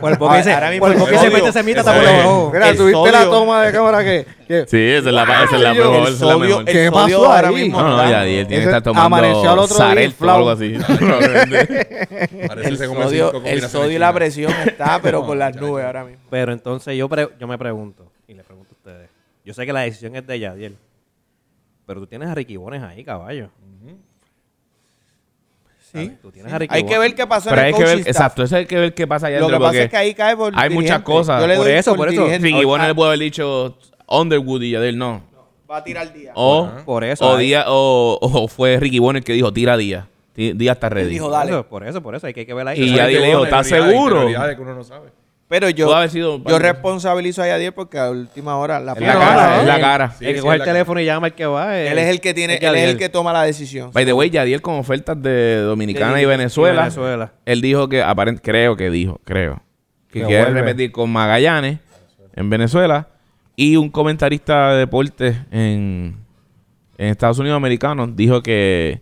Speaker 2: Por poco
Speaker 1: Ahora-
Speaker 2: que pues, se-
Speaker 1: Ah, ahora mismo
Speaker 2: por
Speaker 1: el
Speaker 2: poco que se
Speaker 1: sodio-
Speaker 2: mete semita hasta
Speaker 4: el
Speaker 2: por los
Speaker 4: sodio-
Speaker 2: ojos.
Speaker 5: Oh, Mira,
Speaker 1: El
Speaker 5: tuviste la
Speaker 1: sodio.
Speaker 5: toma de cámara que. que-
Speaker 4: Sí, esa es la, esa es la
Speaker 5: Ay, yo-
Speaker 4: mejor.
Speaker 1: el
Speaker 4: esa es la
Speaker 1: sodio,
Speaker 4: mejor.
Speaker 1: el
Speaker 5: ¿Qué
Speaker 1: sodio
Speaker 5: pasó
Speaker 1: ahora
Speaker 5: ahí?
Speaker 1: mismo.
Speaker 4: No, no,
Speaker 1: está-
Speaker 4: ya él tiene que
Speaker 5: Ese
Speaker 4: estar tomando
Speaker 5: amaneció al otro día
Speaker 4: Zaret o algo
Speaker 1: (laughs)
Speaker 5: inflado.
Speaker 4: así. Probablemente.
Speaker 3: Parece
Speaker 1: El
Speaker 3: que se come
Speaker 1: sodio,
Speaker 3: cinco
Speaker 1: el
Speaker 3: combinaciones
Speaker 1: sodio y la
Speaker 3: chinas.
Speaker 1: presión
Speaker 3: (laughs)
Speaker 1: está, pero
Speaker 3: No,
Speaker 1: con las
Speaker 3: muchacho.
Speaker 1: nubes ahora mismo.
Speaker 2: Pero entonces yo, pre- yo me pregunto, y le pregunto a ustedes, yo sé que la decisión es de Yadiel, pero tú tienes a Ricky Bones ahí, caballo. ¿Sabes? Tú tienes a Ricky
Speaker 1: Hay que
Speaker 2: Bones.
Speaker 1: ver qué pasó
Speaker 4: Pero
Speaker 1: en el
Speaker 4: hay que ver,
Speaker 1: coaching staff.
Speaker 4: exacto, eso hay que ver qué pasa allá
Speaker 1: Lo que
Speaker 4: adentro,
Speaker 1: pasa
Speaker 4: porque
Speaker 1: es que ahí cae por
Speaker 4: hay muchas
Speaker 1: dirigente.
Speaker 4: cosas.
Speaker 1: Yo le
Speaker 2: Por
Speaker 1: doy
Speaker 2: eso, por eso.
Speaker 1: dirigente.
Speaker 4: Ricky Bones
Speaker 1: Ah,
Speaker 4: le puede haber dicho Underwood y Yadel no.
Speaker 1: Va a tirar día.
Speaker 4: O,
Speaker 3: Ajá.
Speaker 2: Por eso.
Speaker 4: o,
Speaker 2: hay-
Speaker 4: Díaz- o, o fue Ricky Bones el que dijo tira Díaz. Ti- Díaz está ready.
Speaker 1: Dijo,
Speaker 2: por
Speaker 1: dale.
Speaker 2: eso, por eso, por eso, hay que, hay que ver ahí.
Speaker 4: Y
Speaker 2: Eso
Speaker 4: ya
Speaker 2: hay que-
Speaker 4: Yadiel
Speaker 3: Hay
Speaker 4: dijo, ¿estás
Speaker 3: teoría, hay
Speaker 4: seguro?
Speaker 3: teoría de que uno no sabe.
Speaker 1: Pero yo,
Speaker 4: Pudo haber sido-
Speaker 1: yo responsabilizo a Yadier porque a última hora la
Speaker 4: Es la
Speaker 1: primera
Speaker 4: cara,
Speaker 1: hora,
Speaker 4: es la
Speaker 1: él-
Speaker 4: cara.
Speaker 3: Sí,
Speaker 2: hay que
Speaker 3: sí,
Speaker 2: coger
Speaker 3: la-
Speaker 2: el teléfono y llama al que va. eh.
Speaker 1: Él es el que tiene, él es el
Speaker 2: Yadiel.
Speaker 1: que toma la decisión.
Speaker 4: By the way, Yadiel con ofertas de Dominicana
Speaker 1: De-
Speaker 4: y
Speaker 2: Y
Speaker 4: Venezuela,
Speaker 2: Venezuela.
Speaker 4: él dijo que, aparent- creo que dijo, creo, que,
Speaker 5: Que
Speaker 4: quiere
Speaker 5: vuelve.
Speaker 4: repetir con Magallanes en Venezuela y un comentarista de deportes en, en Estados Unidos americanos dijo que,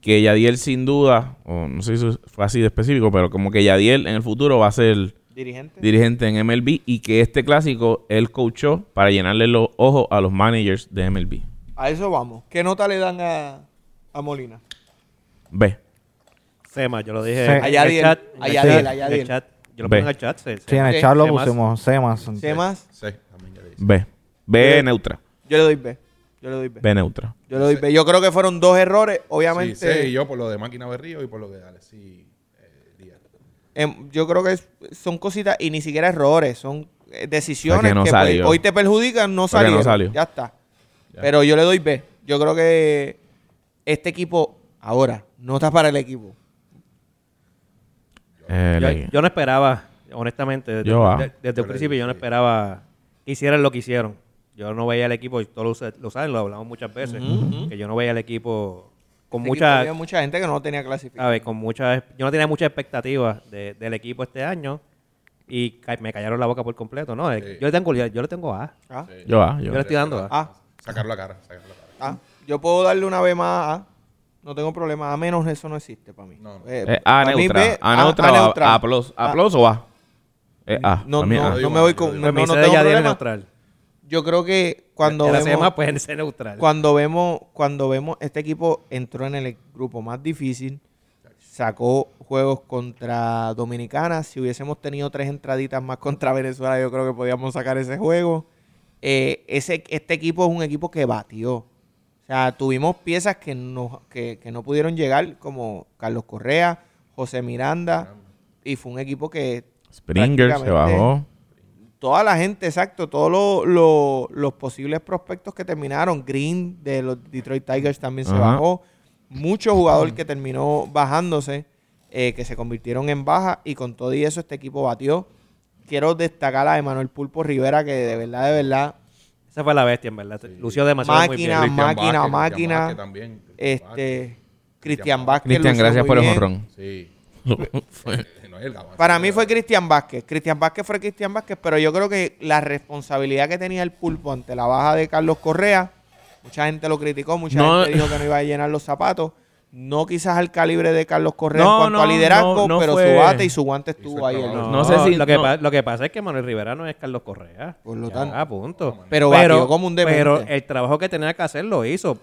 Speaker 4: que Yadiel sin duda, o no sé si eso fue así de específico, pero como que Yadiel en el futuro va a ser
Speaker 1: Dirigente.
Speaker 4: dirigente en MLB y que este clásico él coachó para llenarle los ojos a los managers de MLB.
Speaker 1: A eso vamos. ¿Qué nota le dan a, a Molina?
Speaker 4: Ve.
Speaker 2: Sema, yo lo dije.
Speaker 5: Sí.
Speaker 2: en el
Speaker 1: Allá Yadiel,
Speaker 2: chat,
Speaker 1: allá
Speaker 2: en el
Speaker 1: Yadiel,
Speaker 2: chat,
Speaker 1: allá
Speaker 2: en el
Speaker 1: Yadiel.
Speaker 2: chat. Yo lo
Speaker 4: Ve.
Speaker 2: pongo en el chat. se- se-
Speaker 5: Sí, en el
Speaker 1: Sí,
Speaker 5: chat lo
Speaker 2: temas.
Speaker 5: pusimos, Semas.
Speaker 1: ¿Qué más?
Speaker 3: Sí, también ya dice.
Speaker 4: B. B
Speaker 1: Ve.
Speaker 4: neutra.
Speaker 1: Yo le doy B. Yo le doy B.
Speaker 4: B neutra.
Speaker 1: Yo le doy B. Yo creo que fueron dos errores, obviamente.
Speaker 3: Sí, sí, yo por lo de Máquina Berrío y por lo de Alexis eh, Díaz.
Speaker 1: em, yo creo que es- son cositas y ni siquiera errores, son eh, decisiones
Speaker 4: Porque no
Speaker 1: que
Speaker 4: salió.
Speaker 1: pues, hoy te perjudican, no
Speaker 4: Porque no
Speaker 1: salieron.
Speaker 4: salió.
Speaker 1: Ya está.
Speaker 3: Ya.
Speaker 1: Pero yo le doy B. Yo creo que este equipo ahora no está para el equipo. Este
Speaker 4: Eh,
Speaker 2: Yo,
Speaker 4: la-
Speaker 2: yo no esperaba, honestamente, desde,
Speaker 4: Yo, ah.
Speaker 2: de- desde
Speaker 3: Yo
Speaker 2: el
Speaker 3: le
Speaker 2: principio
Speaker 3: digo,
Speaker 2: yo no
Speaker 3: sí.
Speaker 2: esperaba que hicieran lo que hicieron. Yo no veía al equipo, y todos lo, lo saben, lo hablamos muchas veces, que yo no veía al equipo con
Speaker 1: Este equipo
Speaker 2: mucha,
Speaker 1: había mucha gente que no lo tenía clasificado.
Speaker 2: a ver, con mucha, yo no tenía muchas expectativas de- del equipo este año y ca- me callaron la boca por completo, ¿no? Eh,
Speaker 3: Sí.
Speaker 2: Yo le tengo, yo yo le tengo A,
Speaker 1: Ah,
Speaker 3: Sí.
Speaker 4: Yo, ah,
Speaker 2: yo
Speaker 4: yo.
Speaker 2: le estoy dando A.
Speaker 1: ah,
Speaker 3: Sacar la cara, sacar la cara.
Speaker 1: ah. Yo puedo darle una B más a A. No tengo problema. A menos eso no existe para mí.
Speaker 3: No, no.
Speaker 1: Eh,
Speaker 4: Eh, a
Speaker 1: para mí
Speaker 4: neutra.
Speaker 1: B,
Speaker 4: a, neutra. o A, a plus.
Speaker 1: Ah,
Speaker 4: ¿A plus o A? Eh, a.
Speaker 1: No,
Speaker 4: a mí
Speaker 1: no,
Speaker 4: A.
Speaker 1: no me voy con.
Speaker 3: Yo
Speaker 1: No,
Speaker 2: Pues me
Speaker 1: no
Speaker 2: hice
Speaker 1: tengo
Speaker 2: de Yadiel
Speaker 1: problema.
Speaker 2: neutral.
Speaker 1: Yo creo que cuando
Speaker 2: Ya la
Speaker 1: vemos.
Speaker 2: Sema, pues (laughs) en ese neutral.
Speaker 1: cuando vemos, cuando vemos, este equipo entró en el grupo más difícil, sacó juegos contra Dominicana. Si hubiésemos tenido tres entraditas más contra Venezuela, yo creo que podíamos sacar ese juego. Eh, ese, este equipo es un equipo que batió. O sea, tuvimos piezas que no, que, que no pudieron llegar, como Carlos Correa, José Miranda, y fue un equipo que
Speaker 4: Springer se
Speaker 1: prácticamente-
Speaker 4: bajó.
Speaker 1: toda la gente, exacto, todos los- los- los posibles prospectos que terminaron, Green de los Detroit Tigers también se
Speaker 4: Ajá.
Speaker 1: bajó, muchos jugadores que terminó bajándose, eh, que se convirtieron en baja y con todo y eso este equipo batió. Quiero destacar a Emanuel Pulpo Rivera que de verdad, de verdad,
Speaker 2: Esa fue la bestia, en verdad. Lució demasiado muy bien.
Speaker 1: Máquina,
Speaker 3: Cristian
Speaker 1: máquina,
Speaker 3: Vázquez, Cristian
Speaker 1: máquina,
Speaker 3: Vázquez también, Cristian Vázquez.
Speaker 1: este, Cristian
Speaker 3: Cristian
Speaker 1: Vázquez.
Speaker 4: Cristian,
Speaker 1: lució
Speaker 4: gracias
Speaker 1: muy
Speaker 4: por el
Speaker 1: bien.
Speaker 4: jonrón.
Speaker 3: Sí.
Speaker 4: (laughs)
Speaker 3: Eh, No, el Gabán.
Speaker 1: Para mí fue Cristian Vázquez. Cristian Vázquez fue Cristian Vázquez, pero yo creo que la responsabilidad que tenía el pulpo ante la baja de Carlos Correa, mucha gente lo criticó, mucha
Speaker 4: No.
Speaker 1: gente dijo que no iba a llenar los zapatos. No quizás al calibre de Carlos Correa en
Speaker 4: No,
Speaker 1: cuanto a
Speaker 4: no,
Speaker 1: liderazgo,
Speaker 4: no, no
Speaker 1: pero
Speaker 4: fue-
Speaker 1: su bate y su guante estuvo ahí.
Speaker 3: Exacto.
Speaker 1: el-
Speaker 2: No,
Speaker 4: No sé si-
Speaker 2: Lo que,
Speaker 4: no.
Speaker 2: pa- lo que pasa es que Manuel Rivera no es Carlos Correa.
Speaker 1: Por lo
Speaker 2: Ya,
Speaker 1: tanto.
Speaker 2: a punto.
Speaker 1: Pero batió como un demente.
Speaker 2: Pero el trabajo que tenía que hacer lo hizo.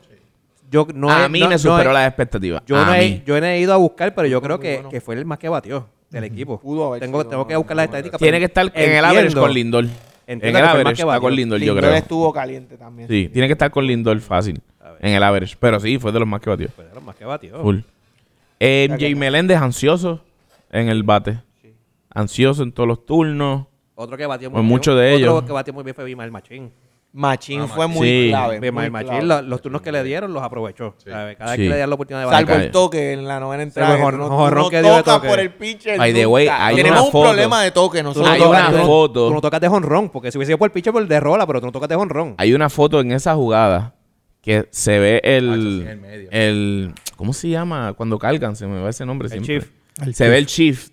Speaker 2: Yo no
Speaker 4: a
Speaker 2: he-
Speaker 4: mí
Speaker 2: no-
Speaker 4: me
Speaker 2: no
Speaker 4: superó
Speaker 2: he-
Speaker 4: las expectativas.
Speaker 2: Yo
Speaker 4: a
Speaker 2: no,
Speaker 4: mí.
Speaker 2: he, yo no he ido a buscar, pero yo creo
Speaker 1: muy
Speaker 2: que,
Speaker 1: bueno.
Speaker 2: que fue el más que batió del equipo.
Speaker 1: Pudo haber
Speaker 2: tengo,
Speaker 1: sido,
Speaker 2: tengo
Speaker 1: no,
Speaker 2: que buscar las estadísticas.
Speaker 4: Tiene
Speaker 2: pero
Speaker 4: que estar en el
Speaker 2: entiendo-
Speaker 4: average con Lindor.
Speaker 2: entiendo
Speaker 4: en
Speaker 2: que
Speaker 4: el
Speaker 2: fue más
Speaker 4: average
Speaker 2: que
Speaker 4: está con
Speaker 2: batió.
Speaker 4: Lindor, yo
Speaker 1: Lindor
Speaker 4: creo.
Speaker 1: estuvo caliente también.
Speaker 4: Sí, tiene que estar con Lindor fácil. En el average. Pero sí, fue de los más que batió.
Speaker 2: Fue de los más que batió.
Speaker 4: Full. Eh, Jay Meléndez ansioso en el bate. Ansioso en todos los turnos.
Speaker 2: Otro que batió muy
Speaker 4: Pues
Speaker 2: bien.
Speaker 4: muchos de ellos.
Speaker 2: Otro que batió muy bien fue Bimael Machín.
Speaker 1: Machín
Speaker 3: Ah,
Speaker 1: fue
Speaker 3: Machín.
Speaker 1: muy
Speaker 4: Sí.
Speaker 1: clave. Pues muy
Speaker 2: Bimael
Speaker 1: clave.
Speaker 2: Machín, lo- los turnos que le dieron los aprovechó.
Speaker 3: Sí.
Speaker 2: ¿sabes? Cada
Speaker 4: Sí.
Speaker 2: vez que le dieron la oportunidad de
Speaker 4: Sal-
Speaker 2: batear.
Speaker 1: Salvo
Speaker 4: Calle.
Speaker 1: el toque en la novena entrada.
Speaker 4: pues,
Speaker 2: Salvo el
Speaker 1: que tú no,
Speaker 2: jor- jorrón
Speaker 1: tú no
Speaker 2: que dio de
Speaker 1: tocas
Speaker 2: toque.
Speaker 1: por el pitcher.
Speaker 4: By the
Speaker 1: nunca.
Speaker 4: way, hay
Speaker 1: Tenemos
Speaker 4: una
Speaker 1: un
Speaker 4: foto.
Speaker 1: problema de toque
Speaker 2: Tú no
Speaker 1: nosotros.
Speaker 4: Hay
Speaker 2: tocas-
Speaker 4: una
Speaker 2: tú no-
Speaker 4: foto.
Speaker 2: Tú no tocas de jonrón, porque si hubiese sido por el pitcher, por el de rola, pero tú no tocas de jonrón.
Speaker 4: Hay una foto en esa jugada que se ve
Speaker 3: Ah, eso sí, en el
Speaker 4: el.
Speaker 3: medio.
Speaker 4: el ¿Cómo se llama? Cuando cargan, se me va ese nombre
Speaker 2: El
Speaker 4: siempre.
Speaker 2: shift.
Speaker 4: se ve el shift.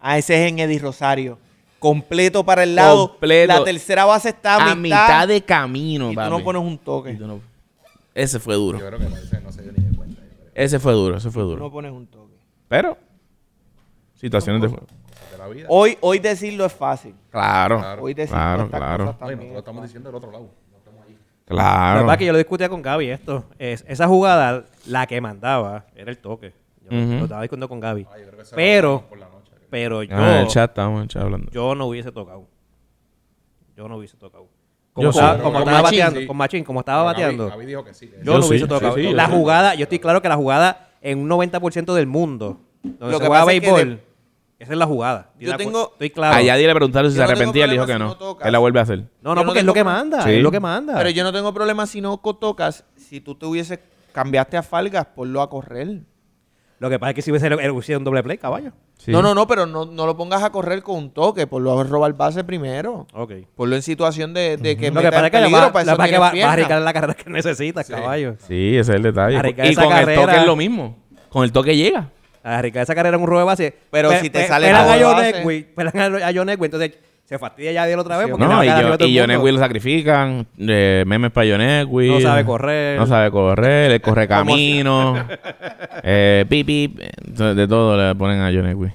Speaker 1: Ah, ese es en Eddie Rosario. Completo para el lado.
Speaker 4: Completo.
Speaker 1: La tercera base está
Speaker 4: A,
Speaker 1: a,
Speaker 4: mitad, de camino,
Speaker 1: Y tú
Speaker 4: papi.
Speaker 1: no pones un
Speaker 4: Y
Speaker 1: toque.
Speaker 4: tú no- Ese fue duro.
Speaker 3: Yo creo que parece, no se dio ni de cuenta. yo creo.
Speaker 4: Ese fue duro, ese fue
Speaker 1: Tú no
Speaker 4: duro.
Speaker 1: pones un toque.
Speaker 4: Pero. Situaciones de juego.
Speaker 3: De la vida.
Speaker 1: Hoy, hoy decirlo es fácil.
Speaker 4: Claro.
Speaker 3: Claro.
Speaker 1: Hoy decirlo
Speaker 4: Claro,
Speaker 1: estas
Speaker 4: claro.
Speaker 1: cosas
Speaker 3: Oye, nosotros
Speaker 1: también es
Speaker 3: lo estamos
Speaker 1: fácil.
Speaker 3: diciendo del otro lado. No estamos ahí.
Speaker 2: La verdad es que
Speaker 4: Claro.
Speaker 2: yo lo discutía con Gaby esto. Es, esa jugada, la que mandaba, era el toque. Yo
Speaker 4: Ujú.
Speaker 2: lo estaba discutiendo con Gaby.
Speaker 3: Ah, yo creo que eso era
Speaker 2: Pero,
Speaker 3: por la noche.
Speaker 2: pero yo,
Speaker 4: Ah, en el chat estábamos en el chat hablando.
Speaker 2: yo no hubiese tocado. Yo no hubiese tocado.
Speaker 4: Yo
Speaker 2: Como estaba,
Speaker 4: sí.
Speaker 2: como
Speaker 3: Con
Speaker 2: estaba
Speaker 3: Machín,
Speaker 2: bateando,
Speaker 3: sí.
Speaker 2: con Machín, como estaba
Speaker 3: Pero Gaby-
Speaker 2: bateando,
Speaker 3: Gaby dijo que sí. que
Speaker 2: yo,
Speaker 4: Yo
Speaker 2: no
Speaker 4: sí,
Speaker 2: hubiese
Speaker 4: sí,
Speaker 2: tocado.
Speaker 4: sí, yo
Speaker 2: la
Speaker 4: sí.
Speaker 2: jugada, yo estoy claro que la jugada en un 90% del mundo, donde
Speaker 1: Lo
Speaker 2: se
Speaker 1: que
Speaker 2: juega
Speaker 1: pasa es que
Speaker 2: béisbol, esa es la jugada.
Speaker 1: Yo
Speaker 2: la cu-
Speaker 1: tengo-
Speaker 2: Estoy claro.
Speaker 4: Allá le preguntaron si
Speaker 1: Yo
Speaker 4: se
Speaker 1: no tengo
Speaker 4: arrepentía, le dijo
Speaker 1: problema
Speaker 4: que
Speaker 1: si
Speaker 4: no.
Speaker 1: no tocas.
Speaker 4: Él la vuelve a hacer.
Speaker 2: no,
Speaker 1: yo
Speaker 2: no,
Speaker 1: no
Speaker 2: porque es lo que
Speaker 1: tengo-
Speaker 2: manda.
Speaker 4: Sí.
Speaker 2: Es lo que manda.
Speaker 1: Pero yo no tengo problema si no co- tocas. Si tú te hubieses cambiaste a Falgas, ponlo a correr.
Speaker 2: Lo que pasa es que si hubiese, hubiese sido un doble play, caballo.
Speaker 4: Sí.
Speaker 1: No, no, no, pero no, no lo pongas a correr con un toque. Ponlo a robar base primero.
Speaker 2: Ok.
Speaker 1: Ponlo en situación de, de que
Speaker 2: Lo que
Speaker 1: meta
Speaker 2: pasa es
Speaker 1: en
Speaker 2: que la
Speaker 1: peligro,
Speaker 2: va,
Speaker 1: para
Speaker 2: la
Speaker 1: eso
Speaker 2: va que
Speaker 1: tienes
Speaker 2: va, va a
Speaker 1: pierna.
Speaker 2: arriesgar la carrera que necesitas, caballo.
Speaker 4: Sí, ese es el detalle.
Speaker 2: Arriesgar
Speaker 4: Y
Speaker 2: esa
Speaker 4: con el
Speaker 2: carrera.
Speaker 4: toque es lo mismo. Con el toque llega.
Speaker 2: Arriesgar esa carrera en un robo de base.
Speaker 1: Pero
Speaker 2: Pe-
Speaker 1: si te
Speaker 2: pe-
Speaker 1: sale
Speaker 2: pelan
Speaker 1: robo de
Speaker 2: a John
Speaker 1: base.
Speaker 2: Elway, pelan a- a John Elway, entonces se fastidia ya de él otra vez. porque le va
Speaker 4: No,
Speaker 2: a
Speaker 4: y,
Speaker 2: ganar
Speaker 4: yo,
Speaker 2: arriba todo el
Speaker 4: y John
Speaker 2: mundo.
Speaker 4: Elway lo sacrifican. eh, memes para John Elway.
Speaker 2: No sabe correr.
Speaker 4: No sabe correr.
Speaker 2: (laughs)
Speaker 4: Él corre camino. eh, pip, pip. Entonces, De todo le ponen a John Elway.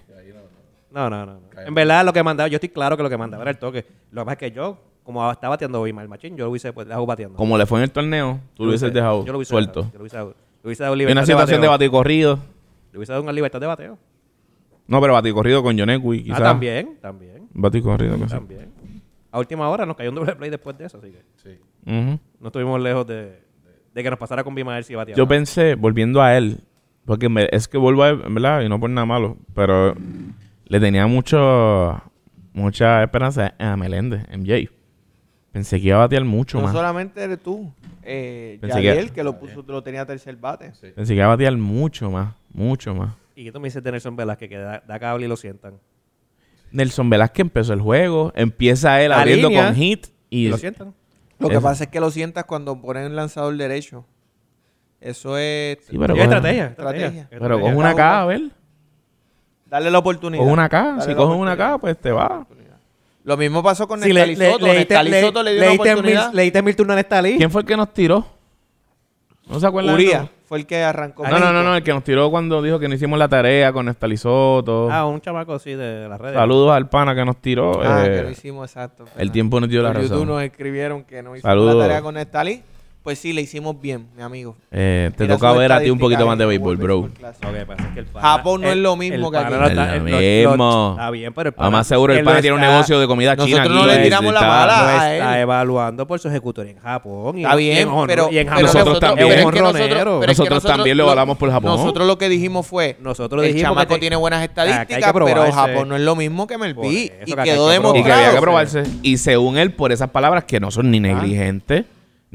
Speaker 2: No, no, no. no. En verdad, lo que mandaba, yo estoy claro que lo que mandaba era el toque. Lo que pasa es que yo, como estaba bateando hoy mal machín, yo lo hubiese pues, dejado bateando.
Speaker 4: Como le fue en el torneo, tú lo hubieses dejado
Speaker 2: Yo lo hubiese
Speaker 4: suelto.
Speaker 2: dejado, Yo lo hubiese dejado. Le hubiese dado
Speaker 4: En
Speaker 2: libertad
Speaker 4: una situación de
Speaker 2: bateo.
Speaker 4: batir corrido.
Speaker 2: Le hubiese dado una libertad de bateo.
Speaker 4: No, pero batir corrido con John Elway, quizás.
Speaker 2: Ah, también, también,
Speaker 4: Batir corrido, quizás.
Speaker 2: también. A última hora nos cayó un doble play después de eso, así que
Speaker 3: Sí.
Speaker 4: Ujú.
Speaker 2: no estuvimos lejos de, de que nos pasara con Bimael si bateaba.
Speaker 4: Yo pensé, volviendo a él, porque en ver- es que vuelvo a él, en ¿verdad? Y no por nada malo, pero le tenía mucho, mucha esperanza a Meléndez, MJ. Pensé que iba a batear mucho
Speaker 1: No
Speaker 4: más.
Speaker 1: solamente eres tú. Eh,
Speaker 4: Pensé
Speaker 1: Yadiel,
Speaker 4: que-
Speaker 1: que lo puso, lo tenía tercer bate.
Speaker 3: Sí.
Speaker 4: Pensé que iba a batear mucho más, mucho más.
Speaker 2: Y tú me dices de Nelson Velázquez que da, da cable y lo sientan.
Speaker 4: Nelson Velázquez empezó el juego, empieza él
Speaker 2: La
Speaker 4: abriendo
Speaker 2: línea.
Speaker 4: con hit y
Speaker 2: lo sientan.
Speaker 1: Lo que
Speaker 4: Eso.
Speaker 1: pasa es que lo sientas cuando ponen el lanzador derecho. Eso es
Speaker 4: Sí, pero
Speaker 2: Y
Speaker 4: coge-
Speaker 2: estrategia, estrategia.
Speaker 1: Estrategia.
Speaker 2: estrategia.
Speaker 4: pero coge una K, a ver.
Speaker 1: darle la oportunidad.
Speaker 4: Coge una K.
Speaker 1: Dale
Speaker 4: Si
Speaker 1: la
Speaker 4: coge una K,
Speaker 1: oportunidad.
Speaker 4: pues te va.
Speaker 1: Lo mismo pasó con
Speaker 2: Sí, le,
Speaker 1: Nescali
Speaker 2: le,
Speaker 1: Soto.
Speaker 2: le, diste-
Speaker 1: Nescali
Speaker 2: le,
Speaker 1: Soto le dio
Speaker 2: le
Speaker 1: una
Speaker 2: diste mil,
Speaker 1: oportunidad.
Speaker 2: le diste mil turnos en esta liga.
Speaker 4: ¿Quién fue el que nos tiró? ¿No se acuerdan?
Speaker 1: Uría fue el que arrancó.
Speaker 4: Ah, No, no, no, no, el que nos tiró cuando dijo que no hicimos la tarea con Estalizoto.
Speaker 2: Ah, un chamaco así de las redes.
Speaker 4: Saludos al pana que nos tiró.
Speaker 1: Ah,
Speaker 4: eh,
Speaker 1: que lo hicimos, exacto.
Speaker 4: el tiempo nos dio la
Speaker 1: Por
Speaker 4: razón.
Speaker 1: YouTube nos escribieron que no hicimos
Speaker 4: Saludos.
Speaker 1: la tarea con Nescali. Pues sí, le hicimos bien, mi amigo.
Speaker 4: Eh, te
Speaker 1: Mira ¿eh?
Speaker 4: toca
Speaker 1: sus
Speaker 4: ver a ti un poquito
Speaker 1: estadísticas
Speaker 4: más de
Speaker 1: en
Speaker 4: béisbol, bro.
Speaker 1: World Baseball Classic.
Speaker 2: Lo que pasa pues, es que el pana-
Speaker 1: Japón no es lo mismo
Speaker 2: el
Speaker 1: que
Speaker 2: pana
Speaker 1: aquí.
Speaker 2: no está-
Speaker 4: Es lo
Speaker 2: el- lo-
Speaker 4: mismo.
Speaker 2: lo- Está bien, pero el
Speaker 4: Ah, más seguro, el
Speaker 2: él
Speaker 4: pana
Speaker 2: lo
Speaker 4: tiene un
Speaker 2: está-
Speaker 4: negocio de comida china
Speaker 1: Nosotros no
Speaker 4: aquí,
Speaker 1: le
Speaker 4: eh,
Speaker 1: tiramos la
Speaker 4: está-
Speaker 1: bala.
Speaker 2: lo
Speaker 1: a
Speaker 2: está
Speaker 1: él.
Speaker 2: evaluando por su ejecutor en Japón. y-
Speaker 1: Está
Speaker 2: y
Speaker 1: bien,
Speaker 2: en honro-
Speaker 1: pero,
Speaker 2: y en
Speaker 1: pero
Speaker 2: Japón.
Speaker 4: Nosotros también.
Speaker 2: Es
Speaker 1: pero
Speaker 2: un
Speaker 1: que nosotros-
Speaker 2: honronero.
Speaker 1: pero es que
Speaker 4: Nosotros también lo hablamos por Japón.
Speaker 1: Nosotros lo que dijimos fue,
Speaker 2: Nosotros
Speaker 1: el
Speaker 2: dijimos
Speaker 1: chamaco
Speaker 2: que te-
Speaker 1: tiene buenas
Speaker 2: que hay
Speaker 1: estadísticas,
Speaker 2: que
Speaker 1: pero
Speaker 2: probarse.
Speaker 1: Japón no es lo mismo que
Speaker 2: Por
Speaker 1: Melví.
Speaker 2: eso,
Speaker 1: Y
Speaker 2: que hay
Speaker 1: quedó
Speaker 2: que probar.
Speaker 4: Y que había que
Speaker 1: demostrado.
Speaker 4: probarse. Y según él, por esas palabras que no son ni negligentes,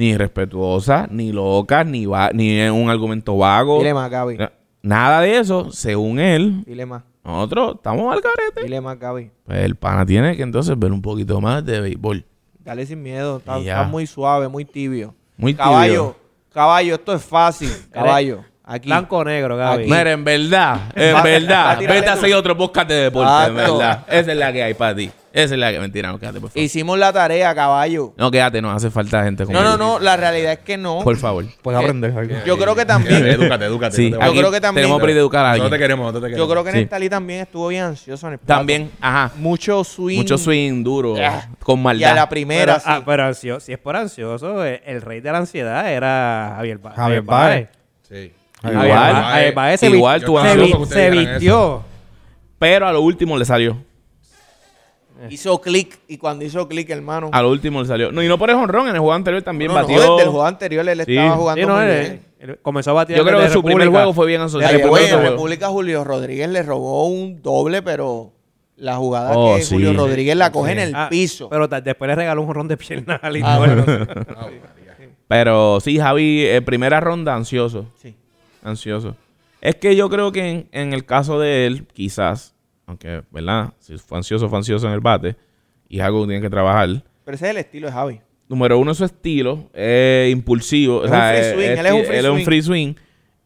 Speaker 4: ni irrespetuosas, ni locas, ni, va- ni un argumento vago.
Speaker 1: Dile más, Gaby.
Speaker 4: Nada de eso, según él,
Speaker 1: Dile más.
Speaker 4: nosotros estamos al carete.
Speaker 1: Dile más, Gaby.
Speaker 4: Pues el pana tiene que entonces ver un poquito más de béisbol.
Speaker 1: Dale sin miedo. Está,
Speaker 4: Y ya.
Speaker 1: está muy suave, muy tibio.
Speaker 4: Muy
Speaker 1: caballo,
Speaker 4: tibio.
Speaker 1: Caballo, caballo, esto es fácil. Caballo. Aquí.
Speaker 2: Blanco o negro, Gaby.
Speaker 1: Aquí.
Speaker 4: Mira, en verdad, en
Speaker 1: Va- va
Speaker 4: verdad.
Speaker 1: a tirarle
Speaker 4: Vete a
Speaker 1: tú.
Speaker 4: seguir otro podcast de deporte, en
Speaker 1: Exacto.
Speaker 4: verdad. Esa es la que hay para ti. Esa es la que. Mentira, no, quédate, por favor.
Speaker 1: Hicimos la tarea, caballo.
Speaker 4: No, quédate, no hace falta gente como
Speaker 1: No, no,
Speaker 4: tú.
Speaker 1: no, la realidad es que no.
Speaker 4: Por favor.
Speaker 5: Puedes Pues aprender algo.
Speaker 1: Yo creo que también-
Speaker 3: Edúcate, edúcate.
Speaker 4: Sí,
Speaker 3: no te
Speaker 1: Yo
Speaker 4: aquí
Speaker 1: creo que también-
Speaker 4: Tenemos para educar a
Speaker 3: Nosotros te
Speaker 4: alguien.
Speaker 3: queremos, nosotros te
Speaker 1: Yo
Speaker 3: queremos.
Speaker 1: creo que
Speaker 4: Sí.
Speaker 1: Nestalí también estuvo bien ansioso en el plato.
Speaker 4: También, ajá.
Speaker 1: Mucho swing.
Speaker 4: Mucho swing duro.
Speaker 1: Ah.
Speaker 4: Con
Speaker 1: Y a
Speaker 4: maldad.
Speaker 1: la primera,
Speaker 2: pero, ah,
Speaker 1: sí.
Speaker 2: pero ansio- si es por ansioso, eh, el, rey de la ansiedad era Javier, Ba-
Speaker 5: Javier
Speaker 2: Javier
Speaker 5: Baez.
Speaker 2: Baez.
Speaker 3: Sí.
Speaker 4: Igual.
Speaker 2: Javier Ba- Javier Baez se vi-
Speaker 4: Igual tú
Speaker 2: se,
Speaker 4: ansioso
Speaker 2: vi-
Speaker 3: que ustedes
Speaker 2: se
Speaker 3: dijeran
Speaker 2: vistió.
Speaker 4: Pero a lo último le salió.
Speaker 1: Hizo clic. Y cuando hizo clic, hermano.
Speaker 4: A lo último le salió. No, y no por el honrón, en el juego anterior también
Speaker 1: no, no,
Speaker 4: batió.
Speaker 1: desde el juego anterior él
Speaker 4: Sí. eh,
Speaker 1: estaba jugando
Speaker 2: Sí, no,
Speaker 1: muy
Speaker 2: él-
Speaker 1: bien.
Speaker 2: él comenzó a batir.
Speaker 4: Yo creo que
Speaker 2: desde
Speaker 4: su primer
Speaker 2: República. Ah,
Speaker 4: juego fue bien asociado.
Speaker 1: Oye,
Speaker 4: El primer
Speaker 1: en
Speaker 4: otro juego.
Speaker 1: República Julio Rodríguez le robó un doble, pero la jugada
Speaker 4: Oh,
Speaker 1: que
Speaker 4: sí.
Speaker 1: Julio Rodríguez la coge en el
Speaker 2: Ah,
Speaker 1: piso.
Speaker 2: Pero ta- después le regaló un jorrón de piernas al
Speaker 1: Ah,
Speaker 2: Lindor.
Speaker 4: Pero sí, Javi, eh, primera ronda, ansioso.
Speaker 1: Sí.
Speaker 4: Ansioso. Es que yo creo que en, en el caso de él, quizás, aunque, ¿verdad? Si fue ansioso, fue ansioso en el bate. Y es algo que tiene que trabajar.
Speaker 1: Pero ese es el estilo de Javi.
Speaker 4: Número uno, su estilo es impulsivo. o
Speaker 1: Es
Speaker 4: sea,
Speaker 1: un free
Speaker 4: es-
Speaker 1: swing,
Speaker 4: es-
Speaker 1: él es un free swing.
Speaker 4: swing.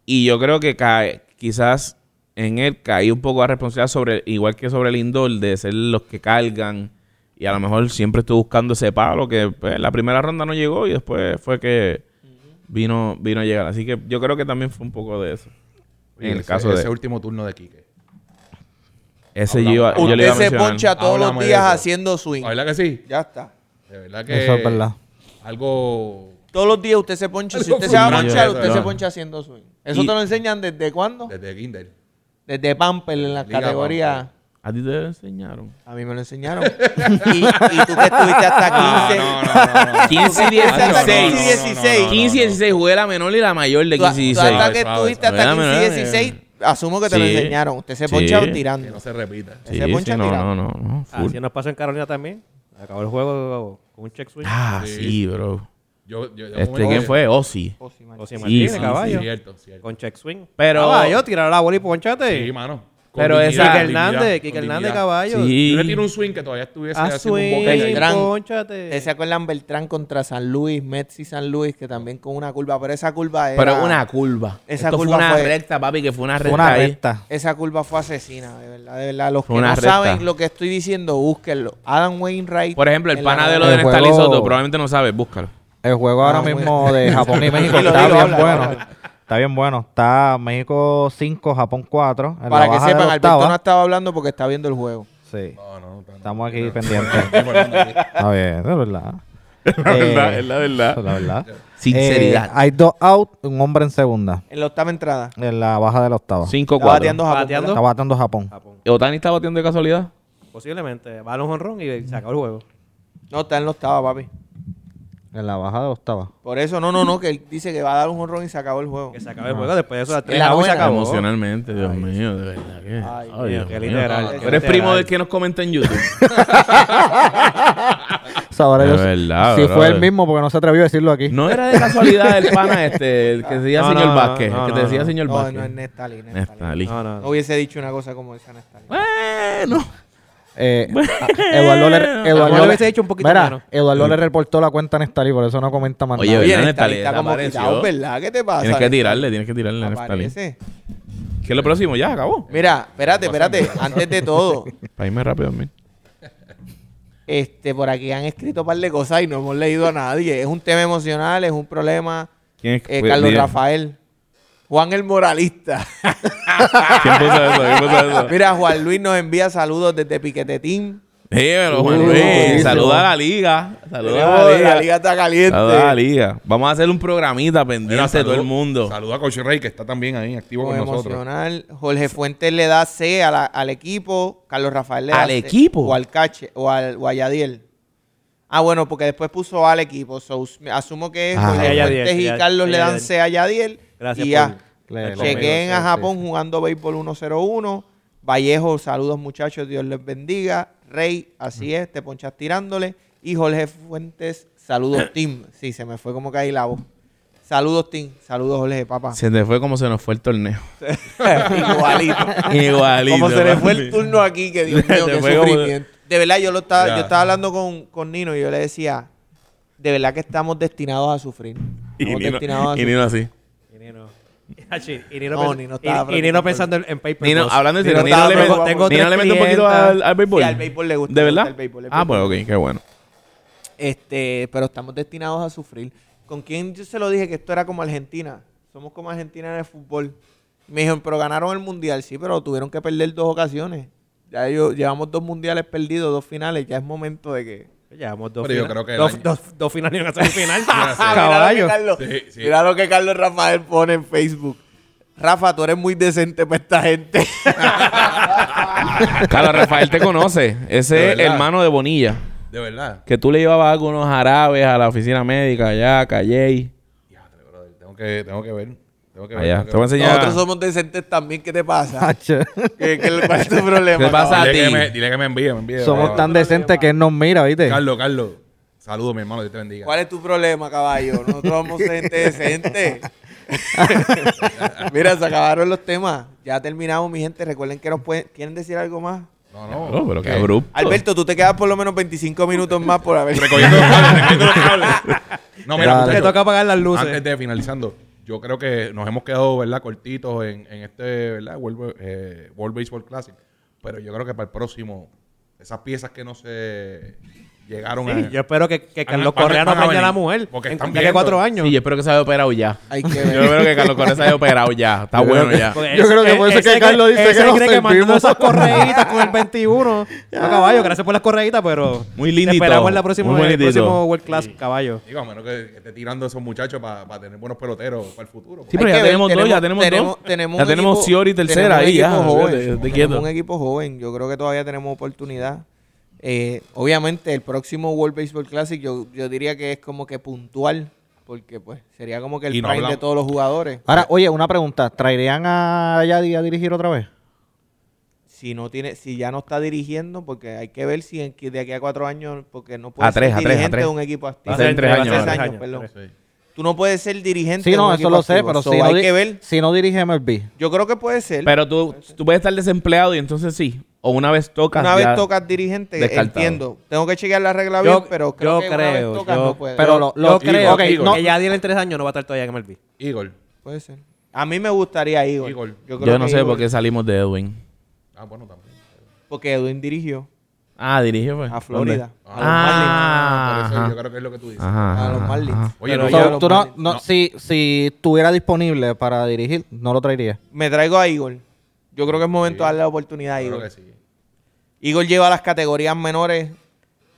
Speaker 4: Y yo creo que cae, quizás en él cae un poco la responsabilidad sobre, igual que sobre el indoor, de ser los que cargan. Y a lo mejor siempre estuvo buscando ese palo que pues, la primera ronda no llegó y después fue que vino, vino a llegar. Así que yo creo que también fue un poco de eso.
Speaker 3: Oye,
Speaker 4: en el
Speaker 3: ese-
Speaker 4: caso de-
Speaker 3: Ese último turno de Quique.
Speaker 4: Ese yo,
Speaker 3: Hablamos.
Speaker 4: iba, Ah, yo le
Speaker 1: Usted
Speaker 4: iba a
Speaker 1: se
Speaker 4: mencionar.
Speaker 1: poncha todos los
Speaker 3: Háblame
Speaker 1: días
Speaker 3: de eso.
Speaker 1: haciendo swing.
Speaker 3: ¿La verdad que sí?
Speaker 1: Ya está.
Speaker 3: De verdad que...
Speaker 5: Eso es verdad.
Speaker 3: Algo...
Speaker 1: Todos los días usted se poncha. Si
Speaker 3: Algo
Speaker 1: usted se va a
Speaker 3: frustrante,
Speaker 1: ponchar,
Speaker 3: eso,
Speaker 1: usted se
Speaker 4: ¿no?
Speaker 1: poncha haciendo swing. ¿Eso
Speaker 4: Y-
Speaker 1: te lo enseñan desde cuándo?
Speaker 3: Desde Kinder.
Speaker 1: Desde Pamper en la
Speaker 3: Liga
Speaker 1: categoría.
Speaker 3: Pamper.
Speaker 4: A ti te lo enseñaron.
Speaker 1: A mí me lo enseñaron. (laughs) y, y tú que estuviste hasta 15.
Speaker 3: No, no, no, Ah, no, no.
Speaker 4: 15 y
Speaker 1: Hasta
Speaker 4: 16.
Speaker 1: 15 y 16.
Speaker 4: 15 y 16 jugué la menor y la mayor de
Speaker 1: Tú-
Speaker 4: 15 y
Speaker 1: tú
Speaker 4: 16.
Speaker 1: hasta que
Speaker 3: Suave,
Speaker 1: estuviste
Speaker 4: suave.
Speaker 1: hasta 15 y
Speaker 4: Mira, mira,
Speaker 1: 16, asumo que te lo
Speaker 4: Sí.
Speaker 1: enseñaron. Usted se
Speaker 4: Sí.
Speaker 1: poncha
Speaker 3: Que no
Speaker 1: tirando.
Speaker 3: se repita.
Speaker 1: Ese poncha
Speaker 4: no,
Speaker 1: tirado.
Speaker 4: no, no, Ah, no, full.
Speaker 2: Así nos pasó en Carolina también. Acabó el juego con un check swing.
Speaker 4: Ah,
Speaker 3: Sí.
Speaker 4: sí, bro.
Speaker 3: Yo, yo, yo
Speaker 4: Este, ¿quién fue? Ozzy.
Speaker 1: Oh, sí, macho.
Speaker 2: José
Speaker 4: Sí,
Speaker 2: Martínez,
Speaker 4: sí,
Speaker 2: caballo.
Speaker 3: Cierto, cierto.
Speaker 2: Con check swing.
Speaker 4: Pero-
Speaker 2: Caballo, tirar la bola y ponchate.
Speaker 3: Sí, mano. Con
Speaker 4: Pero
Speaker 3: dignidad,
Speaker 4: esa-
Speaker 2: Quique
Speaker 3: con
Speaker 2: Hernández,
Speaker 3: dignidad,
Speaker 2: Quique
Speaker 3: con
Speaker 2: Hernández,
Speaker 3: dignidad.
Speaker 2: caballo.
Speaker 4: Sí.
Speaker 3: Yo le tiro un swing que todavía estuviese
Speaker 2: Haz
Speaker 3: haciendo un
Speaker 2: swing,
Speaker 3: boca
Speaker 1: El
Speaker 3: ahí.
Speaker 1: gran-
Speaker 2: ponchate.
Speaker 1: ¿Ustedes se acuerdan Beltrán contra San Luis, Metsi San Luis, que también con una curva, pero esa curva era...
Speaker 4: Pero una curva.
Speaker 1: Esa
Speaker 4: Esto
Speaker 1: curva
Speaker 4: fue una
Speaker 1: fue-
Speaker 4: recta, papi, que fue una recta.
Speaker 5: Una
Speaker 4: ahí.
Speaker 5: recta.
Speaker 1: Esa curva fue asesina, de verdad, de verdad. Los que
Speaker 4: Fue una
Speaker 1: no
Speaker 4: recta.
Speaker 1: saben lo que estoy diciendo, búsquenlo. Adam Wainwright...
Speaker 4: Por ejemplo, el
Speaker 1: en la
Speaker 4: pana de
Speaker 1: novela.
Speaker 4: lo de
Speaker 5: El
Speaker 4: Nestalí
Speaker 5: juego-
Speaker 4: Soto, probablemente no sabe, búscalo.
Speaker 5: El juego ahora
Speaker 1: Ah, bueno.
Speaker 5: mismo de Japón y México
Speaker 1: Dilo,
Speaker 5: está
Speaker 1: dilo,
Speaker 5: bien
Speaker 1: habla,
Speaker 5: bueno.
Speaker 1: habla.
Speaker 5: Está bien bueno. Está México 5, Japón 4.
Speaker 1: Para que sepan, Alberto no estaba hablando porque está viendo el juego.
Speaker 5: Sí,
Speaker 3: No, no, no, no.
Speaker 5: estamos aquí
Speaker 3: No,
Speaker 5: pendientes.
Speaker 3: no, no, no, no.
Speaker 5: Está bien, es verdad.
Speaker 4: La
Speaker 5: Eh,
Speaker 4: verdad, (laughs) es la
Speaker 5: Eso
Speaker 4: verdad.
Speaker 5: es la verdad. Eh,
Speaker 4: Sinceridad.
Speaker 5: hay dos out, un hombre en segunda.
Speaker 1: En la octava entrada.
Speaker 5: En la baja de la octava.
Speaker 1: Está bateando
Speaker 4: 5-4.
Speaker 1: Japón.
Speaker 2: Bateando.
Speaker 1: ¿verdad?
Speaker 5: Está batiendo Japón.
Speaker 2: Japón.
Speaker 4: ¿Otani está batiendo de casualidad?
Speaker 2: Posiblemente. Va a un honrón y se acabó el juego.
Speaker 1: No, está en la octava, papi.
Speaker 5: En la baja de la octava.
Speaker 1: Por eso, no, no, no, que él dice que va a dar un honrón y se acabó el juego.
Speaker 2: Que se acabó el juego. Después de eso, a tres
Speaker 1: la
Speaker 2: outs se
Speaker 1: novena.
Speaker 2: acabó.
Speaker 4: Emocionalmente, Dios mío, de verdad que.
Speaker 1: Ay,
Speaker 4: Ay, Dios
Speaker 2: qué
Speaker 4: mío.
Speaker 2: literal,
Speaker 4: Tú
Speaker 2: qué
Speaker 4: Eres
Speaker 2: literal.
Speaker 4: primo del que nos comenta en YouTube.
Speaker 5: O sea, ahora
Speaker 4: De
Speaker 5: yo sé-
Speaker 4: verdad,
Speaker 5: Si fue
Speaker 4: brother.
Speaker 5: el mismo, porque no se atrevió a decirlo aquí.
Speaker 4: No era de casualidad el pana este, el que decía
Speaker 2: No, no,
Speaker 4: señor
Speaker 2: no,
Speaker 4: Vázquez.
Speaker 2: no,
Speaker 4: el que
Speaker 2: no,
Speaker 4: te decía
Speaker 2: no.
Speaker 4: señor
Speaker 1: No,
Speaker 4: Vázquez.
Speaker 1: no es Nestali, Nestali.
Speaker 4: Nestalí.
Speaker 2: No, no,
Speaker 1: No
Speaker 2: no.
Speaker 1: hubiese dicho una cosa como esa Nestali.
Speaker 4: Bueno.
Speaker 1: (laughs)
Speaker 5: Eh, Eduardo le, Eduardo
Speaker 2: Eduardo
Speaker 5: le-
Speaker 2: hubiese dicho un poquito
Speaker 5: Mira,
Speaker 2: menos.
Speaker 5: Eduardo le reportó la cuenta a Nestalí, por eso no comenta más
Speaker 4: Oye,
Speaker 5: nada.
Speaker 4: oye, Oye,
Speaker 5: (laughs)
Speaker 4: Nestali
Speaker 1: Nestali está como
Speaker 4: desapareció.
Speaker 1: quitado, ¿verdad? ¿Qué te pasa?
Speaker 4: Tienes que
Speaker 1: Nestali?
Speaker 4: tirarle, tienes que tirarle a Nestalí.
Speaker 1: Ah, Aparece.
Speaker 4: ¿Qué es lo próximo? Ya, acabó.
Speaker 1: Mira, espérate, espérate. Antes de
Speaker 4: (laughs)
Speaker 1: todo,
Speaker 4: Para irme rápido a mí.
Speaker 1: este, por aquí han escrito un par de cosas y no hemos leído a nadie. Es un tema emocional, es un problema.
Speaker 4: ¿Quién es-
Speaker 1: Eh, Carlos
Speaker 4: Mira.
Speaker 1: Rafael. Juan el Moralista.
Speaker 4: (laughs) ¿Quién puso eso? ¿Quién puso eso?
Speaker 1: (laughs) Mira, Juan Luis nos envía saludos desde Piquetetín.
Speaker 4: Dímelo,
Speaker 5: Uh,
Speaker 4: Juan Luis.
Speaker 5: buenísimo.
Speaker 4: Saluda a la liga. Saluda
Speaker 1: Tenemos-
Speaker 4: a la
Speaker 1: La
Speaker 4: liga.
Speaker 1: liga está caliente.
Speaker 4: Saluda a la liga. Vamos a hacer un
Speaker 3: Mira,
Speaker 4: programita pendiente de todo el
Speaker 3: saludo-
Speaker 4: mundo.
Speaker 3: Saluda a Coach Rey, que está también ahí activo
Speaker 1: Muy
Speaker 3: con nosotros.
Speaker 1: emocional. Jorge Fuentes le da C a la- al equipo. Carlos Rafael le da
Speaker 4: ¿Al
Speaker 1: C.
Speaker 4: equipo?
Speaker 1: O al Cache. O al o a Yadiel. Ah, bueno, porque después puso al equipo. So, us- me- asumo que
Speaker 4: Ah,
Speaker 1: Jorge
Speaker 2: a Yadiel,
Speaker 1: Fuentes y
Speaker 2: ya-
Speaker 1: Carlos
Speaker 2: a
Speaker 1: le dan
Speaker 2: Yadiel.
Speaker 1: C a Yadiel.
Speaker 2: Gracias
Speaker 1: y
Speaker 2: por-
Speaker 1: ya.
Speaker 5: Le- le-
Speaker 1: Chequen
Speaker 5: conmigo,
Speaker 1: a
Speaker 5: sí,
Speaker 1: Japón
Speaker 5: sí.
Speaker 1: jugando béisbol 101. Vallejo, saludos muchachos, Dios les bendiga. Rey, así es, te ponchas tirándole. Y Jorge Fuentes, saludos Tim. Sí, se me fue como que ahí la voz. Saludos Tim, saludos Jorge, papá.
Speaker 4: Se te fue como se nos fue el torneo.
Speaker 1: Igualito.
Speaker 4: Igualito.
Speaker 1: (laughs) Como se le fue
Speaker 4: papi.
Speaker 1: el turno aquí, que
Speaker 4: (laughs)
Speaker 1: Dios
Speaker 4: Se
Speaker 1: mío,
Speaker 4: te
Speaker 1: qué
Speaker 4: fue como-
Speaker 1: sufrimiento. De verdad, yo, lo estaba,
Speaker 3: Ya.
Speaker 1: yo estaba hablando con, con Nino y yo le decía, de verdad que estamos destinados a sufrir.
Speaker 4: Y
Speaker 1: Estamos
Speaker 4: Nino,
Speaker 1: destinados a
Speaker 4: y
Speaker 1: sufrir.
Speaker 2: (laughs)
Speaker 4: Nino así.
Speaker 2: Y ni no. Y Nino,
Speaker 1: No,
Speaker 2: pens-
Speaker 1: Nino
Speaker 2: y-
Speaker 1: estaba
Speaker 2: y Nino
Speaker 1: preocupado.
Speaker 2: pensando en, en Paper
Speaker 4: Nino,
Speaker 2: Boss.
Speaker 4: hablando en serio,
Speaker 2: Nino
Speaker 4: Nino le,
Speaker 2: estaba-
Speaker 4: met-
Speaker 2: tengo
Speaker 4: Nino
Speaker 2: tres
Speaker 4: le mete un poquito
Speaker 2: clientas.
Speaker 4: al, al béisbol.
Speaker 1: Sí, al béisbol le gusta.
Speaker 4: ¿De
Speaker 1: le
Speaker 4: verdad?
Speaker 1: gusta el béisbol, el
Speaker 4: ah, pues
Speaker 1: béisbol.
Speaker 4: ok, qué bueno.
Speaker 1: Este, pero estamos destinados a sufrir. ¿Con quién yo se lo dije que esto era como Argentina? Somos como Argentina en el fútbol. Me dijeron, pero ganaron el mundial. Sí, pero tuvieron que perder dos ocasiones. Ya yo, llevamos dos mundiales perdidos, dos finales. Ya es momento de que.
Speaker 2: Llevamos dos
Speaker 3: Pero yo
Speaker 2: fina-
Speaker 3: creo que el
Speaker 2: dos,
Speaker 3: año-
Speaker 2: dos- dos finales y
Speaker 3: (laughs)
Speaker 2: una semifinal.
Speaker 5: Caballo.
Speaker 1: Ah, Mira lo, que Carlos,
Speaker 3: Sí, sí.
Speaker 1: mira lo que Carlos Rafael pone en Facebook. Rafa, tú eres muy decente para esta (laughs) gente.
Speaker 4: Carlos Rafael te
Speaker 1: (laughs)
Speaker 4: conoce.
Speaker 3: De
Speaker 4: Ese es
Speaker 3: verdad.
Speaker 4: hermano de Bonilla.
Speaker 3: De verdad.
Speaker 4: Que tú le llevabas algunos árabes a la oficina médica allá, Calley.
Speaker 3: Diadre, brother, Tengo que, tengo que ver. Tengo que ver.
Speaker 4: Allá.
Speaker 3: tengo que
Speaker 4: Te voy a
Speaker 3: ver.
Speaker 4: enseñar.
Speaker 1: Nosotros somos decentes también. ¿Qué te pasa?
Speaker 5: Hacho.
Speaker 1: ¿Qué, (laughs) qué, cuál es tu problema?
Speaker 4: ¿Qué pasa?
Speaker 1: caballo?
Speaker 4: a
Speaker 3: Dile que
Speaker 4: ti.
Speaker 3: me- Dile que me envíe, me envíe.
Speaker 5: Somos
Speaker 3: Vale,
Speaker 5: tan
Speaker 3: vale.
Speaker 5: decentes que él nos mira, ¿viste?
Speaker 3: Carlos, Carlos. Saludos, mi hermano. Dios te bendiga.
Speaker 1: ¿Cuál es tu problema, caballo? Nosotros somos gente (laughs) decente. Mira, se acabaron los temas. Ya terminamos, mi gente. Recuerden que nos pueden... ¿Quieren decir algo más?
Speaker 3: No, no. Eh,
Speaker 4: Oh, pero qué
Speaker 3: ¿Qué?
Speaker 4: abrupto.
Speaker 1: Alberto, tú te quedas por lo menos 25 minutos más por haber...
Speaker 3: Recogiendo los cables, recogiendo los
Speaker 4: (laughs)
Speaker 3: cables. No, mira,
Speaker 5: Dale.
Speaker 2: Le
Speaker 3: muchachos,
Speaker 2: toca apagar las luces.
Speaker 3: antes de finalizando, yo creo que nos hemos quedado, ¿verdad? Cortitos en, en este, ¿verdad? World, eh, World Baseball Classic. Pero yo creo que para el próximo, esas piezas que no se llegaron
Speaker 2: Sí,
Speaker 3: a...
Speaker 2: yo espero que, que Carlos
Speaker 3: van a-
Speaker 2: Correa no
Speaker 3: van a
Speaker 2: caña a
Speaker 3: venir,
Speaker 2: la mujer.
Speaker 3: porque
Speaker 2: en-
Speaker 3: están
Speaker 2: ya que cuatro
Speaker 3: viendo.
Speaker 2: años.
Speaker 4: Sí, yo espero que se haya operado ya.
Speaker 1: Hay que
Speaker 4: Yo
Speaker 1: ver.
Speaker 4: espero que Carlos Correa se haya
Speaker 1: (laughs)
Speaker 4: operado ya. Está bueno ya.
Speaker 2: Porque
Speaker 5: Yo
Speaker 2: ese-
Speaker 5: creo que por eso
Speaker 2: ese
Speaker 5: que Carlos dice
Speaker 2: ese
Speaker 5: que nos
Speaker 2: cree que mandó
Speaker 5: servimos.
Speaker 2: esas correitas con el 21. No, caballo, gracias por las correitas, pero...
Speaker 4: Muy
Speaker 2: te
Speaker 4: lindito,
Speaker 2: esperamos en la próxima,
Speaker 4: muy
Speaker 2: el
Speaker 4: bonitito.
Speaker 2: próximo World Class, caballo.
Speaker 3: Digo, a menos que, que esté tirando a esos muchachos para tener buenos peloteros para el futuro.
Speaker 4: Sí,
Speaker 1: Hay
Speaker 4: pero
Speaker 1: que
Speaker 4: ya
Speaker 1: ver,
Speaker 4: tenemos, dos, ya tenemos, dos. ya
Speaker 1: un
Speaker 4: tenemos
Speaker 1: equipo-
Speaker 4: Ciori
Speaker 1: tenemos
Speaker 4: tercera
Speaker 1: un
Speaker 4: ahí, ya.
Speaker 1: equipo joven,
Speaker 4: Fíjate, te
Speaker 1: tenemos
Speaker 4: quieto.
Speaker 1: un equipo joven. Yo creo que todavía tenemos oportunidad. Eh, obviamente, el próximo World Baseball Classic yo, yo diría que es como que puntual, porque pues sería como que el
Speaker 3: Y no
Speaker 1: prime de
Speaker 3: hablamos.
Speaker 1: todos los jugadores.
Speaker 5: Ahora, oye, una pregunta. ¿Traerían a Yadi a dirigir otra vez?
Speaker 1: Si no tiene, si ya no está dirigiendo, porque hay que ver si en- de aquí a cuatro años, porque no
Speaker 4: A
Speaker 1: puede
Speaker 4: tres,
Speaker 1: ser
Speaker 4: a tres, a
Speaker 1: dirigente
Speaker 4: tres.
Speaker 1: de un equipo activo.
Speaker 4: Va a ser en tres
Speaker 1: Va a
Speaker 4: años,
Speaker 1: ser
Speaker 4: ahora.
Speaker 1: seis
Speaker 2: Tres
Speaker 1: años,
Speaker 2: años,
Speaker 1: perdón.
Speaker 3: Sí.
Speaker 1: Tú no puedes ser dirigente
Speaker 5: Sí,
Speaker 1: de un
Speaker 5: no, eso
Speaker 1: equipo
Speaker 5: lo sé,
Speaker 1: activo.
Speaker 5: pero
Speaker 1: So,
Speaker 5: si, no
Speaker 1: hay
Speaker 5: di-
Speaker 1: que ver.
Speaker 5: si no dirige MLB.
Speaker 1: Yo creo que puede ser.
Speaker 4: Pero tú, tú puedes estar desempleado y entonces sí. O una vez tocas.
Speaker 1: Una vez
Speaker 4: ya-
Speaker 1: tocas dirigente,
Speaker 4: descartado.
Speaker 1: entiendo. Tengo que chequear la regla
Speaker 2: Yo
Speaker 1: bien, pero creo
Speaker 2: yo
Speaker 1: que una
Speaker 2: creo,
Speaker 1: vez tocas
Speaker 2: yo-
Speaker 1: no puede.
Speaker 5: pero lo-
Speaker 2: Yo
Speaker 3: Igor,
Speaker 2: creo
Speaker 3: ok, Igor.
Speaker 2: que ya Diel en tres años no va a estar todavía en MLB.
Speaker 3: Igor.
Speaker 1: puede ser. A mí me gustaría Igor.
Speaker 3: Igor.
Speaker 4: Yo no sé
Speaker 1: Igor-
Speaker 4: por qué salimos de Edwin.
Speaker 3: Ah, bueno, también.
Speaker 1: Porque Edwin dirigió
Speaker 4: Ah, dirige pues.
Speaker 1: a Florida.
Speaker 4: ¿Dónde?
Speaker 1: A los Marlins.
Speaker 4: Ah,
Speaker 3: Ah, Por eso
Speaker 4: ajá.
Speaker 3: yo creo que es lo que tú dices.
Speaker 4: Ajá,
Speaker 1: A los
Speaker 5: Ah.
Speaker 4: ajá,
Speaker 1: Marlins.
Speaker 4: ajá.
Speaker 3: Oye,
Speaker 2: Pero
Speaker 3: no,
Speaker 5: So,
Speaker 1: yo-
Speaker 5: tú no, no,
Speaker 3: No.
Speaker 5: Si, si estuviera disponible para dirigir, no lo traería.
Speaker 1: Me traigo a Igor. Yo creo que es momento
Speaker 3: Sí.
Speaker 1: de darle la oportunidad a
Speaker 3: yo creo
Speaker 1: Igor.
Speaker 3: que sí.
Speaker 1: Igor lleva las categorías menores.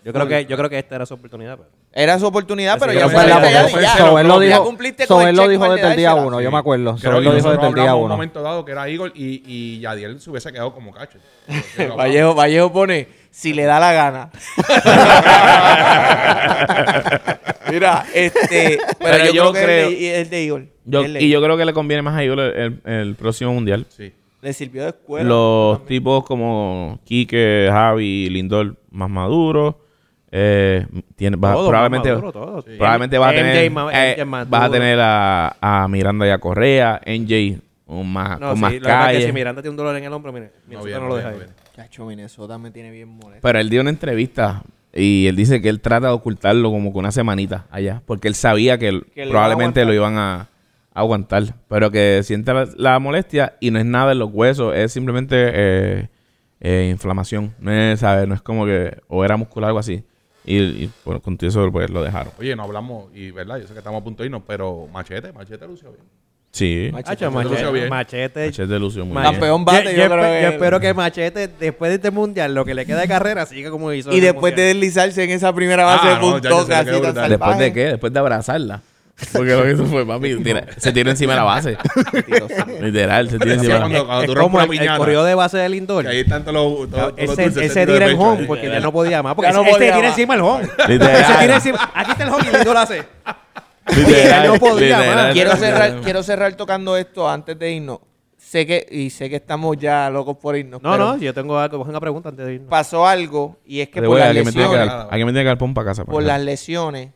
Speaker 2: Yo creo que, yo creo que esta era su oportunidad. pero-
Speaker 1: Era su oportunidad, pero
Speaker 2: Sí,
Speaker 1: ya
Speaker 2: pero fue la-
Speaker 1: cumpliste,
Speaker 3: porque
Speaker 1: ya-
Speaker 3: fue-
Speaker 5: So, él lo
Speaker 1: ya
Speaker 5: dijo,
Speaker 1: cumpliste
Speaker 5: so,
Speaker 1: con
Speaker 5: él lo
Speaker 1: checkpoint
Speaker 5: dijo
Speaker 1: de
Speaker 5: desde el día
Speaker 1: dársela.
Speaker 5: uno, yo me acuerdo. So,
Speaker 3: Creo
Speaker 5: él
Speaker 3: que
Speaker 5: lo dijo
Speaker 3: nosotros
Speaker 5: desde el día
Speaker 3: hablamos un
Speaker 5: uno.
Speaker 3: momento dado que era Igor y, y Yadiel se hubiese quedado como
Speaker 2: (laughs)
Speaker 3: cacho.
Speaker 1: Vallejo, Vallejo pone, si le da
Speaker 3: (laughs)
Speaker 1: la gana. Mira, este. Pero, yo, creo, que es el de- es de Igor.
Speaker 4: Yo-
Speaker 1: Es el de
Speaker 4: y
Speaker 1: Igor.
Speaker 4: yo creo que le conviene más a Igor el, el- el próximo mundial.
Speaker 3: Sí.
Speaker 1: Le sirvió de escuela.
Speaker 4: Los tipos como Quique, Javi, Lindor más maduros. eh, tiene, va-
Speaker 2: Todo,
Speaker 4: probablemente
Speaker 2: más maduro, todo.
Speaker 3: Sí.
Speaker 4: probablemente vas a
Speaker 2: MJ
Speaker 4: tener,
Speaker 2: más-
Speaker 4: eh,
Speaker 2: MJ más
Speaker 4: vas a,
Speaker 2: duro.
Speaker 4: tener a, a Miranda y a Correa, NJ un más,
Speaker 2: No,
Speaker 4: con
Speaker 2: sí,
Speaker 4: más
Speaker 2: lo que pasa es que
Speaker 4: calle.
Speaker 2: si Miranda tiene un dolor en el hombro, mire,
Speaker 3: No,
Speaker 2: Minnesota
Speaker 3: bien,
Speaker 2: no,
Speaker 3: no
Speaker 2: lo
Speaker 3: bien, no
Speaker 2: deja ir.
Speaker 3: bien.
Speaker 1: Chacho, Minnesota me tiene bien molesto.
Speaker 4: Pero él dio una entrevista y él dice que él trata de ocultarlo como que una semanita allá, porque él sabía que, él-
Speaker 1: Que lo
Speaker 4: probablemente
Speaker 1: iban a
Speaker 4: lo iban a, a aguantar, pero que siente la, la molestia y no es nada en los huesos, es simplemente eh, eh, inflamación, no es, ¿sabes? No es como que o era muscular o algo así. Y, y bueno, con todo eso pues lo dejaron.
Speaker 3: Oye, no hablamos, y verdad, yo sé que estamos a punto de irnos, pero Machete, Machete lució bien.
Speaker 4: Sí.
Speaker 1: Mach-
Speaker 2: Hacho,
Speaker 3: Machete lució
Speaker 2: machete,
Speaker 3: bien.
Speaker 2: machete.
Speaker 4: Machete lució muy bien.
Speaker 1: Campeón bate, yo,
Speaker 2: yo,
Speaker 1: creo
Speaker 2: espe-
Speaker 1: que-
Speaker 2: yo espero que Machete, después de este mundial, lo que le queda de carrera, siga como hizo.
Speaker 1: Y
Speaker 2: en el
Speaker 1: después de
Speaker 2: mundial.
Speaker 1: deslizarse en esa primera base
Speaker 3: Ah, no, ya,
Speaker 1: de
Speaker 3: ya
Speaker 1: punto,
Speaker 3: se le
Speaker 1: casi
Speaker 3: quedó
Speaker 1: tan
Speaker 3: brutal.
Speaker 1: salvaje.
Speaker 4: ¿Después de qué? Después de abrazarla. Porque lo que hizo fue, papi, tira- se tiró encima de
Speaker 1: (laughs)
Speaker 4: la base. Literal, se tiró
Speaker 3: Así
Speaker 4: encima de la base.
Speaker 3: cuando, cuando
Speaker 2: Es
Speaker 3: tú rompes
Speaker 2: como el,
Speaker 3: una
Speaker 2: el
Speaker 3: piñata,
Speaker 2: corrido de base de Lindor.
Speaker 3: que ahí están todos los, todos- todos los
Speaker 2: Ese,
Speaker 3: dulces sentidos
Speaker 2: ese tira
Speaker 3: de
Speaker 2: el
Speaker 3: pecho
Speaker 2: home
Speaker 3: ahí.
Speaker 2: porque ya no podía más. Porque
Speaker 1: Ya no
Speaker 2: ese- este
Speaker 1: podía
Speaker 2: tiene
Speaker 1: más.
Speaker 2: encima el (laughs) home.
Speaker 4: Literal.
Speaker 2: Ese tiene encima. Aquí está el home y Lindor hace.
Speaker 4: Literal,
Speaker 2: no podía más.
Speaker 4: literal.
Speaker 1: quiero cerrar, quiero cerrar tocando esto antes de irnos. Sé que, y sé que estamos ya locos por irnos.
Speaker 2: No,
Speaker 1: pero
Speaker 2: no, yo tengo algo. Una pregunta antes de irnos.
Speaker 1: Pasó algo y es que
Speaker 4: Pero
Speaker 1: por
Speaker 4: voy,
Speaker 1: las
Speaker 4: alguien me tiene que
Speaker 1: lesiones,
Speaker 4: dar- alguien me tiene que dar pon para casa. para
Speaker 1: por
Speaker 4: acá.
Speaker 1: las lesiones,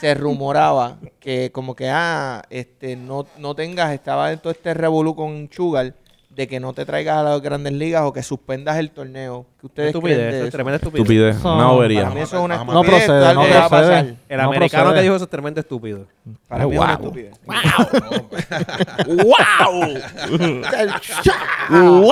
Speaker 1: se rumoraba que como que ah, este no, no tengas, estaba en todo este revolú con Sugar, de que no te traigas a las grandes ligas o que suspendas el torneo. ¿Qué ustedes creen
Speaker 2: Estupidez,
Speaker 1: de
Speaker 2: eso es
Speaker 1: eso?
Speaker 2: tremenda estupidez.
Speaker 4: Estupidez,
Speaker 5: Son-
Speaker 4: una
Speaker 1: Para
Speaker 4: bobería.
Speaker 1: mí eso es una
Speaker 3: No
Speaker 5: No
Speaker 1: estupidez.
Speaker 5: procede,
Speaker 1: tal
Speaker 5: no
Speaker 1: vez va a pasar.
Speaker 5: procede.
Speaker 2: El
Speaker 5: No
Speaker 2: americano
Speaker 5: procede.
Speaker 2: que dijo eso es tremendo estúpido.
Speaker 1: Para mí es una estupidez.
Speaker 4: ¡Wow!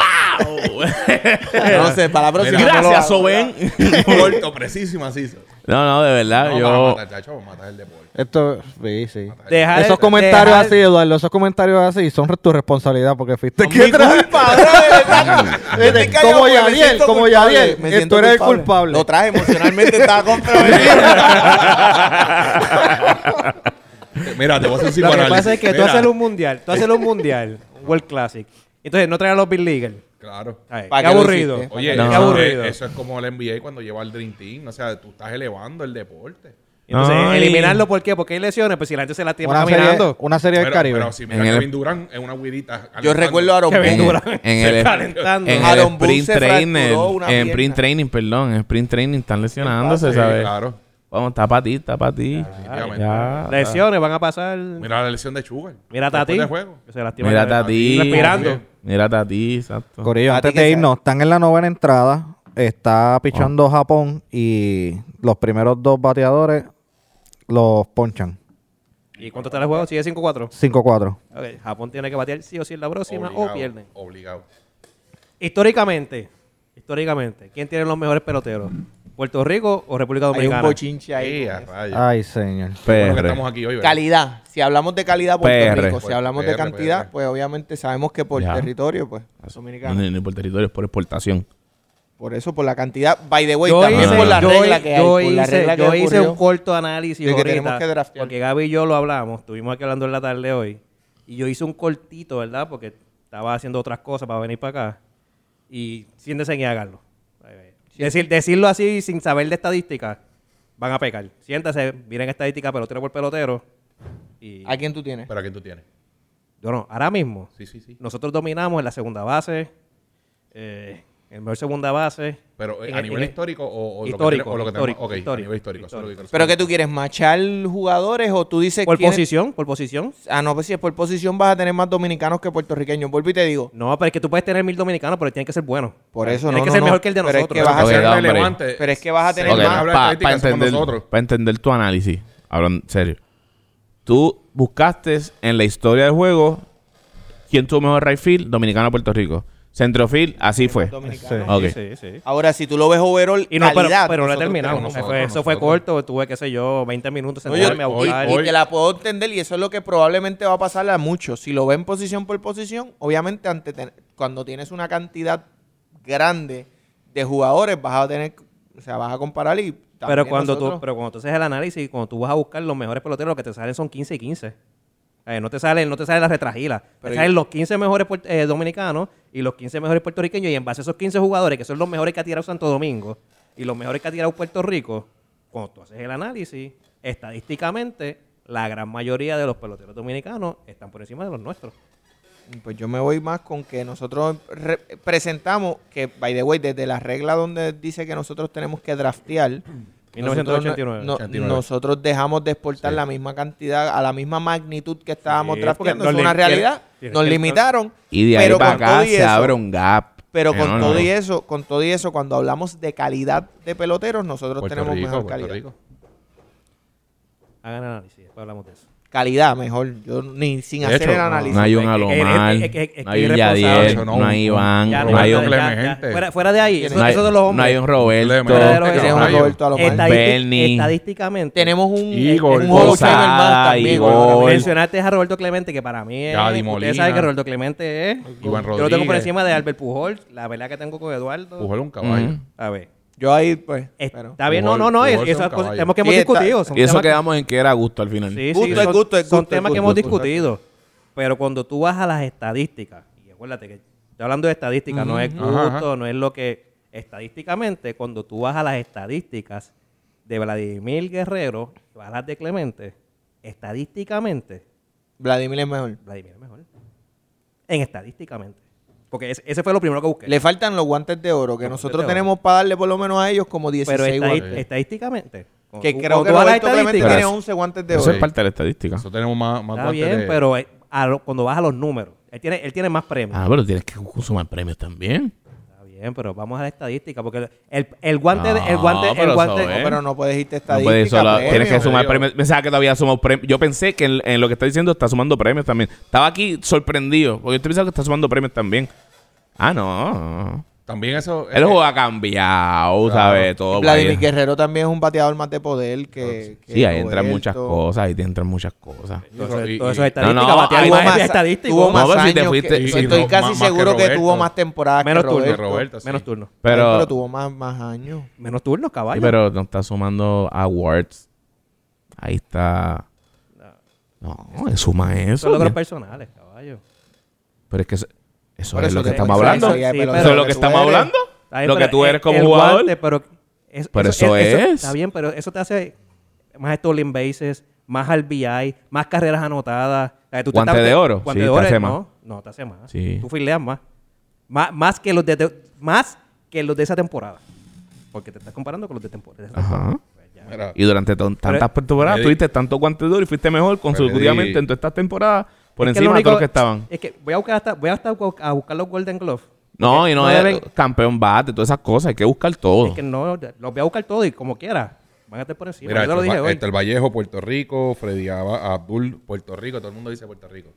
Speaker 1: (laughs) No sé, palabras
Speaker 3: Mira,
Speaker 1: sin valor.
Speaker 4: Gracias, Soben.
Speaker 3: (laughs) Corto, precisísimo, así.
Speaker 4: No, no, de
Speaker 2: Ah,
Speaker 4: verdad,
Speaker 3: No, para
Speaker 4: yo...
Speaker 3: matar, chacho, para matar el deporte.
Speaker 5: Esto, sí, sí.
Speaker 2: Dejar-
Speaker 5: Esos comentarios
Speaker 2: dejar-
Speaker 5: así, Eduardo, esos comentarios así son tu responsabilidad porque (laughs) fuiste
Speaker 1: Mi culpa, bro.
Speaker 5: Vete, Mm. como Yadiel, como Yadiel, eh, tú eres el culpable.
Speaker 1: Lo traje emocionalmente, estaba
Speaker 5: (laughs)
Speaker 1: comprometido.
Speaker 3: Mira, te voy a hacer un
Speaker 2: Lo que
Speaker 3: psicoanálisis.
Speaker 2: pasa es que tú
Speaker 3: Mira,
Speaker 2: haces un mundial, tú haces un mundial, un World Classic. Entonces no traes a los Big Leaguers.
Speaker 3: Claro.
Speaker 2: Ay,
Speaker 1: ¿Para
Speaker 2: Qué
Speaker 1: qué lo
Speaker 2: aburrido.
Speaker 1: hiciste?
Speaker 3: Oye,
Speaker 2: Qué
Speaker 4: No.
Speaker 3: eh,
Speaker 2: aburrido.
Speaker 3: eso es como el NBA cuando lleva al Dream Team. O sea, tú estás elevando el deporte.
Speaker 2: Entonces,
Speaker 4: Ay.
Speaker 2: eliminarlo, ¿por qué? Porque hay lesiones, pues si la gente se lastima
Speaker 5: una serie,
Speaker 2: caminando.
Speaker 5: una serie del
Speaker 3: Pero,
Speaker 5: Caribe.
Speaker 3: pero si mira
Speaker 4: En el-
Speaker 3: Kevin Durant es una huidita.
Speaker 1: Yo recuerdo a Aaron
Speaker 2: Qué
Speaker 1: Boone.
Speaker 2: aventura.
Speaker 4: En el,
Speaker 2: calentando.
Speaker 4: en el
Speaker 1: Aaron Boone
Speaker 4: sprint
Speaker 1: se
Speaker 4: training,
Speaker 1: fracturó una
Speaker 4: en
Speaker 1: pierna. Ah,
Speaker 4: sprint training, perdón, en sprint training están lesionándose,
Speaker 3: Sí,
Speaker 4: ¿sabes?
Speaker 3: claro.
Speaker 4: Vamos, está para ti, está para ti.
Speaker 3: definitivamente.
Speaker 4: Ya.
Speaker 2: Lesiones van a pasar. Mira,
Speaker 3: Mira la lesión de Sugar.
Speaker 2: a Tati.
Speaker 3: Después del juego.
Speaker 2: que Se lastima
Speaker 4: Mira
Speaker 2: la cabeza.
Speaker 4: a ti.
Speaker 2: Respirando.
Speaker 4: Mira a ti, exacto.
Speaker 1: ¿A
Speaker 5: Corillo,
Speaker 1: ti
Speaker 5: antes
Speaker 1: qué
Speaker 5: de
Speaker 1: sabes?
Speaker 5: irnos, están en la novena entrada. Está pichando Japón y los primeros dos bateadores los ponchan.
Speaker 2: ¿Y cuánto está el juego? ¿Sigue 5-4?
Speaker 5: 5-4.
Speaker 2: Ok, Japón tiene que batear sí o sí en la próxima
Speaker 3: Obligado,
Speaker 2: o pierden.
Speaker 3: Obligado.
Speaker 2: Históricamente, históricamente, ¿quién tiene los mejores peloteros? ¿Puerto Rico o República
Speaker 1: Hay un
Speaker 2: Dominicana?
Speaker 1: bochinche ahí.
Speaker 3: Sí, a rayos.
Speaker 5: Ay, señor.
Speaker 3: Bueno que
Speaker 4: PR.
Speaker 3: estamos aquí hoy, ¿verdad?
Speaker 1: Calidad. Si hablamos de calidad, Puerto
Speaker 4: PR.
Speaker 1: Rico. Si hablamos de
Speaker 3: PR,
Speaker 1: cantidad,
Speaker 3: PR.
Speaker 1: pues obviamente sabemos que por
Speaker 4: Ya.
Speaker 1: territorio, pues,
Speaker 4: No,
Speaker 1: dominicano.
Speaker 4: no, no por territorio, es por exportación.
Speaker 1: Por eso, por la cantidad. By the way,
Speaker 2: Yo
Speaker 1: también
Speaker 2: hice,
Speaker 1: por la
Speaker 2: yo-
Speaker 1: regla que hay.
Speaker 2: yo
Speaker 1: por la
Speaker 2: hice-
Speaker 1: regla que
Speaker 2: yo hice
Speaker 1: ocurrió.
Speaker 2: un corto análisis
Speaker 1: de que
Speaker 2: ahorita,
Speaker 1: tenemos que draftear.
Speaker 2: porque Gaby y yo lo hablamos, estuvimos aquí hablando en la tarde hoy, y yo hice un cortito, ¿verdad? Porque estaba haciendo otras cosas para venir para acá, y siéntense y háganlo. Decir, decirlo así sin saber de estadística, van a pecar. Siéntense, miren estadística pelotero por pelotero, y
Speaker 1: ¿A quién tú tienes?
Speaker 3: Pero aquí tú tienes.
Speaker 2: yo no, ahora mismo,
Speaker 3: Sí, sí, sí.
Speaker 2: nosotros dominamos en la segunda base, eh, en mejor segunda base.
Speaker 3: Pero eh,
Speaker 2: en
Speaker 3: a
Speaker 2: el-
Speaker 3: nivel
Speaker 2: en el-
Speaker 3: histórico o, o
Speaker 2: Histórico,
Speaker 3: lo que tenemos.
Speaker 2: histórico,
Speaker 3: ok, a
Speaker 2: histórico,
Speaker 3: nivel histórico. eso es lo que quiero
Speaker 1: ¿Pero
Speaker 3: saber.
Speaker 1: que tú quieres? ¿Machar jugadores o tú dices
Speaker 2: Por
Speaker 1: quién es-
Speaker 2: posición, por posición.
Speaker 1: Ah, no, pues si es por posición vas a tener más dominicanos que puertorriqueños. Vuelvo y te digo.
Speaker 2: No, pero es que tú puedes tener mil dominicanos, pero tienen que ser buenos.
Speaker 1: Por
Speaker 2: O sea,
Speaker 1: eso
Speaker 2: tiene
Speaker 1: no,
Speaker 2: que
Speaker 1: no,
Speaker 2: ser
Speaker 1: no.
Speaker 2: mejor que el de
Speaker 1: Pero es
Speaker 2: nosotros.
Speaker 1: que vas a
Speaker 4: Ok,
Speaker 1: ser
Speaker 4: da, hombre.
Speaker 3: relevante.
Speaker 1: Pero es que vas a tener
Speaker 3: Ok,
Speaker 1: más.
Speaker 3: habla
Speaker 4: para
Speaker 3: estadística, somos
Speaker 4: entender,
Speaker 3: nosotros.
Speaker 4: pa entender tu análisis, hablando en serio. Tú buscaste en la historia del juego quién tuvo mejor right field, dominicano o Puerto Rico. Centrofield, así fue.
Speaker 1: dominicanos.
Speaker 4: Ok.
Speaker 2: Sí, sí, sí.
Speaker 1: Ahora, si tú lo ves overall,
Speaker 2: Y no, pero,
Speaker 1: calidad,
Speaker 2: pero no he
Speaker 1: nosotros
Speaker 2: terminado.
Speaker 1: tenemos-
Speaker 2: Eso
Speaker 3: nosotros,
Speaker 2: fue, eso fue
Speaker 3: nosotros.
Speaker 2: corto, tuve, qué sé yo, 20 minutos
Speaker 1: No, yo-
Speaker 2: sentarme a
Speaker 3: hoy-
Speaker 2: buscar.
Speaker 1: y te la puedo entender y eso es lo que probablemente va a pasarle a muchos. Si lo ven posición por posición, obviamente ante ten- cuando tienes una cantidad grande de jugadores vas a tener, o sea, vas a comparar y
Speaker 2: pero,
Speaker 1: también
Speaker 2: cuando tú,
Speaker 1: nosotros-
Speaker 2: pero cuando tú haces el análisis, cuando tú vas a buscar los mejores peloteros, lo que te salen son 15 y 15. Eh, no te salen no te salen las retragilas.
Speaker 1: Pero
Speaker 2: te salen
Speaker 1: yo-
Speaker 2: los 15 mejores puert- eh, dominicanos y los 15 mejores puertorriqueños. Y en base a esos 15 jugadores, que son los mejores que ha tirado Santo Domingo y los mejores que ha tirado Puerto Rico, cuando tú haces el análisis, estadísticamente, la gran mayoría de los peloteros dominicanos están por encima de los nuestros.
Speaker 1: Pues yo me voy más con que nosotros re- presentamos que, by the way, desde la regla donde dice que nosotros tenemos que draftear. nosotros no-
Speaker 2: 1989.
Speaker 1: no-
Speaker 3: 89.
Speaker 1: Nosotros dejamos de exportar la misma cantidad, a la misma magnitud que estábamos
Speaker 2: Sí,
Speaker 1: drafteando.
Speaker 2: porque
Speaker 1: Es
Speaker 2: nos
Speaker 1: una
Speaker 2: lim-
Speaker 1: realidad.
Speaker 2: tienes-
Speaker 1: Nos
Speaker 2: tienes que-
Speaker 1: limitaron.
Speaker 4: Y de ahí
Speaker 1: pero
Speaker 4: para
Speaker 1: con todo
Speaker 4: acá
Speaker 1: y
Speaker 4: se
Speaker 1: eso-
Speaker 4: abre un gap.
Speaker 1: Pero con
Speaker 4: enorme.
Speaker 1: todo y eso, con todo y eso, cuando hablamos de calidad de peloteros, nosotros
Speaker 3: Puerto
Speaker 1: tenemos
Speaker 3: Rico,
Speaker 1: mejor
Speaker 3: Puerto
Speaker 1: calidad.
Speaker 3: Rico.
Speaker 2: Hagan análisis, después hablamos de eso.
Speaker 1: Calidad mejor. Yo ni sin
Speaker 3: De
Speaker 1: hacer
Speaker 3: hecho,
Speaker 1: el
Speaker 3: no,
Speaker 1: análisis.
Speaker 4: No hay un
Speaker 2: Es que-
Speaker 4: Alomar,
Speaker 2: es que- es que- es
Speaker 4: no
Speaker 2: que
Speaker 4: hay un
Speaker 2: irresponsable.
Speaker 4: Yadier,
Speaker 3: Eso no,
Speaker 4: no hay
Speaker 3: un-
Speaker 4: Iván,
Speaker 3: no,
Speaker 2: Ya,
Speaker 4: no
Speaker 2: ya,
Speaker 4: hay
Speaker 3: no,
Speaker 4: un
Speaker 3: no,
Speaker 2: ya,
Speaker 3: Clemente.
Speaker 2: ya. Fuera, fuera de ahí. Eso,
Speaker 4: no hay-
Speaker 2: esos son los hombres.
Speaker 4: no hay un Roberto.
Speaker 3: Fuera de los
Speaker 2: Pero-
Speaker 1: Tenemos a
Speaker 3: Roberto
Speaker 1: Roberto Alomar.
Speaker 2: Estadísti-
Speaker 4: Bernie.
Speaker 2: Estadísticamente.
Speaker 1: Tenemos un,
Speaker 3: Igor,
Speaker 1: un Hall of Famer
Speaker 4: Posada,
Speaker 1: más también.
Speaker 4: Igor.
Speaker 1: Hall of Famer.
Speaker 2: Mencionaste a Roberto Clemente, que para mí es.
Speaker 3: Gadi Molina.
Speaker 2: Ustedes saben que Roberto Clemente es.
Speaker 3: Iván
Speaker 2: Yo lo tengo por
Speaker 3: Rodríguez.
Speaker 2: encima de Albert Pujol. La pelea que tengo con Eduardo.
Speaker 3: Pujol un caballo.
Speaker 4: Ujú.
Speaker 2: A ver.
Speaker 1: Yo ahí, pues.
Speaker 2: es-
Speaker 1: pero-
Speaker 2: Está bien, no,
Speaker 3: Pujol-
Speaker 2: no, no.
Speaker 3: Pujol
Speaker 2: es-
Speaker 3: es un
Speaker 2: Esas cosas
Speaker 3: caballo.
Speaker 2: temas que
Speaker 1: Sí,
Speaker 2: hemos
Speaker 1: está-
Speaker 2: discutido. son
Speaker 4: Y eso
Speaker 2: temas que-
Speaker 4: quedamos en que era gusto al final.
Speaker 2: Sí,
Speaker 1: Gusto
Speaker 2: sí,
Speaker 1: es
Speaker 2: son,
Speaker 1: gusto, es
Speaker 2: son
Speaker 1: gusto, es
Speaker 2: temas
Speaker 1: gusto,
Speaker 2: que hemos
Speaker 1: es gusto.
Speaker 2: discutido. Pero cuando tú vas a las estadísticas, y acuérdate que estoy hablando de estadísticas, no es
Speaker 3: Ajá,
Speaker 2: gusto,
Speaker 3: ajá.
Speaker 2: no es lo que. Estadísticamente, cuando tú vas a las estadísticas de Vladimir Guerrero, y vas a las de Clemente, estadísticamente,
Speaker 1: Vladimir es mejor.
Speaker 2: Vladimir es mejor. En estadísticamente. Porque ese, ese fue lo primero que busqué.
Speaker 1: Le faltan los guantes de oro, que
Speaker 2: Los guantes
Speaker 1: nosotros
Speaker 2: de oro.
Speaker 1: tenemos para darle por lo menos a ellos como 16
Speaker 2: pero estadi-
Speaker 1: guantes.
Speaker 2: estadísticamente. cuando
Speaker 1: Que
Speaker 2: tú-
Speaker 1: creo
Speaker 2: cuando
Speaker 1: que
Speaker 2: tú vas a las
Speaker 1: Roberto Clemente
Speaker 2: estadísticas-
Speaker 1: tiene
Speaker 4: Pero-
Speaker 1: 11 guantes de
Speaker 4: Eso
Speaker 1: oro.
Speaker 4: es parte de la estadística.
Speaker 3: Nosotros tenemos más, más
Speaker 2: Está
Speaker 3: guantes
Speaker 2: bien,
Speaker 3: de-
Speaker 2: pero eh, a lo- cuando vas a los números, Él tiene, él tiene más premios.
Speaker 4: Ah, pero tienes que consumar premios también.
Speaker 2: Está bien, pero vamos a la estadística, porque el, el guante, de- el guante,
Speaker 4: No,
Speaker 2: el
Speaker 4: pero
Speaker 2: guante.
Speaker 4: eso
Speaker 1: No,
Speaker 4: ¿Eh?
Speaker 1: pero no puedes irte a
Speaker 4: No puedes
Speaker 1: estadística.
Speaker 4: solo-
Speaker 1: premio.
Speaker 4: tienes que sumar
Speaker 3: Dios.
Speaker 4: premios. Pensaba que todavía sumado premios. Yo pensé que en, en lo que está diciendo está sumando premios también. Estaba aquí sorprendido, porque yo pensaba que está sumando premios también. Ah, no.
Speaker 3: También eso.
Speaker 4: El juego ha cambiado, ¿sabes? Todo.
Speaker 1: Vladimir
Speaker 4: vaya.
Speaker 1: Guerrero también es un bateador más de poder que. que
Speaker 4: Sí, ahí entran
Speaker 1: Roberto.
Speaker 4: muchas cosas, ahí te entran muchas cosas.
Speaker 2: Todo eso,
Speaker 3: Y-
Speaker 2: todo
Speaker 3: y-
Speaker 2: eso es estadística.
Speaker 4: No, no,
Speaker 2: batear
Speaker 4: ahí
Speaker 2: más
Speaker 4: hubo
Speaker 2: es
Speaker 1: más-
Speaker 2: estadístico.
Speaker 1: Tuvo más
Speaker 4: No, pero si te
Speaker 1: años
Speaker 4: fuiste-
Speaker 1: que-
Speaker 3: y- y
Speaker 1: estoy
Speaker 3: Ro-
Speaker 1: casi
Speaker 3: más- más
Speaker 1: seguro
Speaker 3: que
Speaker 1: que,
Speaker 3: Roberto.
Speaker 1: tuvo más temporadas
Speaker 2: Menos
Speaker 1: que
Speaker 2: turnos.
Speaker 1: Roberto.
Speaker 3: Roberto, sí.
Speaker 2: Menos turnos.
Speaker 1: Pero,
Speaker 4: Pero,
Speaker 1: tuvo más, más años.
Speaker 2: Menos turnos, caballo.
Speaker 4: pero no está sumando awards. Ahí está. No, suma
Speaker 2: Son
Speaker 4: eso.
Speaker 2: logros
Speaker 4: tío.
Speaker 2: personales, caballo.
Speaker 4: Pero es que eso, eso
Speaker 1: Por
Speaker 4: es lo que
Speaker 1: te-
Speaker 4: estamos
Speaker 1: esa-
Speaker 4: hablando.
Speaker 1: esa idea de
Speaker 2: Sí,
Speaker 1: pelotero
Speaker 4: Eso es lo que
Speaker 1: tú
Speaker 4: estamos
Speaker 1: eres.
Speaker 4: hablando.
Speaker 2: Está bien,
Speaker 4: Lo que
Speaker 2: pero
Speaker 4: tú
Speaker 2: el-
Speaker 4: eres como
Speaker 2: el
Speaker 4: jugador.
Speaker 2: guante, pero, es-
Speaker 4: Pero eso es.
Speaker 2: Está bien, pero eso te hace más stolen bases, más RBI, más carreras anotadas. O sea, tú te
Speaker 4: Guante
Speaker 2: estás-
Speaker 4: de oro.
Speaker 2: Guante
Speaker 4: Sí,
Speaker 2: de
Speaker 4: te
Speaker 2: oro.
Speaker 4: hace
Speaker 2: no, no, te hace más.
Speaker 4: Sí.
Speaker 2: Tú fileas más. Má- más, que los de, de- más que los de esa temporada. Porque te estás comparando con los de temporada. de esa
Speaker 4: Ajá.
Speaker 3: Mira,
Speaker 4: Y durante ton- tantas temporadas
Speaker 3: Freddy-
Speaker 4: tuviste tanto guante de oro y fuiste mejor consecutivamente
Speaker 3: Freddy-
Speaker 4: en todas estas temporadas por
Speaker 2: Es que
Speaker 4: encima
Speaker 2: lo
Speaker 4: de
Speaker 2: único-
Speaker 4: todos los que estaban.
Speaker 2: Es que voy a buscar hasta, voy hasta a buscar los Golden Glove.
Speaker 4: No, y no,
Speaker 2: no
Speaker 4: es
Speaker 2: deben-
Speaker 4: campeón bate, todas esas cosas. Hay que buscar todo.
Speaker 2: Es que no, los voy a buscar todos y como quiera. Van a estar por encima.
Speaker 3: mira,
Speaker 2: Yo te lo
Speaker 3: está,
Speaker 2: dije
Speaker 3: el, Va-
Speaker 2: hoy.
Speaker 3: está el Vallejo, Puerto Rico, Freddy Aba- Abdul, Puerto Rico. Todo el mundo dice Puerto Rico.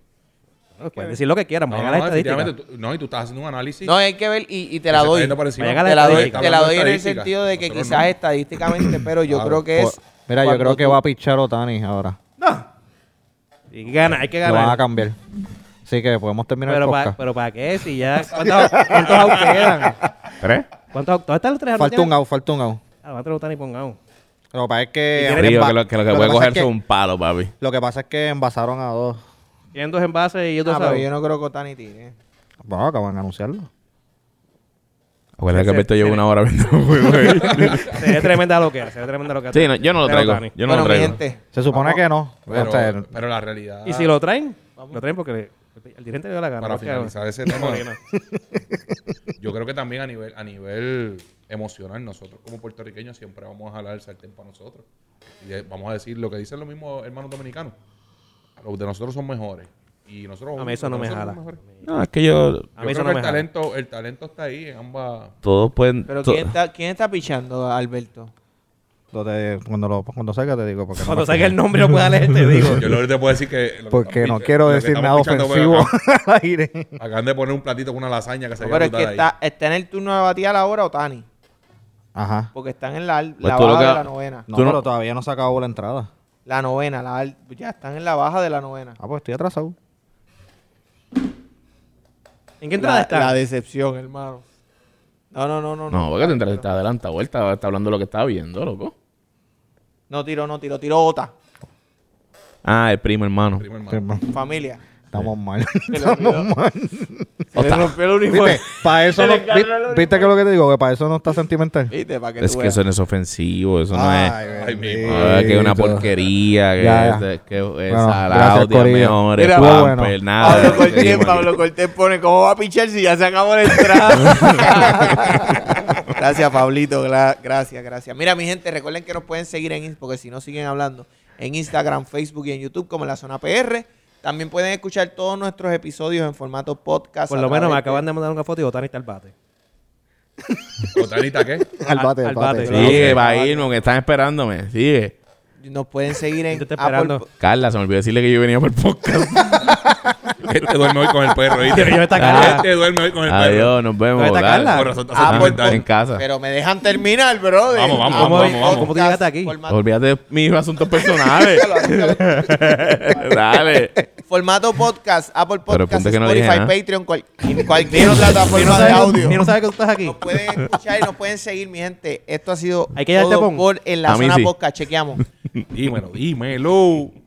Speaker 2: Bueno, Pueden decir lo que quieran.
Speaker 3: No, no,
Speaker 2: vayan a las
Speaker 3: no,
Speaker 2: estadísticas.
Speaker 3: definitivamente, tú- no, y tú estás haciendo un análisis.
Speaker 1: No, hay que ver y, y te
Speaker 3: Se
Speaker 1: la
Speaker 3: está
Speaker 1: doy.
Speaker 3: yendo por encima.
Speaker 2: Vayan a la
Speaker 1: Te la doy,
Speaker 2: estadística.
Speaker 1: te la doy en el
Speaker 3: Estadística.
Speaker 1: sentido de que
Speaker 3: Nosotros
Speaker 1: quizás
Speaker 3: no.
Speaker 1: estadísticamente, pero yo
Speaker 3: Claro.
Speaker 1: creo que es.
Speaker 5: Pues, Mira, yo
Speaker 1: cuando
Speaker 5: creo que
Speaker 1: tú-
Speaker 5: va a pichar Otani ahora.
Speaker 2: Y gana, hay que
Speaker 5: Lo van a
Speaker 2: ganar.
Speaker 5: cambiar. Así que podemos terminar el
Speaker 2: Pero, pa-
Speaker 5: podcast.
Speaker 2: pero para qué, si ya. ¿Cuántos, cuántos
Speaker 3: (laughs)
Speaker 2: outs quedan?
Speaker 4: ¿Tres?
Speaker 2: ¿Cuántos outs? ¿Todas están los tres outs
Speaker 5: Falta
Speaker 2: tienen?
Speaker 5: un out, falta un out.
Speaker 2: Ah, van a tener un tan y ponga un.
Speaker 5: Lo que pasa es
Speaker 2: Y
Speaker 5: que...
Speaker 2: tiene
Speaker 4: Río,
Speaker 5: enva-
Speaker 4: que lo que, lo que
Speaker 5: lo
Speaker 4: puede
Speaker 5: pasa es
Speaker 4: coger
Speaker 5: que-
Speaker 4: son un palo, papi.
Speaker 5: Lo que pasa es que envasaron a dos.
Speaker 2: Tienen dos envases y ellos
Speaker 1: Ah,
Speaker 2: dos
Speaker 1: pero
Speaker 2: outs.
Speaker 1: yo no creo que Otani tire.
Speaker 5: Bueno, acaban de anunciarlo.
Speaker 4: Acuérdate que
Speaker 2: Ese-
Speaker 4: Alberto lleva
Speaker 2: ese-
Speaker 4: una hora viendo el juego.
Speaker 2: Sería tremenda lo que sería tremenda lo que
Speaker 4: (laughs) Sí, no, yo no lo
Speaker 2: Pero
Speaker 4: traigo.
Speaker 2: Otani.
Speaker 4: Yo no
Speaker 1: bueno,
Speaker 4: lo
Speaker 1: mi
Speaker 4: traigo.
Speaker 1: gente,
Speaker 5: Se supone que no. Este,
Speaker 3: Pero,
Speaker 5: O sea,
Speaker 3: pero la realidad.
Speaker 2: Y si lo traen, lo traen porque le- el dirigente le dio la gana.
Speaker 3: Para
Speaker 2: porque-
Speaker 3: finalizar ese
Speaker 2: (laughs)
Speaker 3: tema,
Speaker 2: Morena.
Speaker 3: yo creo que también a nivel, a nivel emocional, nosotros como puertorriqueños siempre vamos a jalar el sartén para nosotros. Y eh, vamos a decir lo que dicen los mismos hermanos dominicanos. Los de nosotros son mejores. Y nosotros
Speaker 2: A mí eso no me
Speaker 3: nosotros
Speaker 2: jala.
Speaker 3: somos mejores.
Speaker 4: No, es que yo...
Speaker 2: A
Speaker 3: Yo
Speaker 2: mí eso
Speaker 3: creo que
Speaker 2: no me
Speaker 3: el
Speaker 2: jala.
Speaker 3: talento, el talento está ahí en ambas.
Speaker 4: Todos pueden...
Speaker 1: pero
Speaker 4: to-
Speaker 1: ¿quién está, quién está pichando, Alberto?
Speaker 5: lo de- cuando, lo, cuando salga te digo. Porque no
Speaker 2: Cuando
Speaker 5: me-
Speaker 2: salga el nombre no pueda leer,
Speaker 3: (laughs)
Speaker 2: te digo.
Speaker 3: Yo lo que te puedo decir que. lo que
Speaker 5: Porque
Speaker 3: estamos
Speaker 5: no
Speaker 3: pichando-
Speaker 5: quiero
Speaker 3: lo que
Speaker 5: decir
Speaker 3: estamos
Speaker 5: nada
Speaker 3: pichando,
Speaker 5: ofensivo
Speaker 3: pero
Speaker 5: (laughs) al aire.
Speaker 3: Acaban, acaban de poner un platito con una lasaña que se
Speaker 1: No,
Speaker 3: veía
Speaker 1: pero es que
Speaker 3: brutal ahí.
Speaker 1: está, está en el turno de batear ahora Otani.
Speaker 5: Ajá.
Speaker 1: Porque están en la, al-
Speaker 4: Pues
Speaker 1: la
Speaker 4: tú lo
Speaker 1: baja
Speaker 4: que-
Speaker 1: de la novena.
Speaker 5: No,
Speaker 4: Tú no-
Speaker 5: pero todavía no se acabó la entrada.
Speaker 1: La novena, la al- ya están en la baja de la novena.
Speaker 5: Ah, pues estoy atrasado.
Speaker 2: ¿En qué entrada
Speaker 1: La-
Speaker 2: está?
Speaker 1: La decepción, hermano. No, no, no, no.
Speaker 4: No, porque te entras, te adelanta vuelta, está hablando de lo que estaba viendo, loco.
Speaker 1: No tiró, no tiró, tiró Ota.
Speaker 4: Ah, el primo hermano.
Speaker 3: Primo hermano.
Speaker 5: Estamos
Speaker 1: Familia.
Speaker 5: mal. (laughs)
Speaker 1: Se le olvidó.
Speaker 5: Estamos mal.
Speaker 1: Se le rompió el uniforme.
Speaker 4: (laughs) pues.
Speaker 5: Viste, para eso
Speaker 1: Se
Speaker 5: no,
Speaker 1: le encarnó
Speaker 5: vi-
Speaker 1: el uniforme.
Speaker 5: viste que lo que te digo, que para eso no está sentimental.
Speaker 1: Viste, para que
Speaker 4: Es
Speaker 1: tú
Speaker 4: que
Speaker 1: veas.
Speaker 4: eso no es ofensivo, eso no es...
Speaker 3: Ay, mi
Speaker 5: bendito.
Speaker 4: Ah, que es una porquería, que
Speaker 5: Ya,
Speaker 4: es,
Speaker 5: ya.
Speaker 4: es que es
Speaker 5: Bueno,
Speaker 4: salado,
Speaker 5: gracias,
Speaker 4: días
Speaker 5: Corillo.
Speaker 4: mejores,
Speaker 1: Mira,
Speaker 4: pamper,
Speaker 5: bueno.
Speaker 4: nada.
Speaker 1: Pablo
Speaker 4: Sí,
Speaker 1: Cortés,
Speaker 4: Ah, bueno.
Speaker 1: Pablo Cortés pone cómo va a pichar si ya se acabó la entrada. gracias, Pablito. gra- gracias, gracias. Mira, mi gente, recuerden que nos pueden seguir en Instagram, porque si no siguen hablando, en Instagram, Facebook y en YouTube como La Zona PR. También pueden escuchar todos nuestros episodios en formato podcast.
Speaker 2: Por lo menos me acaban de mandar una foto y Otani está al bate.
Speaker 3: Otanita, ¿qué?
Speaker 5: Al bate,
Speaker 2: Al-
Speaker 5: al
Speaker 2: al
Speaker 5: bate.
Speaker 2: bate.
Speaker 4: Sigue, va a ir, porque están esperándome. Sigue.
Speaker 1: de... Nos pueden seguir en
Speaker 2: Yo te
Speaker 1: Apple,
Speaker 2: esperando.
Speaker 4: Carla, se me olvidó decirle que yo venía por el podcast.
Speaker 3: Este duerme hoy con el perro. ¿viste?
Speaker 2: Pero yo está Carla.
Speaker 3: Este duerme hoy con
Speaker 5: (laughs)
Speaker 3: el perro.
Speaker 4: Adiós, nos vemos.
Speaker 2: ¿Dónde está
Speaker 4: dale.
Speaker 2: Carla?
Speaker 3: Por razón, está
Speaker 1: Apple
Speaker 3: haciendo
Speaker 4: Ah, en
Speaker 3: comentario.
Speaker 4: casa.
Speaker 1: Pero me dejan terminar, bro.
Speaker 3: Vamos, vamos,
Speaker 2: vamos, vamos,
Speaker 1: podcast,
Speaker 2: ¿Cómo tú llegaste aquí?
Speaker 1: formato-
Speaker 4: Olvídate de mis
Speaker 1: (laughs)
Speaker 4: asuntos personales. Dale.
Speaker 1: Formato podcast, Apple
Speaker 4: Pero el
Speaker 1: Podcast,
Speaker 4: punto es que no dije
Speaker 1: Spotify,
Speaker 4: nada.
Speaker 1: Patreon, cual- (laughs) en cualquier otra plataforma de
Speaker 2: sabe-
Speaker 1: audio.
Speaker 2: ni no sabe que tú estás aquí.
Speaker 1: Nos pueden escuchar y nos pueden seguir, mi gente. Esto ha sido
Speaker 2: Hay que darte
Speaker 1: todo
Speaker 2: pon.
Speaker 1: por En la
Speaker 4: A mí
Speaker 1: Zona
Speaker 4: sí.
Speaker 1: Podcast. Chequeamos.
Speaker 3: Dímelo, dímelo.